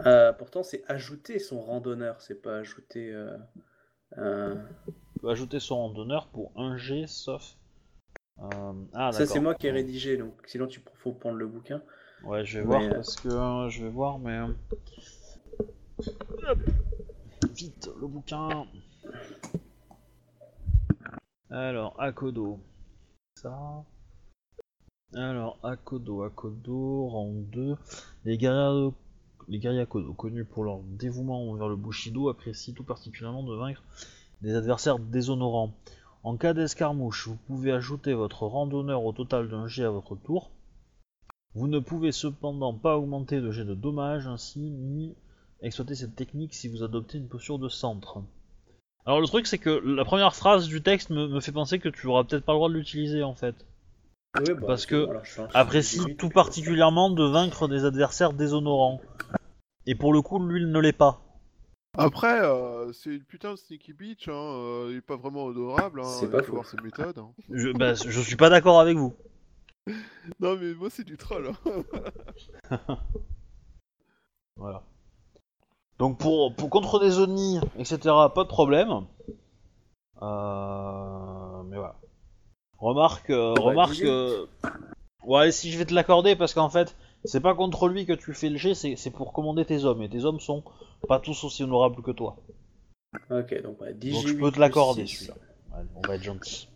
[SPEAKER 3] Euh, pourtant, c'est ajouter son rang d'honneur, c'est pas ajouter. euh, un-
[SPEAKER 1] Tu peux ajouter son rang d'honneur pour 1 G, sauf. Euh, Ah,
[SPEAKER 3] Ça, c'est
[SPEAKER 1] d'accord.
[SPEAKER 3] moi qui ai rédigé, donc sinon, tu faut prendre le bouquin.
[SPEAKER 1] Ouais, je vais
[SPEAKER 3] Mais,
[SPEAKER 1] voir
[SPEAKER 3] euh,
[SPEAKER 1] parce que euh, je vais voir, mais euh, hop. vite le bouquin. Alors Akodo, ça. Alors Akodo, Akodo, rang 2. Les guerriers, de- les guerriers Akodo, connus pour leur dévouement envers le Bushido, apprécient tout particulièrement de vaincre des adversaires déshonorants. En cas d'escarmouche, vous pouvez ajouter votre rang d'honneur au total d'un jet à votre tour. Vous ne pouvez cependant pas augmenter de jet de dommages ainsi ni exploiter cette technique si vous adoptez une posture de centre. Alors le truc c'est que la première phrase du texte me, me fait penser que tu auras peut-être pas le droit de l'utiliser en fait.
[SPEAKER 3] Oui, bah,
[SPEAKER 1] Parce
[SPEAKER 3] c'est
[SPEAKER 1] que
[SPEAKER 3] bon, alors, je change.
[SPEAKER 1] Apprécie tout particulièrement de vaincre des adversaires déshonorants. Et pour le coup lui il ne l'est pas.
[SPEAKER 2] Après, euh, c'est une putain de sneaky bitch, hein, euh, il est pas vraiment odorable, hein,
[SPEAKER 3] C'est
[SPEAKER 2] il
[SPEAKER 3] pas
[SPEAKER 2] faut
[SPEAKER 3] faux.
[SPEAKER 2] voir ses méthodes. hein.
[SPEAKER 1] Je, bah, je suis pas d'accord avec vous.
[SPEAKER 2] Non mais moi c'est du troll. hein.
[SPEAKER 1] Voilà. Donc pour, pour contre des Oni, etc., pas de problème. Euh, mais voilà. Remarque, euh,
[SPEAKER 3] Ouais,
[SPEAKER 1] remarque.
[SPEAKER 3] dis-le.
[SPEAKER 1] euh, Ouais, si je vais te l'accorder, parce qu'en fait, c'est pas contre lui que tu fais le G, c'est c'est pour commander tes hommes, et tes hommes sont pas tous aussi honorables que toi.
[SPEAKER 3] Ok, donc ouais, 10
[SPEAKER 1] Donc
[SPEAKER 3] G8
[SPEAKER 1] je peux te
[SPEAKER 3] plus
[SPEAKER 1] l'accorder
[SPEAKER 3] six.
[SPEAKER 1] celui-là. Allez, on va être gentil.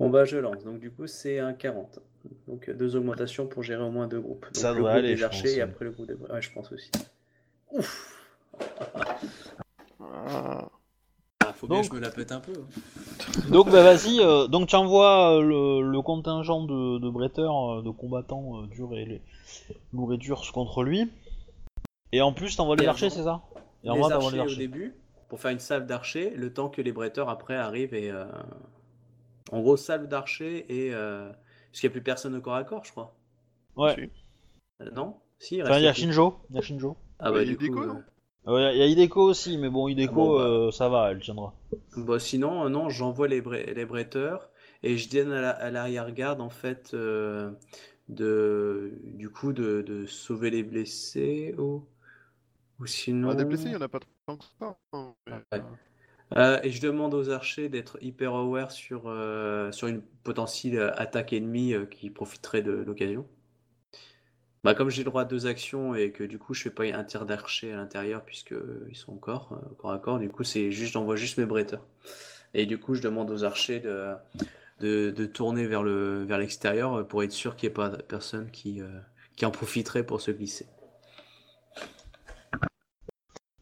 [SPEAKER 3] Bon bah je lance, donc du coup c'est un 40. Donc euh, deux augmentations pour gérer au moins deux groupes. Donc,
[SPEAKER 1] Ça
[SPEAKER 3] le
[SPEAKER 1] devrait
[SPEAKER 3] groupe
[SPEAKER 1] aller,
[SPEAKER 3] des
[SPEAKER 1] je
[SPEAKER 3] archers
[SPEAKER 1] pense,
[SPEAKER 3] et
[SPEAKER 1] ouais.
[SPEAKER 3] après le groupe des... Ouais, je pense aussi. Ouf
[SPEAKER 2] Ah.
[SPEAKER 6] Ah, faut bien
[SPEAKER 1] Donc-
[SPEAKER 6] que je me la pète un peu. hein.
[SPEAKER 1] Donc bah vas-y, euh, donc tu envoies euh, le, le contingent de, de bretteurs, euh, de combattants euh, durs et les- lourds et durs contre lui. Et en plus t'envoies les
[SPEAKER 6] Et
[SPEAKER 1] archers,
[SPEAKER 6] avant-
[SPEAKER 1] c'est ça Et
[SPEAKER 3] les
[SPEAKER 1] envoies, t'envoies
[SPEAKER 3] archers au début, pour faire une salve d'archers, le temps que les bretteurs après arrivent et... euh, En gros salve d'archers et... euh, Parce qu'il n'y a plus personne au corps à corps je crois.
[SPEAKER 1] Ouais.
[SPEAKER 2] Si.
[SPEAKER 3] Euh, non Si, il
[SPEAKER 1] Enfin, il y a
[SPEAKER 3] reste qui
[SPEAKER 1] Shinjo. Il y a Shinjo.
[SPEAKER 3] Ah
[SPEAKER 2] Ouais,
[SPEAKER 3] bah
[SPEAKER 2] il y a
[SPEAKER 3] du coup...
[SPEAKER 2] Deco,
[SPEAKER 3] euh,
[SPEAKER 2] non
[SPEAKER 1] Euh, Il y a- il y a Hideko aussi, mais bon, Hideko,
[SPEAKER 3] Ah bon, bah.
[SPEAKER 1] euh, ça va, elle tiendra.
[SPEAKER 3] Bah sinon, euh, non, j'envoie les, bre- les bretteurs et je donne à la- à l'arrière-garde en fait euh, de du coup de, de sauver les blessés ou, ou
[SPEAKER 2] Ah,
[SPEAKER 3] sinon
[SPEAKER 2] des blessés, il y en a pas tant que ça. hein, mais,
[SPEAKER 1] Ah,
[SPEAKER 3] Ouais.
[SPEAKER 2] euh,
[SPEAKER 3] Euh, et je demande aux archers d'être hyper aware sur euh, sur une potentielle euh, attaque ennemie euh, qui profiterait de l'occasion. Bah comme j'ai le droit à deux actions et que du coup je fais pas un tir d'archer à l'intérieur puisque euh, ils sont encore corps à corps, du coup c'est juste j'envoie juste mes bretteurs. Et du coup je demande aux archers de de, de tourner vers le vers l'extérieur euh, pour être sûr qu'il n'y ait pas de personne qui euh, qui en profiterait pour se glisser.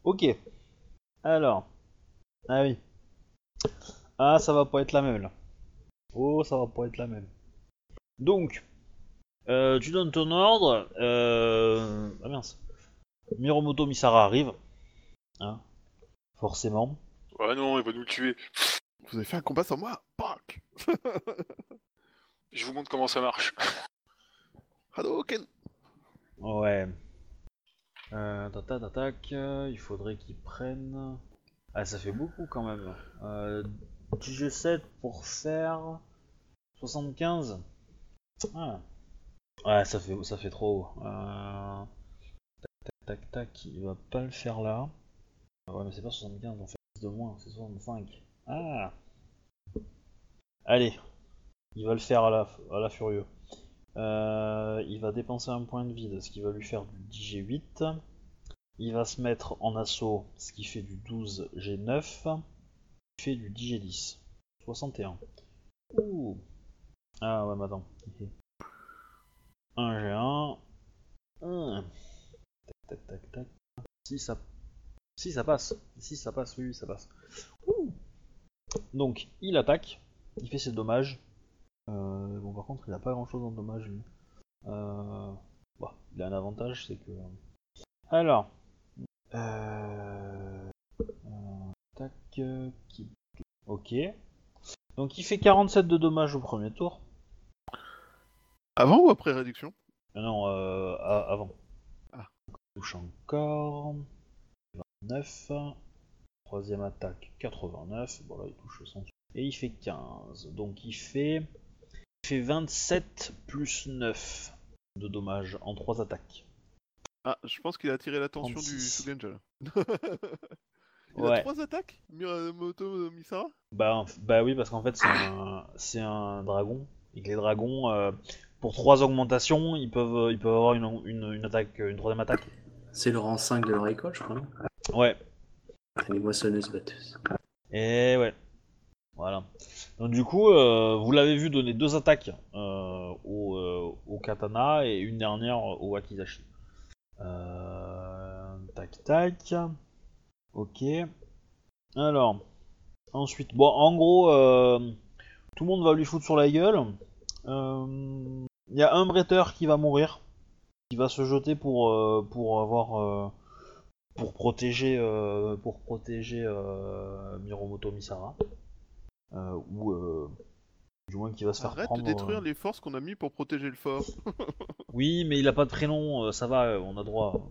[SPEAKER 1] Ok. Alors. Ah oui. Ah, ça va pas être la même, là. Oh, ça va pas être la même. Donc, euh, tu donnes ton ordre. Euh... Ah mince. Miromoto Misara arrive. Hein Forcément.
[SPEAKER 5] Ah non, il va nous tuer.
[SPEAKER 2] Vous avez fait un combat sans moi Fuck
[SPEAKER 5] Je vous montre comment ça marche.
[SPEAKER 2] Hadouken
[SPEAKER 1] Ouais. Euh, tac, tac, tac, tac, euh, il faudrait qu'ils prennent. Ah, ça fait beaucoup quand même. Euh, 7 pour faire 75. Ah. Ouais, ça fait, ça fait trop haut. Euh, Tac, tac, tac, tac, il va pas le faire là. Ah Ouais, mais c'est pas 75, on fait 10 de moins, c'est 65. Ah Allez, il va le faire à la, à la furieux. Euh, il va dépenser un point de vide, ce qui va lui faire du 10G8. Il va se mettre en assaut, ce qui fait du 12G9. Il fait du 10G10. 61. Ouh. Ah ouais, mais attends. 1G1. Hum. Tac, tac, tac, tac. Si ça... si ça passe. Si ça passe, oui, oui, ça passe. Ouh. Donc, il attaque. Il fait ses dommages. Euh, bon, par contre, il a pas grand chose en dommage, lui. Euh, bon, il a un avantage, c'est que. Alors. Euh... euh, Tac. euh, qui- Ok. Donc, il fait 47 de dommages au premier tour.
[SPEAKER 2] Avant ou après réduction
[SPEAKER 1] Ah Non, euh, a- avant.
[SPEAKER 2] Ah.
[SPEAKER 1] Touche encore. 29. Troisième attaque, 89. Bon là, il touche sans Et il fait 15. Donc il fait, il fait 27 plus 9 de dommages en 3 attaques.
[SPEAKER 2] Ah, je pense qu'il a attiré l'attention du
[SPEAKER 1] 36.
[SPEAKER 2] Sugenja là. Il a
[SPEAKER 1] Ouais.
[SPEAKER 2] trois attaques Miramoto euh, Misara
[SPEAKER 1] Bah, en f- bah oui, parce qu'en fait, c'est un, c'est un dragon. Et que les dragons, euh, pour 3 augmentations, ils peuvent, ils peuvent avoir une, une, une attaque, une troisième attaque.
[SPEAKER 7] C'est le rang 5 de leur école, je crois. non
[SPEAKER 1] Ouais.
[SPEAKER 7] Les moissonneuses batteuses.
[SPEAKER 1] Et Eh ouais. Voilà. Donc du coup, euh, vous l'avez vu donner deux attaques euh, au, euh, au katana et une dernière au wakizashi. Euh, tac tac. Ok. Alors. Ensuite, bon, en gros, euh, tout le monde va lui foutre sur la gueule. Euh, Il y a un bretteur qui va mourir, qui va se jeter pour, euh, pour avoir euh, pour protéger euh, pour protéger euh, Miromoto Misara Euh, ou euh, du moins qui va se faire
[SPEAKER 2] Arrête de
[SPEAKER 1] prendre,
[SPEAKER 2] détruire
[SPEAKER 1] euh.
[SPEAKER 2] les forces qu'on a mis pour protéger le fort.
[SPEAKER 1] Oui, mais il a pas de prénom, euh, ça va, euh, on a droit.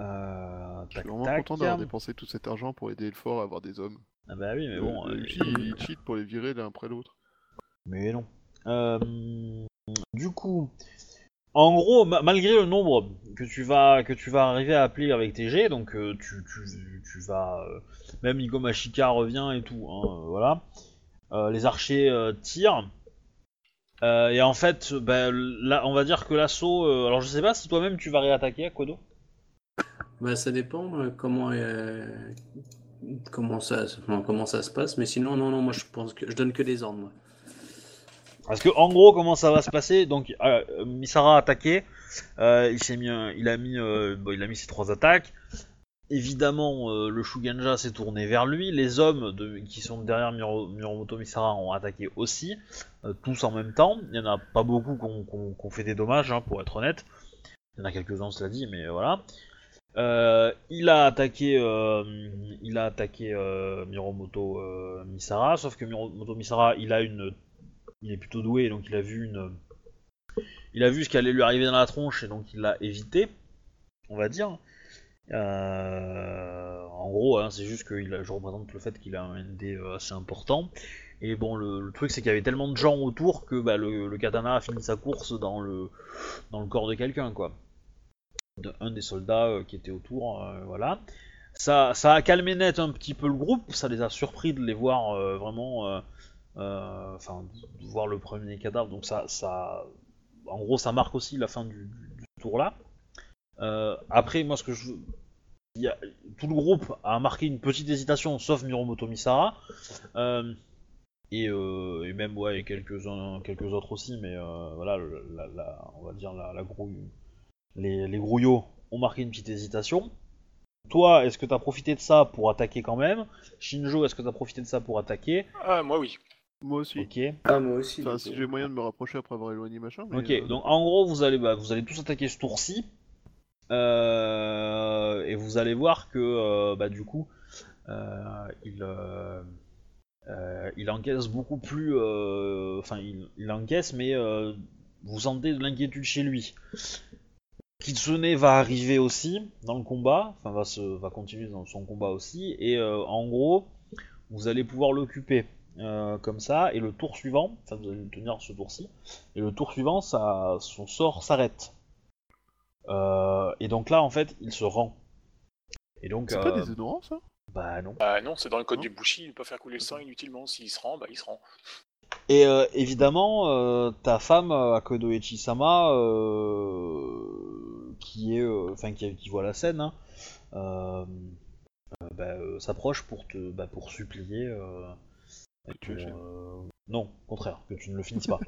[SPEAKER 1] Euh,
[SPEAKER 2] Je suis
[SPEAKER 1] tac,
[SPEAKER 2] vraiment
[SPEAKER 1] tac.
[SPEAKER 2] content d'avoir dépensé tout cet argent pour aider le fort à avoir des hommes.
[SPEAKER 1] Ah bah oui, mais bon.
[SPEAKER 2] Euh,
[SPEAKER 1] euh,
[SPEAKER 2] Uchi, il cheat pour les virer l'un après l'autre.
[SPEAKER 1] Mais non. Euh, du coup, en gros, ma- malgré le nombre que tu vas que tu vas arriver à appeler avec tes jets, donc euh, tu, tu- tu vas euh, même Igomashika revient et tout, hein, euh, voilà. Euh, les archers euh, tirent. Euh, et en fait, ben, là, on va dire que l'assaut. euh, alors je sais pas si toi-même tu vas réattaquer à Kodo.
[SPEAKER 7] Bah, ça dépend euh, comment, euh, comment, ça, enfin, comment ça se passe, mais sinon, non, non, moi je pense que je donne que des ordres. moi.
[SPEAKER 1] Parce que en gros, comment ça va se passer Donc, euh, Misara a attaqué. euh, il s'est mis, un- il a mis, euh, bon, il a mis ses trois attaques. Évidemment, euh, le Shuganja s'est tourné vers lui. Les hommes de- qui sont derrière Miro- Miromoto Misara ont attaqué aussi, euh, tous en même temps. Il y en a pas beaucoup qui ont qu'on- qu'on fait des dommages, hein, pour être honnête. Il y en a quelques-uns, cela dit, mais voilà. Euh, il a attaqué, euh, il a attaqué euh, Miromoto euh, Misara, sauf que Miromoto Misara, il a une, il est plutôt doué, donc il a vu une, il a vu ce qui allait lui arriver dans la tronche et donc il l'a évité, on va dire. Euh, en gros, hein, c'est juste que il a- je représente le fait qu'il a un ND euh, assez important. Et bon, le, le truc c'est qu'il y avait tellement de gens autour que bah, le, le katana a fini sa course dans le, dans le corps de quelqu'un, quoi de- un des soldats euh, qui était autour, euh, voilà. Ça, ça a calmé net un petit peu le groupe, ça les a surpris de les voir euh, vraiment, euh, euh, enfin, de voir le premier cadavre. Donc ça, ça, en gros, ça marque aussi la fin du, du- du tour là. Euh, après, moi, ce que je, il y a- tout le groupe a marqué une petite hésitation, sauf Miromoto Misara. Euh, et, euh, et même ouais, et quelques uns- quelques autres aussi, mais euh, voilà, le- la- la- on va dire la, la grouille les, les grouillots ont marqué une petite hésitation. Toi, est-ce que t'as profité de ça pour attaquer quand même Shinjo, est-ce que t'as profité de ça pour attaquer
[SPEAKER 5] Ah, moi oui.
[SPEAKER 2] Moi aussi.
[SPEAKER 1] Ok.
[SPEAKER 7] Ah, moi aussi.
[SPEAKER 2] Enfin, si j'ai moyen de me rapprocher après avoir éloigné machin. mais,
[SPEAKER 1] Ok,
[SPEAKER 2] euh,
[SPEAKER 1] donc en gros, vous allez, bah, vous allez tous attaquer ce tour-ci. Euh, et vous allez voir que, euh, bah, du coup, euh, il, euh, euh, il encaisse beaucoup plus. euh, Enfin, il, il encaisse, mais euh, vous sentez de l'inquiétude chez lui. Kitsune va arriver aussi dans le combat, enfin, va, se, va continuer dans son combat aussi. Et euh, en gros, vous allez pouvoir l'occuper euh, comme ça. Et le tour suivant, enfin, vous allez le tenir ce tour-ci. Et le tour suivant, ça, son sort s'arrête. Euh, et donc là, en fait, il se rend. Et donc,
[SPEAKER 2] C'est pas
[SPEAKER 1] euh,
[SPEAKER 2] des honorants ça
[SPEAKER 1] bah non.
[SPEAKER 5] Bah non, c'est dans le code
[SPEAKER 2] Non.
[SPEAKER 5] du Bushi, ne pas faire couler le sang inutilement. S'il se rend, bah il se rend.
[SPEAKER 1] Et euh, évidemment, euh, ta femme, euh, Akodo Echisama, euh, qui est, euh, enfin qui, qui voit la scène, hein, euh, euh, bah, euh, s'approche pour te, bah, pour supplier. euh,
[SPEAKER 2] Que tu
[SPEAKER 1] pour,
[SPEAKER 2] l'achèves.
[SPEAKER 1] euh, non, au contraire, que tu ne le finisses pas.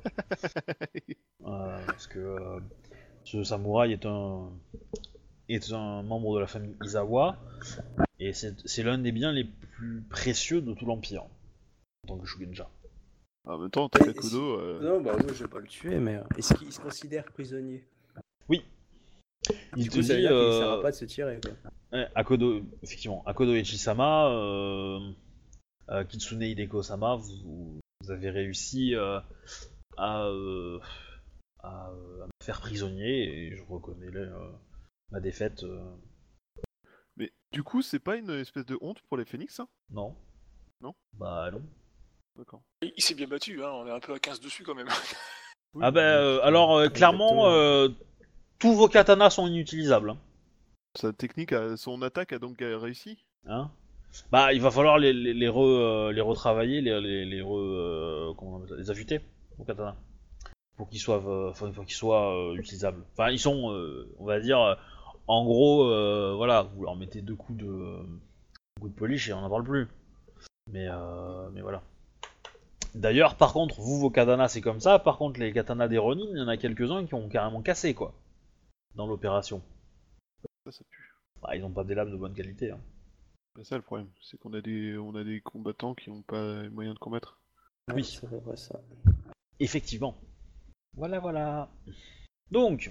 [SPEAKER 1] Euh, parce que euh, ce samouraï est un est un membre de la famille Izawa et c'est c'est l'un des biens les plus précieux de tout l'empire en tant que Shugenja.
[SPEAKER 2] Ah, En même temps, t'as
[SPEAKER 3] Et-
[SPEAKER 2] Kodo. euh,
[SPEAKER 7] Non, bah, moi je vais pas le tuer.
[SPEAKER 3] Tuer, mais. euh, Est-ce qu'il se considère prisonnier
[SPEAKER 1] Il
[SPEAKER 3] Du
[SPEAKER 1] te
[SPEAKER 3] coup, ça veut
[SPEAKER 1] dit,
[SPEAKER 3] dire qu'il ne
[SPEAKER 1] euh,
[SPEAKER 3] saura pas de se tirer, quoi.
[SPEAKER 1] ouais, Akodo, effectivement, Akodo Echisama, euh, euh, Kitsune Hideko-sama, vous, vous avez réussi euh, à, euh, à, euh, à me faire prisonnier et je reconnais le- euh, la défaite. euh,
[SPEAKER 2] Mais du coup, c'est pas une espèce de honte pour les phénix, hein
[SPEAKER 1] non.
[SPEAKER 2] Non.
[SPEAKER 1] Bah non.
[SPEAKER 2] D'accord.
[SPEAKER 5] Il il s'est bien battu, hein, on est un peu à 15 dessus quand même.
[SPEAKER 2] Oui,
[SPEAKER 1] Ah bah euh, alors euh, clairement, euh, tous vos katanas sont inutilisables. hein.
[SPEAKER 2] Sa technique, a- son attaque a donc euh, réussi
[SPEAKER 1] Hein bah il va falloir les, les, les, re, euh, les retravailler, les, les, les re, euh, comment on appelle ça les affûter vos katanas. Pour qu'ils soient, euh, enfin, pour qu'ils soient euh, utilisables. Enfin ils sont, euh, on va dire, euh, en gros, euh, voilà, vous leur mettez deux coups de, deux coups de polish et on n'en parle plus. Mais, euh, mais voilà. D'ailleurs, par contre, vous, vos katanas, c'est comme ça. Par contre, les katanas des Ronin, il y en a quelques-uns qui ont carrément cassé, quoi. Dans l'opération.
[SPEAKER 2] Ça, ça pue.
[SPEAKER 1] Bah, ils ont pas des lames de bonne qualité. hein.
[SPEAKER 2] C'est ça le problème, c'est qu'on a des, on a des combattants qui n'ont pas les moyens de combattre.
[SPEAKER 1] Oui.
[SPEAKER 3] c'est à peu près ça.
[SPEAKER 1] Effectivement. Voilà, voilà. Donc,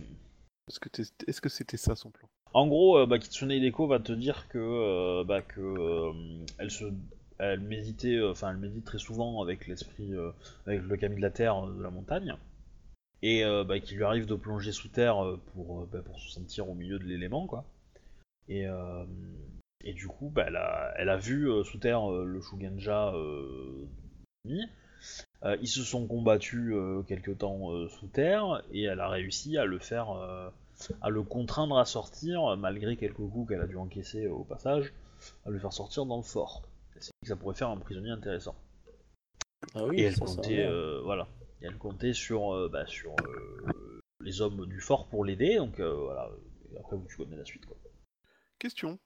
[SPEAKER 2] Est-ce que t'es- est-ce que c'était ça son plan
[SPEAKER 1] en gros, euh, bah, Kitsune Hideko va te dire que, euh, bah, que euh, elle se, elle méditait, euh, enfin, elle médite très souvent avec l'esprit, euh, avec le Kami de la terre, euh, de la montagne, et euh, bah, qu'il lui arrive de plonger sous terre euh, pour, euh, bah, pour se sentir au milieu de l'élément, quoi. Et, euh, et du coup, bah, elle, a, elle a vu euh, sous terre euh, le Shugenja euh, mis. Euh, ils se sont combattus euh, quelque temps euh, sous terre et elle a réussi à le faire, euh, à le contraindre à sortir euh, malgré quelques coups qu'elle a dû encaisser euh, au passage, à le faire sortir dans le fort. C'est que ça pourrait faire un prisonnier intéressant.
[SPEAKER 3] Ah oui,
[SPEAKER 1] et elle
[SPEAKER 3] ça, ça
[SPEAKER 1] comptait,
[SPEAKER 3] va.
[SPEAKER 1] euh, voilà, Et elle comptait sur, euh, bah, sur euh, les hommes du fort pour l'aider. Donc euh, voilà, Et après vous tu connais la suite quoi.
[SPEAKER 2] Question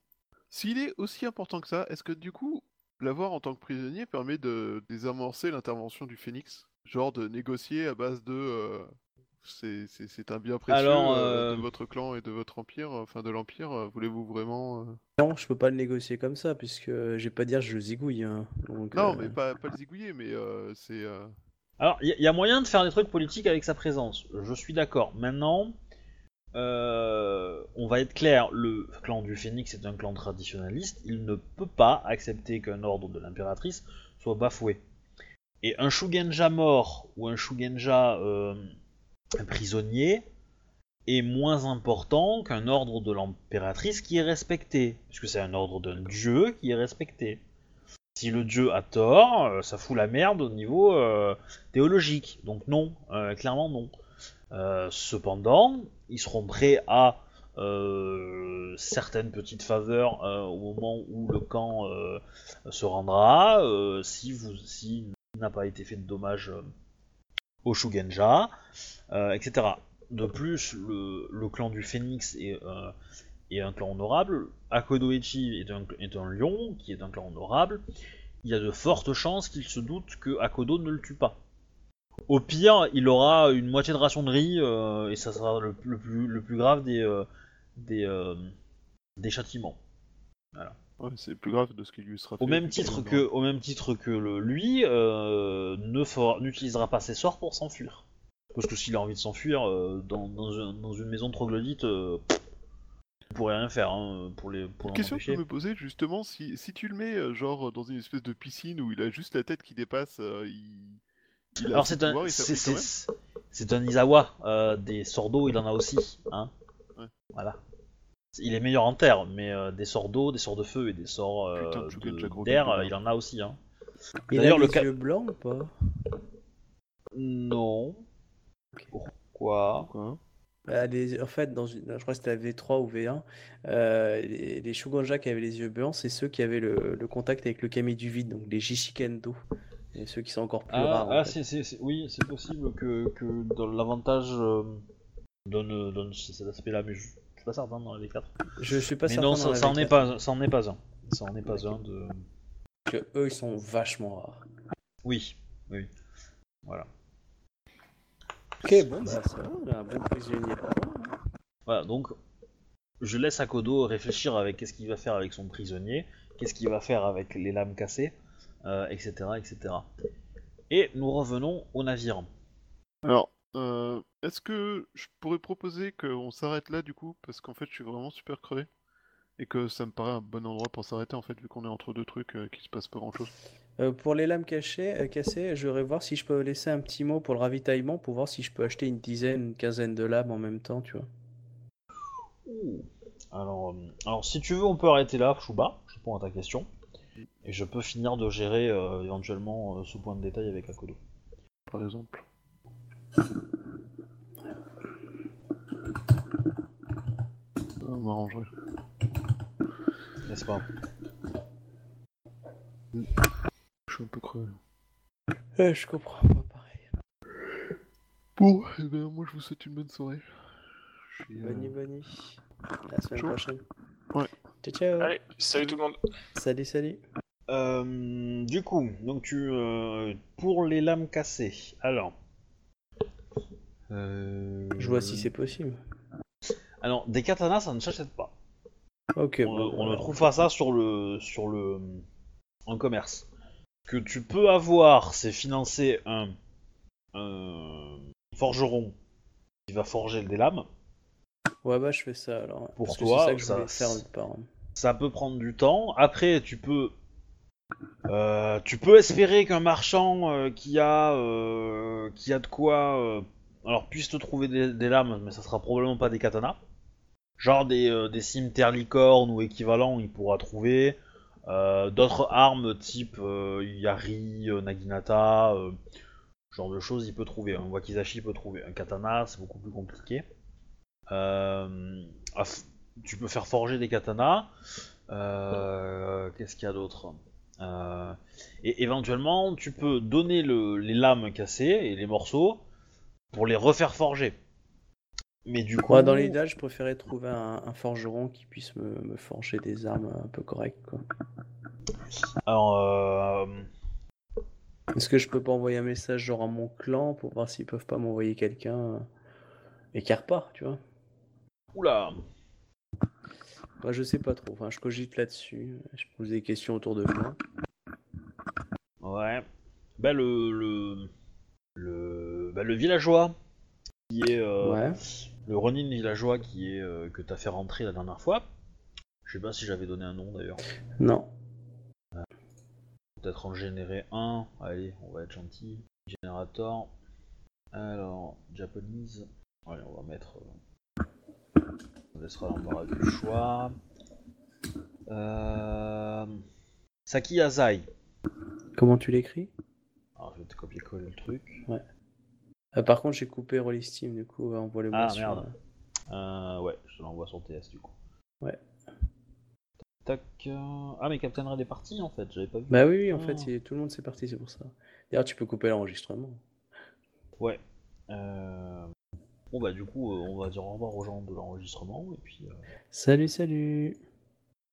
[SPEAKER 2] S'il est aussi important que ça, est-ce que du coup, l'avoir en tant que prisonnier permet de désamorcer l'intervention du phénix Genre de négocier à base de. euh, c'est- c'est c'est un bien précieux
[SPEAKER 1] Alors,
[SPEAKER 2] euh,
[SPEAKER 1] euh,
[SPEAKER 2] de votre clan et de votre empire, euh, enfin de l'empire, euh, voulez-vous vraiment. euh,
[SPEAKER 3] Non, je peux pas le négocier comme ça, puisque euh, j'ai pas dire je zigouille. hein. Donc,
[SPEAKER 2] Non,
[SPEAKER 3] euh,
[SPEAKER 2] mais pas, pas le zigouiller, mais euh, c'est. euh,
[SPEAKER 1] Alors, il y, y a moyen de faire des trucs politiques avec sa présence, je suis d'accord. Maintenant, euh, on va être clair, le clan du phénix est un clan traditionnaliste, il ne peut pas accepter qu'un ordre de l'impératrice soit bafoué. Et un Shugenja mort ou un Shugenja euh, prisonnier est moins important qu'un ordre de l'impératrice qui est respecté, puisque c'est un ordre d'un dieu qui est respecté. Si le dieu a tort, euh, ça fout la merde au niveau euh, théologique. Donc non, euh, clairement non. Euh, cependant, ils seront prêts à euh, certaines petites faveurs euh, au moment où le camp euh, se rendra, euh, si vous, si n'a pas été fait de dommages euh, au Shugenja, euh, etc. De plus, le, le clan du Phénix est, euh, est un clan honorable. Akodoichi est un, est un lion qui est un clan honorable. Il y a de fortes chances qu'il se doute que Akodo ne le tue pas. Au pire, il aura une moitié de ration de riz euh, et ça sera le, le plus, le plus grave des, euh, des, euh, des châtiments.
[SPEAKER 2] ouais, c'est plus grave de ce qui lui sera fait.
[SPEAKER 1] Au même titre
[SPEAKER 2] effectivement.
[SPEAKER 1] que, au même titre que le, lui, euh, ne fera- n'utilisera pas ses sorts pour s'enfuir. Parce que s'il a envie de s'enfuir euh, dans, dans un- dans une maison troglodyte, euh, pff, il pourrait rien faire hein, pour les pour
[SPEAKER 2] Une
[SPEAKER 1] l'en
[SPEAKER 2] question que je
[SPEAKER 1] empêcher.
[SPEAKER 2] me posais justement, si, si tu le mets euh, genre dans une espèce de piscine où il a juste la tête qui dépasse, euh, il, il a
[SPEAKER 1] Alors
[SPEAKER 2] assez de
[SPEAKER 1] c'est un,
[SPEAKER 2] pouvoir, il
[SPEAKER 1] c'est,
[SPEAKER 2] s'applique quand même.
[SPEAKER 1] c'est- c'est un Izawa euh, des sorts d'eau, il en a aussi, hein.
[SPEAKER 2] Ouais.
[SPEAKER 1] Voilà. Il est meilleur en terre, mais euh, des sorts d'eau, des sorts de feu et des sorts euh,
[SPEAKER 2] Putain, Chugan
[SPEAKER 1] de-
[SPEAKER 2] Jack Rogan,
[SPEAKER 1] d'air,
[SPEAKER 2] dommage.
[SPEAKER 1] euh, il en a aussi, hein.
[SPEAKER 3] Il a
[SPEAKER 1] D'ailleurs,
[SPEAKER 3] les
[SPEAKER 1] le ca-
[SPEAKER 3] yeux blancs ou pas
[SPEAKER 1] Non. Pourquoi
[SPEAKER 2] Quoi hein.
[SPEAKER 3] Bah, les- En fait, dans une- je crois que c'était la V3 ou V1, euh, les, les Shugonja qui avaient les yeux blancs, c'est ceux qui avaient le, le contact avec le kami du vide, donc les Jishikendo. Et ceux qui sont encore plus
[SPEAKER 1] Ah,
[SPEAKER 3] rares. en
[SPEAKER 1] ah,
[SPEAKER 3] fait.
[SPEAKER 1] c'est, c'est- c'est- oui, c'est possible que, que dans l'avantage euh, donne, euh, donne cet aspect-là, mais je je suis pas certain dans les quatre.
[SPEAKER 3] Je suis pas
[SPEAKER 1] mais
[SPEAKER 3] certain
[SPEAKER 1] non,
[SPEAKER 3] dans
[SPEAKER 1] ça,
[SPEAKER 3] la
[SPEAKER 1] ça en
[SPEAKER 3] V4,
[SPEAKER 1] est pas, ça en est pas un. Ça en est pas un de.
[SPEAKER 3] parce que eux, ils sont vachement rares.
[SPEAKER 1] Oui, oui. Voilà.
[SPEAKER 3] Ok, bon, bah, ça va, on a un bon prisonnier.
[SPEAKER 1] Voilà, donc je laisse Akodo réfléchir avec qu'est-ce qu'il va faire avec son prisonnier, qu'est-ce qu'il va faire avec les lames cassées, euh, etc., etc. Et nous revenons au navire.
[SPEAKER 2] Alors, euh, est-ce que je pourrais proposer qu'on s'arrête là du coup, parce qu'en fait je suis vraiment super crevé, et que ça me paraît un bon endroit pour s'arrêter en fait, vu qu'on est entre deux trucs euh, qui se passe pas grand-chose.
[SPEAKER 3] Euh, pour les lames cachées, euh, cassées, je vais voir si je peux laisser un petit mot pour le ravitaillement, pour voir si je peux acheter une dizaine, une quinzaine de lames en même temps, tu vois.
[SPEAKER 1] Alors, euh, alors, si tu veux, on peut arrêter là, Chouba. Je réponds à ta question. Et je peux finir de gérer euh, éventuellement euh, ce point de détail avec Akodo.
[SPEAKER 2] par exemple. Ça m'arrangerait.
[SPEAKER 1] N'est-ce pas
[SPEAKER 2] Je suis un peu crevé.
[SPEAKER 3] Euh, je comprends pas pareil.
[SPEAKER 2] Bon, eh ben, moi je vous souhaite une bonne soirée. Je suis, euh,
[SPEAKER 3] Bonne bonne À la semaine
[SPEAKER 2] Ciao.
[SPEAKER 3] prochaine.
[SPEAKER 2] Ouais.
[SPEAKER 3] Ciao, ciao.
[SPEAKER 5] Allez, salut tout le monde.
[SPEAKER 3] Salut, salut.
[SPEAKER 1] Euh, du coup, donc tu euh, pour les lames cassées. Alors, euh,
[SPEAKER 3] Je vois si c'est possible.
[SPEAKER 1] Alors, des katanas, ça ne s'achète pas.
[SPEAKER 3] Ok.
[SPEAKER 1] on,
[SPEAKER 3] bon,
[SPEAKER 1] on ne
[SPEAKER 3] alors.
[SPEAKER 1] trouve pas ça sur le sur le en commerce. Ce que tu peux avoir, c'est financer un, un forgeron qui va forger des lames.
[SPEAKER 3] Ouais, bah je fais ça alors.
[SPEAKER 1] Pour
[SPEAKER 3] Parce que
[SPEAKER 1] toi,
[SPEAKER 3] c'est ça que je
[SPEAKER 1] ça-
[SPEAKER 3] voulais faire autre part. hein.
[SPEAKER 1] Ça peut prendre du temps. Après, tu peux euh, tu peux espérer qu'un marchand euh, qui a euh, qui a de quoi euh, alors puisse te trouver des, des lames, mais ça sera probablement pas des katanas. Genre des, euh, des cimetières licornes ou équivalent, il pourra trouver. Euh, D'autres armes type euh, Yari, euh, Naginata, euh, ce genre de choses, il peut trouver. On voit qu'Isashi peut trouver. Un katana, c'est beaucoup plus compliqué. Euh, ah, f- tu peux faire forger des katanas. Euh, Qu'est-ce qu'il y a d'autre Euh, Et éventuellement, tu peux donner le- les lames cassées et les morceaux pour les refaire forger. Mais du coup,
[SPEAKER 3] Ouais, Bah, dans l'idéal, je préférais trouver un, un forgeron qui puisse me, me forger des armes un peu correctes. Quoi.
[SPEAKER 1] Alors, euh,
[SPEAKER 3] Est-ce que je peux pas envoyer un message genre à mon clan pour voir s'ils peuvent pas m'envoyer quelqu'un euh, et qui repart, tu vois
[SPEAKER 1] oula,
[SPEAKER 3] Moi, Bah, je sais pas trop. Enfin, je cogite là-dessus. euh, Je pose des questions autour de moi.
[SPEAKER 1] ouais. Bah le le le, bah, le villageois qui est euh,
[SPEAKER 3] Ouais.
[SPEAKER 1] le Ronin villageois qui est euh, que t'as fait rentrer la dernière fois. Je sais pas si j'avais donné un nom d'ailleurs.
[SPEAKER 3] Non.
[SPEAKER 1] Peut-être en générer un. Allez, on va être gentil. Générateur. Alors, Japanese. Allez, on va mettre. euh, On laissera l'embarras du choix. Euh... Saki Azai.
[SPEAKER 3] Comment tu l'écris
[SPEAKER 1] Alors, je vais te copier-coller le truc.
[SPEAKER 3] Ah, Par contre, j'ai coupé Roll Steam, du coup, on voit le
[SPEAKER 1] Ah,
[SPEAKER 3] mot sur- euh,
[SPEAKER 1] merde. Euh, ouais, je te l'envoie sur TS du coup.
[SPEAKER 3] Ouais.
[SPEAKER 1] Tac. euh, Ah, mais Captain Red est parti en fait, j'avais pas vu.
[SPEAKER 3] Bah oui, oui, en
[SPEAKER 1] Ah.
[SPEAKER 3] fait, il- tout le monde c'est parti, c'est pour ça. D'ailleurs, tu peux couper l'enregistrement.
[SPEAKER 1] Ouais. Euh, Bon, bah, du coup, euh, on va dire au revoir aux gens de l'enregistrement et puis. euh,
[SPEAKER 3] Salut, salut